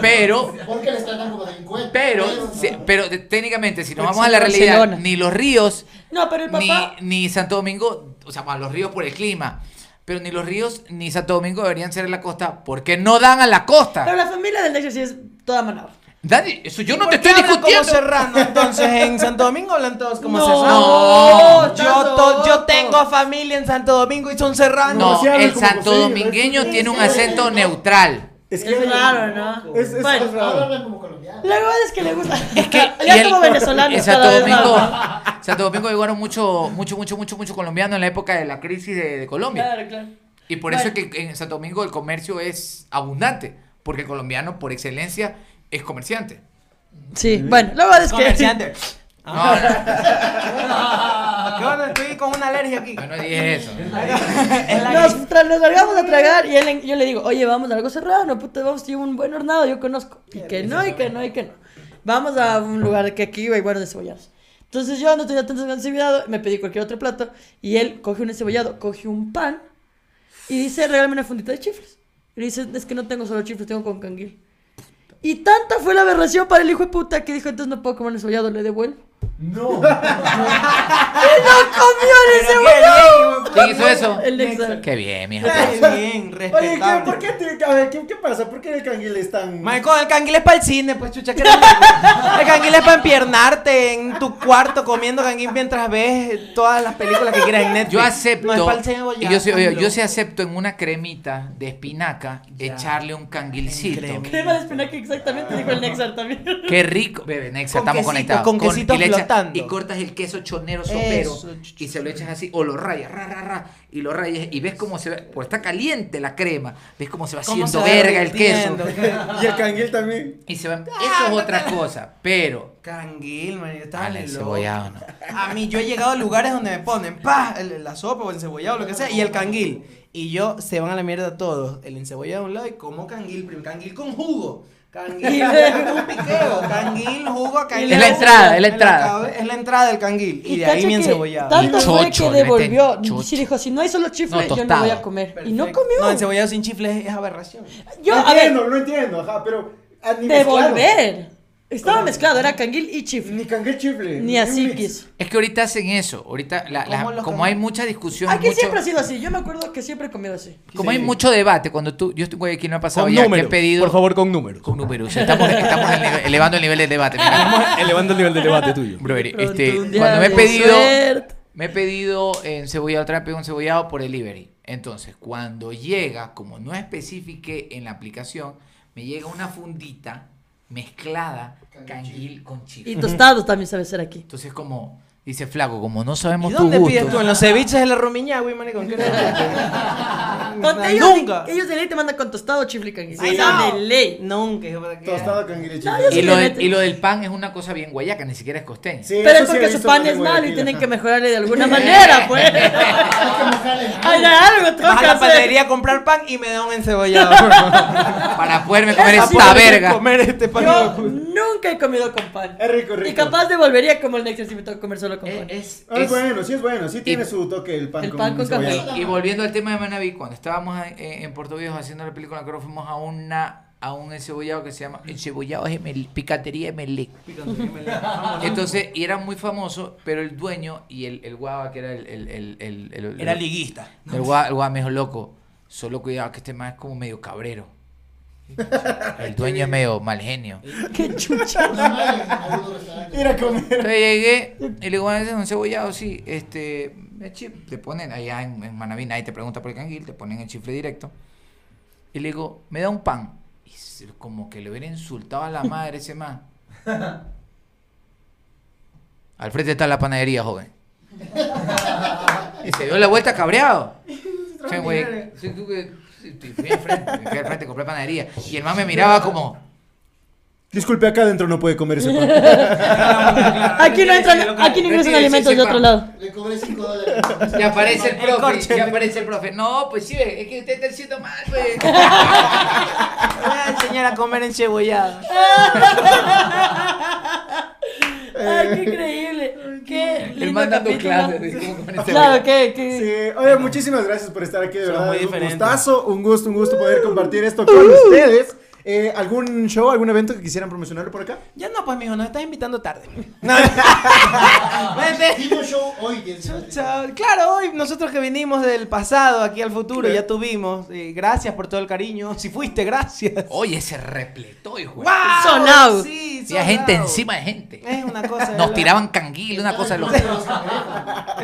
B: Pero,
G: Porque les tratan como delincuentes.
B: pero, se- pero de- técnicamente, si nos
C: Porque
B: vamos a
C: son
B: la
C: de
B: realidad,
C: Barcelona.
B: ni los ríos,
C: No, pero el
B: ni,
C: papá.
B: ni Santo Domingo, o sea, bueno, los ríos por el clima, pero ni los ríos ni Santo Domingo deberían ser en la costa porque no dan a la
C: Pero
B: costa.
C: la familia del Nexar sí es toda manada.
B: Dani, eso yo no
A: ¿Por
B: te
A: qué
B: estoy
A: hablan
B: discutiendo.
A: como serrano, entonces en Santo Domingo hablan todos como
C: No,
A: serrano.
C: estás
A: yo, to- yo
C: loco.
A: tengo familia en Santo Domingo y son serranos.
B: No,
D: se habla
B: el
D: como
B: santo
D: costeño,
B: domingueño
D: ¿no?
B: tiene un acento neutral.
D: Es que
C: Es raro, ¿no?
D: Es, es,
C: Bueno,
D: es
G: Ahora
D: raro.
G: hablan como colombianos.
C: La verdad es que le gusta. Es
B: que- y
C: ya
B: el-
C: como venezolano.
B: En Santo Domingo, Santo Domingo llegaron mucho, mucho, mucho, mucho, mucho colombiano en la época de la crisis de, de Colombia.
C: Claro, claro.
B: Y por eso es que en Santo Domingo el comercio es abundante, porque el colombiano por excelencia es comerciante.
C: Sí, bueno, la verdad es que.
A: Comerciante.
B: No,
A: Ah.
B: no,
A: ¿Qué onda? Estoy con una alergia aquí.
B: yo no dije eso.
A: Es la gripe.
C: Nos, tra- nos largamos a tragar y él- yo le digo, oye, vamos a algo serrano, puta, vamos, tiene un buen hornado, yo conozco. Y que no, y que no, y que no. Vamos a un lugar que aquí hay buenos cebollados. Entonces yo no tenía tanto encebollado, me pedí cualquier otro plato y él coge un encebollado, coge un pan y dice, regálame una fundita de chifles. Y le dice, es que no tengo solo chifles, tengo con canguil. Y tanta fue la aberración para el hijo de puta que dijo, entonces no puedo comer un encebollado, le devuelvo.
E: No.
C: ¡Y no comió el
A: Pero qué
C: encebollado!
A: bien,
B: ¿Quién hizo eso?
C: El Nexa.
B: Qué bien, mija.
A: Está bien, respetable.
D: Oye, ¿qué, ¿por qué, te- a ver, ¿qué, qué pasa? ¿Por qué el canguil es tan...?
A: Maricón, el canguil es para el cine, pues chucha, ¿qué tal? El canguil es para empiernarte en tu cuarto comiendo canguil mientras ves todas las películas que quieras en Netflix.
B: Yo acepto.
A: No es para el
B: y
A: cebollazo,
B: yo, sí, oye, yo
A: loco.
B: sí acepto en una cremita de espinaca
A: Ya.
B: echarle un canguilcito.
A: Crema.
C: Crema de espinaca, exactamente, dijo el Nexar también.
B: Qué rico. Bebe,
A: Con
B: Nexa, estamos
A: quesito,
B: conectados.
A: con quesito
B: y le echas-
A: flotando.
B: Y cortas el queso chonero sopero
A: Eso,
B: y se lo echas así, o lo rayas, ra, ra, ra, y lo rayas, y ves cómo se va, pues está caliente la crema, ves cómo se va
A: ¿Cómo
B: haciendo
A: se va
B: verga el queso.
A: derritiendo?
D: Y el canguil también.
B: Y se va, eso es otra cosa, pero...
A: Canguil, man, estaba
B: Dale,
A: loco.
B: el cebollado, ¿no?
A: A mí, yo he llegado a lugares donde me ponen, pa, el- la sopa o el cebollado o lo que sea, y el canguil. Y yo, se van a la mierda todos. El encebollado a un lado y como canguil, prim- canguil con jugo. Canguil, con un piqueo. Canguil, jugo, canguil.
C: Es la entrada,
B: es la
A: En
B: entrada.
A: cabe- Es la entrada del canguil. Y, de ahí
C: cacha
A: mi
C: que
A: encebollado.
C: Tanto
B: Y
C: fue
B: chocho,
C: que
B: le meten
C: devolvió.
B: chocho.
C: Sí dijo, si no hay solo chifle,
B: No,
C: yo no voy a
B: tostado.
C: comer. Y
A: Perfecto.
C: no comió.
A: No, encebollado sin chifle es aberración.
C: yo,
D: no
C: a ver,
D: entiendo, no entiendo, ajá, pero... ah, ni mezclado.
C: devolver. Estaba mezclado, era canguil y chifle.
D: Ni canguil chifle.
C: Ni así pues.
D: quiso.
C: quiso.
B: Es que ahorita hacen eso, ahorita, la- la-
A: ¿Cómo los
B: como
A: cambian?
B: hay mucha discusión,
C: Aquí
B: mucho-
C: siempre ha sido así. Yo me acuerdo que siempre he comido así.
B: como hay mucho debate, cuando tú, yo estoy, aquí no ha pasado ya, que he pedido...
H: favor, con números.
B: Con números, estamos, estamos ele- elevando el nivel de debate. mira.
H: Elevando el nivel de debate tuyo.
B: Brother,
C: Pronto,
B: este,
C: un día
B: cuando me he
C: de
B: pedido,
C: suerte.
B: me he pedido en cebollado, otra vez pedí un cebollado por delivery. Entonces, cuando llega, como no especifique en la aplicación, me llega una fundita mezclada canguil con chile.
C: Y tostados también sabe ser aquí.
B: Entonces, como dice Flaco, como no sabemos
A: ¿Y
B: tu
A: dónde pides tú?
B: gusto.
A: ¿En los ceviches de la romiñagui, maricón? ¿Qué
C: Con
A: no,
C: ellos,
A: nunca.
C: ellos de ley te mandan con tostado chifle y canguil.
A: Sí,
C: no.
A: no.
C: de ley.
A: Nunca. hijo, ¿para qué?
D: Tostado canguil y chifle.
C: No, yo sí
B: Y lo,
C: le
B: del-
C: meto.
B: y lo del pan es una cosa bien guayaca, ni siquiera es costeño.
D: Sí,
C: Pero
D: eso
C: es
D: sí he
C: porque su
D: visto
C: pan
D: los de
C: es malo y
D: Guayaquil,
C: tienen
D: ajá.
C: que mejorarle de alguna manera, pues. Hay algo, tengo
A: Vas a
C: que
A: la
C: hacer.
A: panadería a comprar pan y me da un encebollado.
B: Para poderme comer
A: Para
B: esta
A: poder
B: verga.
A: comer este pan.
C: Yo nunca he comido con pan.
D: Es rico, rico.
C: Y capaz devolvería como el Nexus si me toca comer solo con
B: Es-
C: pan.
B: es-
D: Ah, es
B: es-
D: bueno, sí es bueno, sí tiene su toque el pan
C: el
D: con
C: pan con
D: cebolla.
C: café.
B: Y, y volviendo al tema de Manaví, cuando estábamos en, en Puerto Viejo haciendo la película, creo que fuimos a una a un encebollado que se llama encebollado es Emel- picatería Emelec. Entonces, y era muy famoso, pero el dueño y el, el guava que era el, el, el, el- el-
A: Era
B: el-
A: liguista.
B: el guava, el guava me dijo, loco, solo cuidado que este más es como medio cabrero. El dueño es medio mal genio.
C: Qué chucha.
D: Ir a comer.
B: Entonces llegué y le digo, bueno, ese es un cebollado, sí, este, el chip, te ponen allá en, en Manaví, nadie te pregunta por el canguil, te ponen el chifle directo. Y le digo, me da un pan. Y se- como que le hubiera insultado a la madre ese man. Al frente está la panadería, joven. Y se dio la vuelta cabreado. O sea, güey, sí, tú que- sí, y fui al frente, me fui al frente, compré panadería. Y el man me miraba como,
D: Disculpe, acá adentro no puede comer ese pan.
C: Aquí no entran, aquí no ingresan
B: Retire,
C: alimentos
B: sí,
C: de
B: sí,
C: otro
B: pan.
C: lado.
G: Le cobré 5 dólares.
B: Y aparece el profe,
A: corche.
B: y aparece el profe. No, pues sí, ve, es que usted está haciendo mal, pues.
A: Voy a Ah, enseñar a comer encebollado.
C: Ay, qué increíble. Qué
B: El
C: lindo
B: man dando
C: capítulo.
B: clases de cómo comer este
C: Claro,
B: güey.
C: que,
D: Sí,
C: que...
D: oye, muchísimas gracias por estar aquí, de
A: Son
D: verdad.
A: muy
D: es Un
A: diferentes.
D: gustazo, un gusto, un gusto poder compartir esto con ustedes. Eh, ¿Algún show, algún evento que quisieran promocionarlo por acá?
A: Ya no, pues, mijo, nos estás invitando tarde.
G: Hicimos show hoy. 19.
A: Chucha, Claro, hoy nosotros que vinimos del pasado aquí al futuro, ya tuvimos. eh, gracias por todo el cariño. Si fuiste, gracias.
B: Oye, se repletó, hijo.
A: ¡Wow!
C: Son out.
A: Sí, son
B: Había gente
A: out.
B: encima de gente.
A: Es una cosa. de
B: Nos
A: loco.
B: tiraban canguil, una cosa de loca.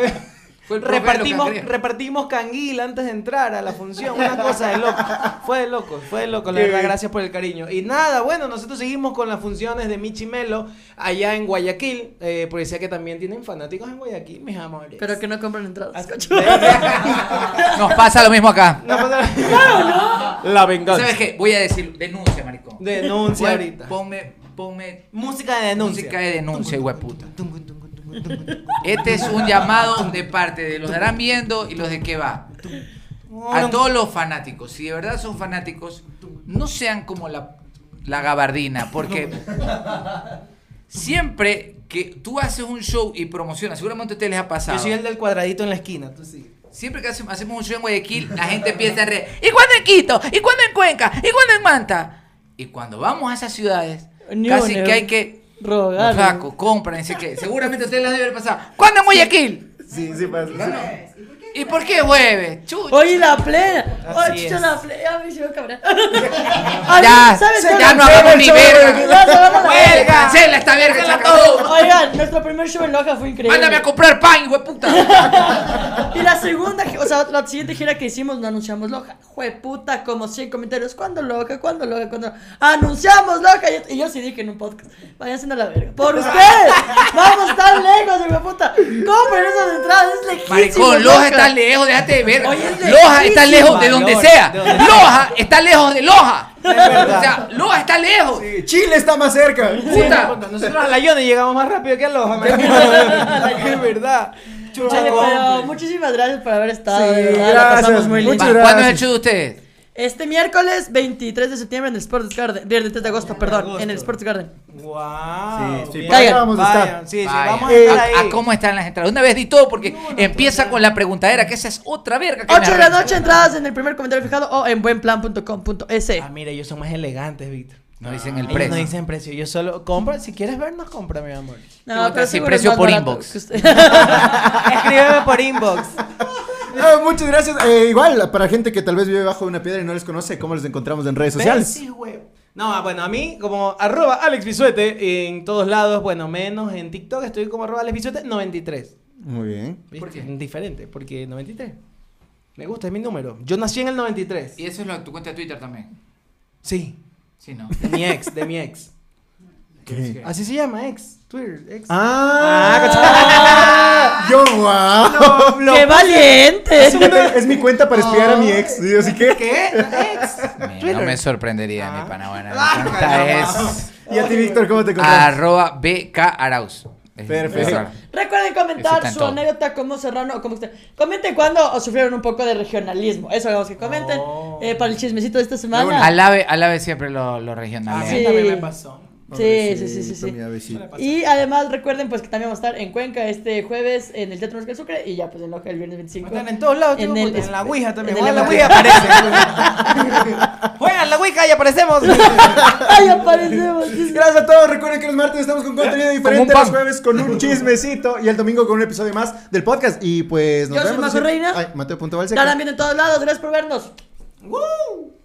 B: Fue el profe de los
A: Repartimos,
B: cangrejos.
A: repartimos canguil antes de entrar a la función, una cosa de loco. Fue de loco, fue de loco, la
D: Qué
A: verdad,
D: bien.
A: gracias por el cariño. Y nada, bueno, nosotros seguimos con las funciones de Michi Melo allá en Guayaquil, eh, porque sé que también tienen fanáticos en Guayaquil, mis amores. Ah,
C: Pero que no compran entradas.
B: Nos pasa lo mismo acá.
A: No, pasa-
H: La venganza.
B: ¿Sabes qué? Voy a decir denuncia, maricón.
A: Denuncia
B: Pon-
A: ahorita.
B: Ponme, ponme
A: Música de denuncia.
B: música de denuncia, hueputa. Este es un llamado de parte de los que estarán viendo y los de que va. A todos los fanáticos, si de verdad son fanáticos, no sean como la, la gabardina, porque siempre que tú haces un show y promocionas, seguramente a ustedes les ha
A: Yo
B: pasado.
A: soy el del cuadradito en la esquina, tú sigue.
B: Siempre que hace- hacemos un show en Guayaquil, la gente piensa en red. ¿Y cuándo en Quito? ¿Y cuándo en Cuenca? ¿Y cuándo en Manta? Y cuando vamos a esas ciudades,
C: Ni
B: casi
C: una.
B: que hay que.
C: Rogar.
B: Flaco, compran, sé que. Seguramente a ustedes les debe pasar. ¿Cuándo en Guayaquil?
D: Sí, pues. sí, pasa.
B: Bueno,
I: ¿Y por qué
B: ¿Y por qué hueve? Chucha.
C: Oye, la plena.
A: Así
C: Oye, chucha,
A: es.
C: la plena. Ay, me hicieron cabrear. Ay,
B: Ya,
C: ¿sabes
B: se-
C: qué?
B: ya no hagamos ni
A: Pero,
B: verga.
A: pero,
C: Ya se van a la
B: Huelga,
C: verga.
B: cancela esta verga, se acabó.
C: Oigan, nuestro primer show en Loja fue increíble.
B: Mándame a comprar pan, hijo de puta.
C: Y la segunda, o sea, la siguiente gira que hicimos no anunciamos Loja. Jueputa, como 100 comentarios. ¿Cuándo Loja? ¿Cuándo Loja? ¿Cuándo? ¡Anunciamos Loja! Y yo, y yo sí dije en un podcast. Vayan haciendo la verga. ¡Por ustedes! ¡Vamos tan lejos, hueputa! ¡Compren esas entradas! ¡Es lejísimo!
B: Maricón, Loja está lejos, déjate de ver.
C: Oye, es
B: Loja está
C: lejísimo,
B: lejos de donde
A: valor,
B: sea.
A: de donde sea.
B: Loja está lejos de Loja.
A: verdad.
B: O sea, Loja está lejos.
D: Chile está más cerca.
B: Puta.
A: Nosotros a la Yone llegamos más rápido que a Loja, man. Es verdad. Chucha,
C: Oye, pero
A: compren.
C: muchísimas gracias por haber estado. de
D: Sí,
C: verdad, la
D: gracias,
C: pasamos muy lindo.
D: muchas
B: Va, ¿Cuándo es el show de ustedes?
C: Este miércoles 23 de septiembre en el Sports Garden. Viernes 3 de agosto, perdón.
A: agosto.
C: En el Sports Garden.
A: Wow.
D: Sí, sí,
A: bien.
C: por allá
D: vamos a estar.
A: Vayan, Sí, sí,
B: Vaya.
A: vamos a estar
B: Eh, ¿A-
A: ahí.
B: ¿A, cómo están las entradas? Una vez di todo porque empieza con la preguntadera, que esa es otra verga. Que me
C: 8 de la
B: arranca.
C: noche, entradas en el primer comentario fijado o en buenplan.com.es.
A: Ah, mira, ellos son más elegantes, Víctor.
B: No dicen el
A: Ellos
B: precio.
A: No dicen precio. Yo solo compra. Si quieres vernos, compra, mi amor.
B: Pregunta si
C: seguro
B: precio
C: es más
B: por
C: barato
B: inbox.
C: que usted.
A: Escríbeme por inbox.
D: Ah, muchas gracias. Eh, igual, para gente que tal vez vive bajo una piedra y no les conoce, ¿cómo los encontramos en redes sociales?
A: Sí, güey. No, ah, bueno, a mí como arroba Alex Bisuete en todos lados, bueno, menos en TikTok estoy como arroba Alex Bisuete 93.
D: Muy bien.
A: ¿Viste?
B: ¿Por qué?
A: Diferente, porque 93. Me gusta, es mi número. Yo nací en el 93.
B: Y eso es lo de tu cuenta de Twitter también.
A: Sí,
B: Sí, no.
A: de mi ex, de mi ex.
D: ¿Qué?
A: Así se llama, ex. Twitter, ex.
D: Ah, yo wow.
A: No, lo-
C: ¡Qué valiente!
D: Es, mi cuenta para espiar a mi ex. y Así que.
A: ¿Qué? Ex.
B: Me-
A: Twitter.
B: No me sorprendería,
A: Ah.
B: mi pana. Bueno,
A: Ah,
B: mi cuenta
A: no,
B: es
D: Y a ti, Víctor, ¿cómo te
A: Ah,
D: encontramos?
B: arroba BK Arauz. Es-
D: Perfecto.
B: es-
C: Recuerden
B: Eso
C: comentar
B: está
C: su
B: todo.
C: anécdota como serrano o como usted. Comenten cuando os sufrieron un poco de regionalismo. Eso hagamos que comenten
A: Oh.
C: eh, para el chismecito de esta semana.
B: Alave, alave siempre lo, lo regional.
A: A
C: Sí.
A: mí también me pasó.
C: Sí, sí, sí, sí, sí.
D: Pobrecito, mi abecito.
C: Y además recuerden pues que también vamos a estar en Cuenca este jueves en el Teatro Norte del Sucre y ya pues en Loja el viernes 25.
A: Están en todos lados,
C: En
A: chicos,
C: el-
A: en la Ouija también.
C: en el
A: Juegan la Ouija,
C: emotivo.
A: aparecen. Juegan la Ouija y aparecemos.
C: ¡Ay, aparecemos!
D: Gracias a todos. Recuerden que los martes estamos con contenido diferente.
B: pan.
D: Los jueves con un chismecito. Y el domingo con un episodio más del podcast. Y pues nos
C: Yo soy
D: vemos.
C: Majo Reina.
D: Ay, Mateo.valseca.
C: Estarán viendo en todos lados. Gracias por vernos.
A: Woo.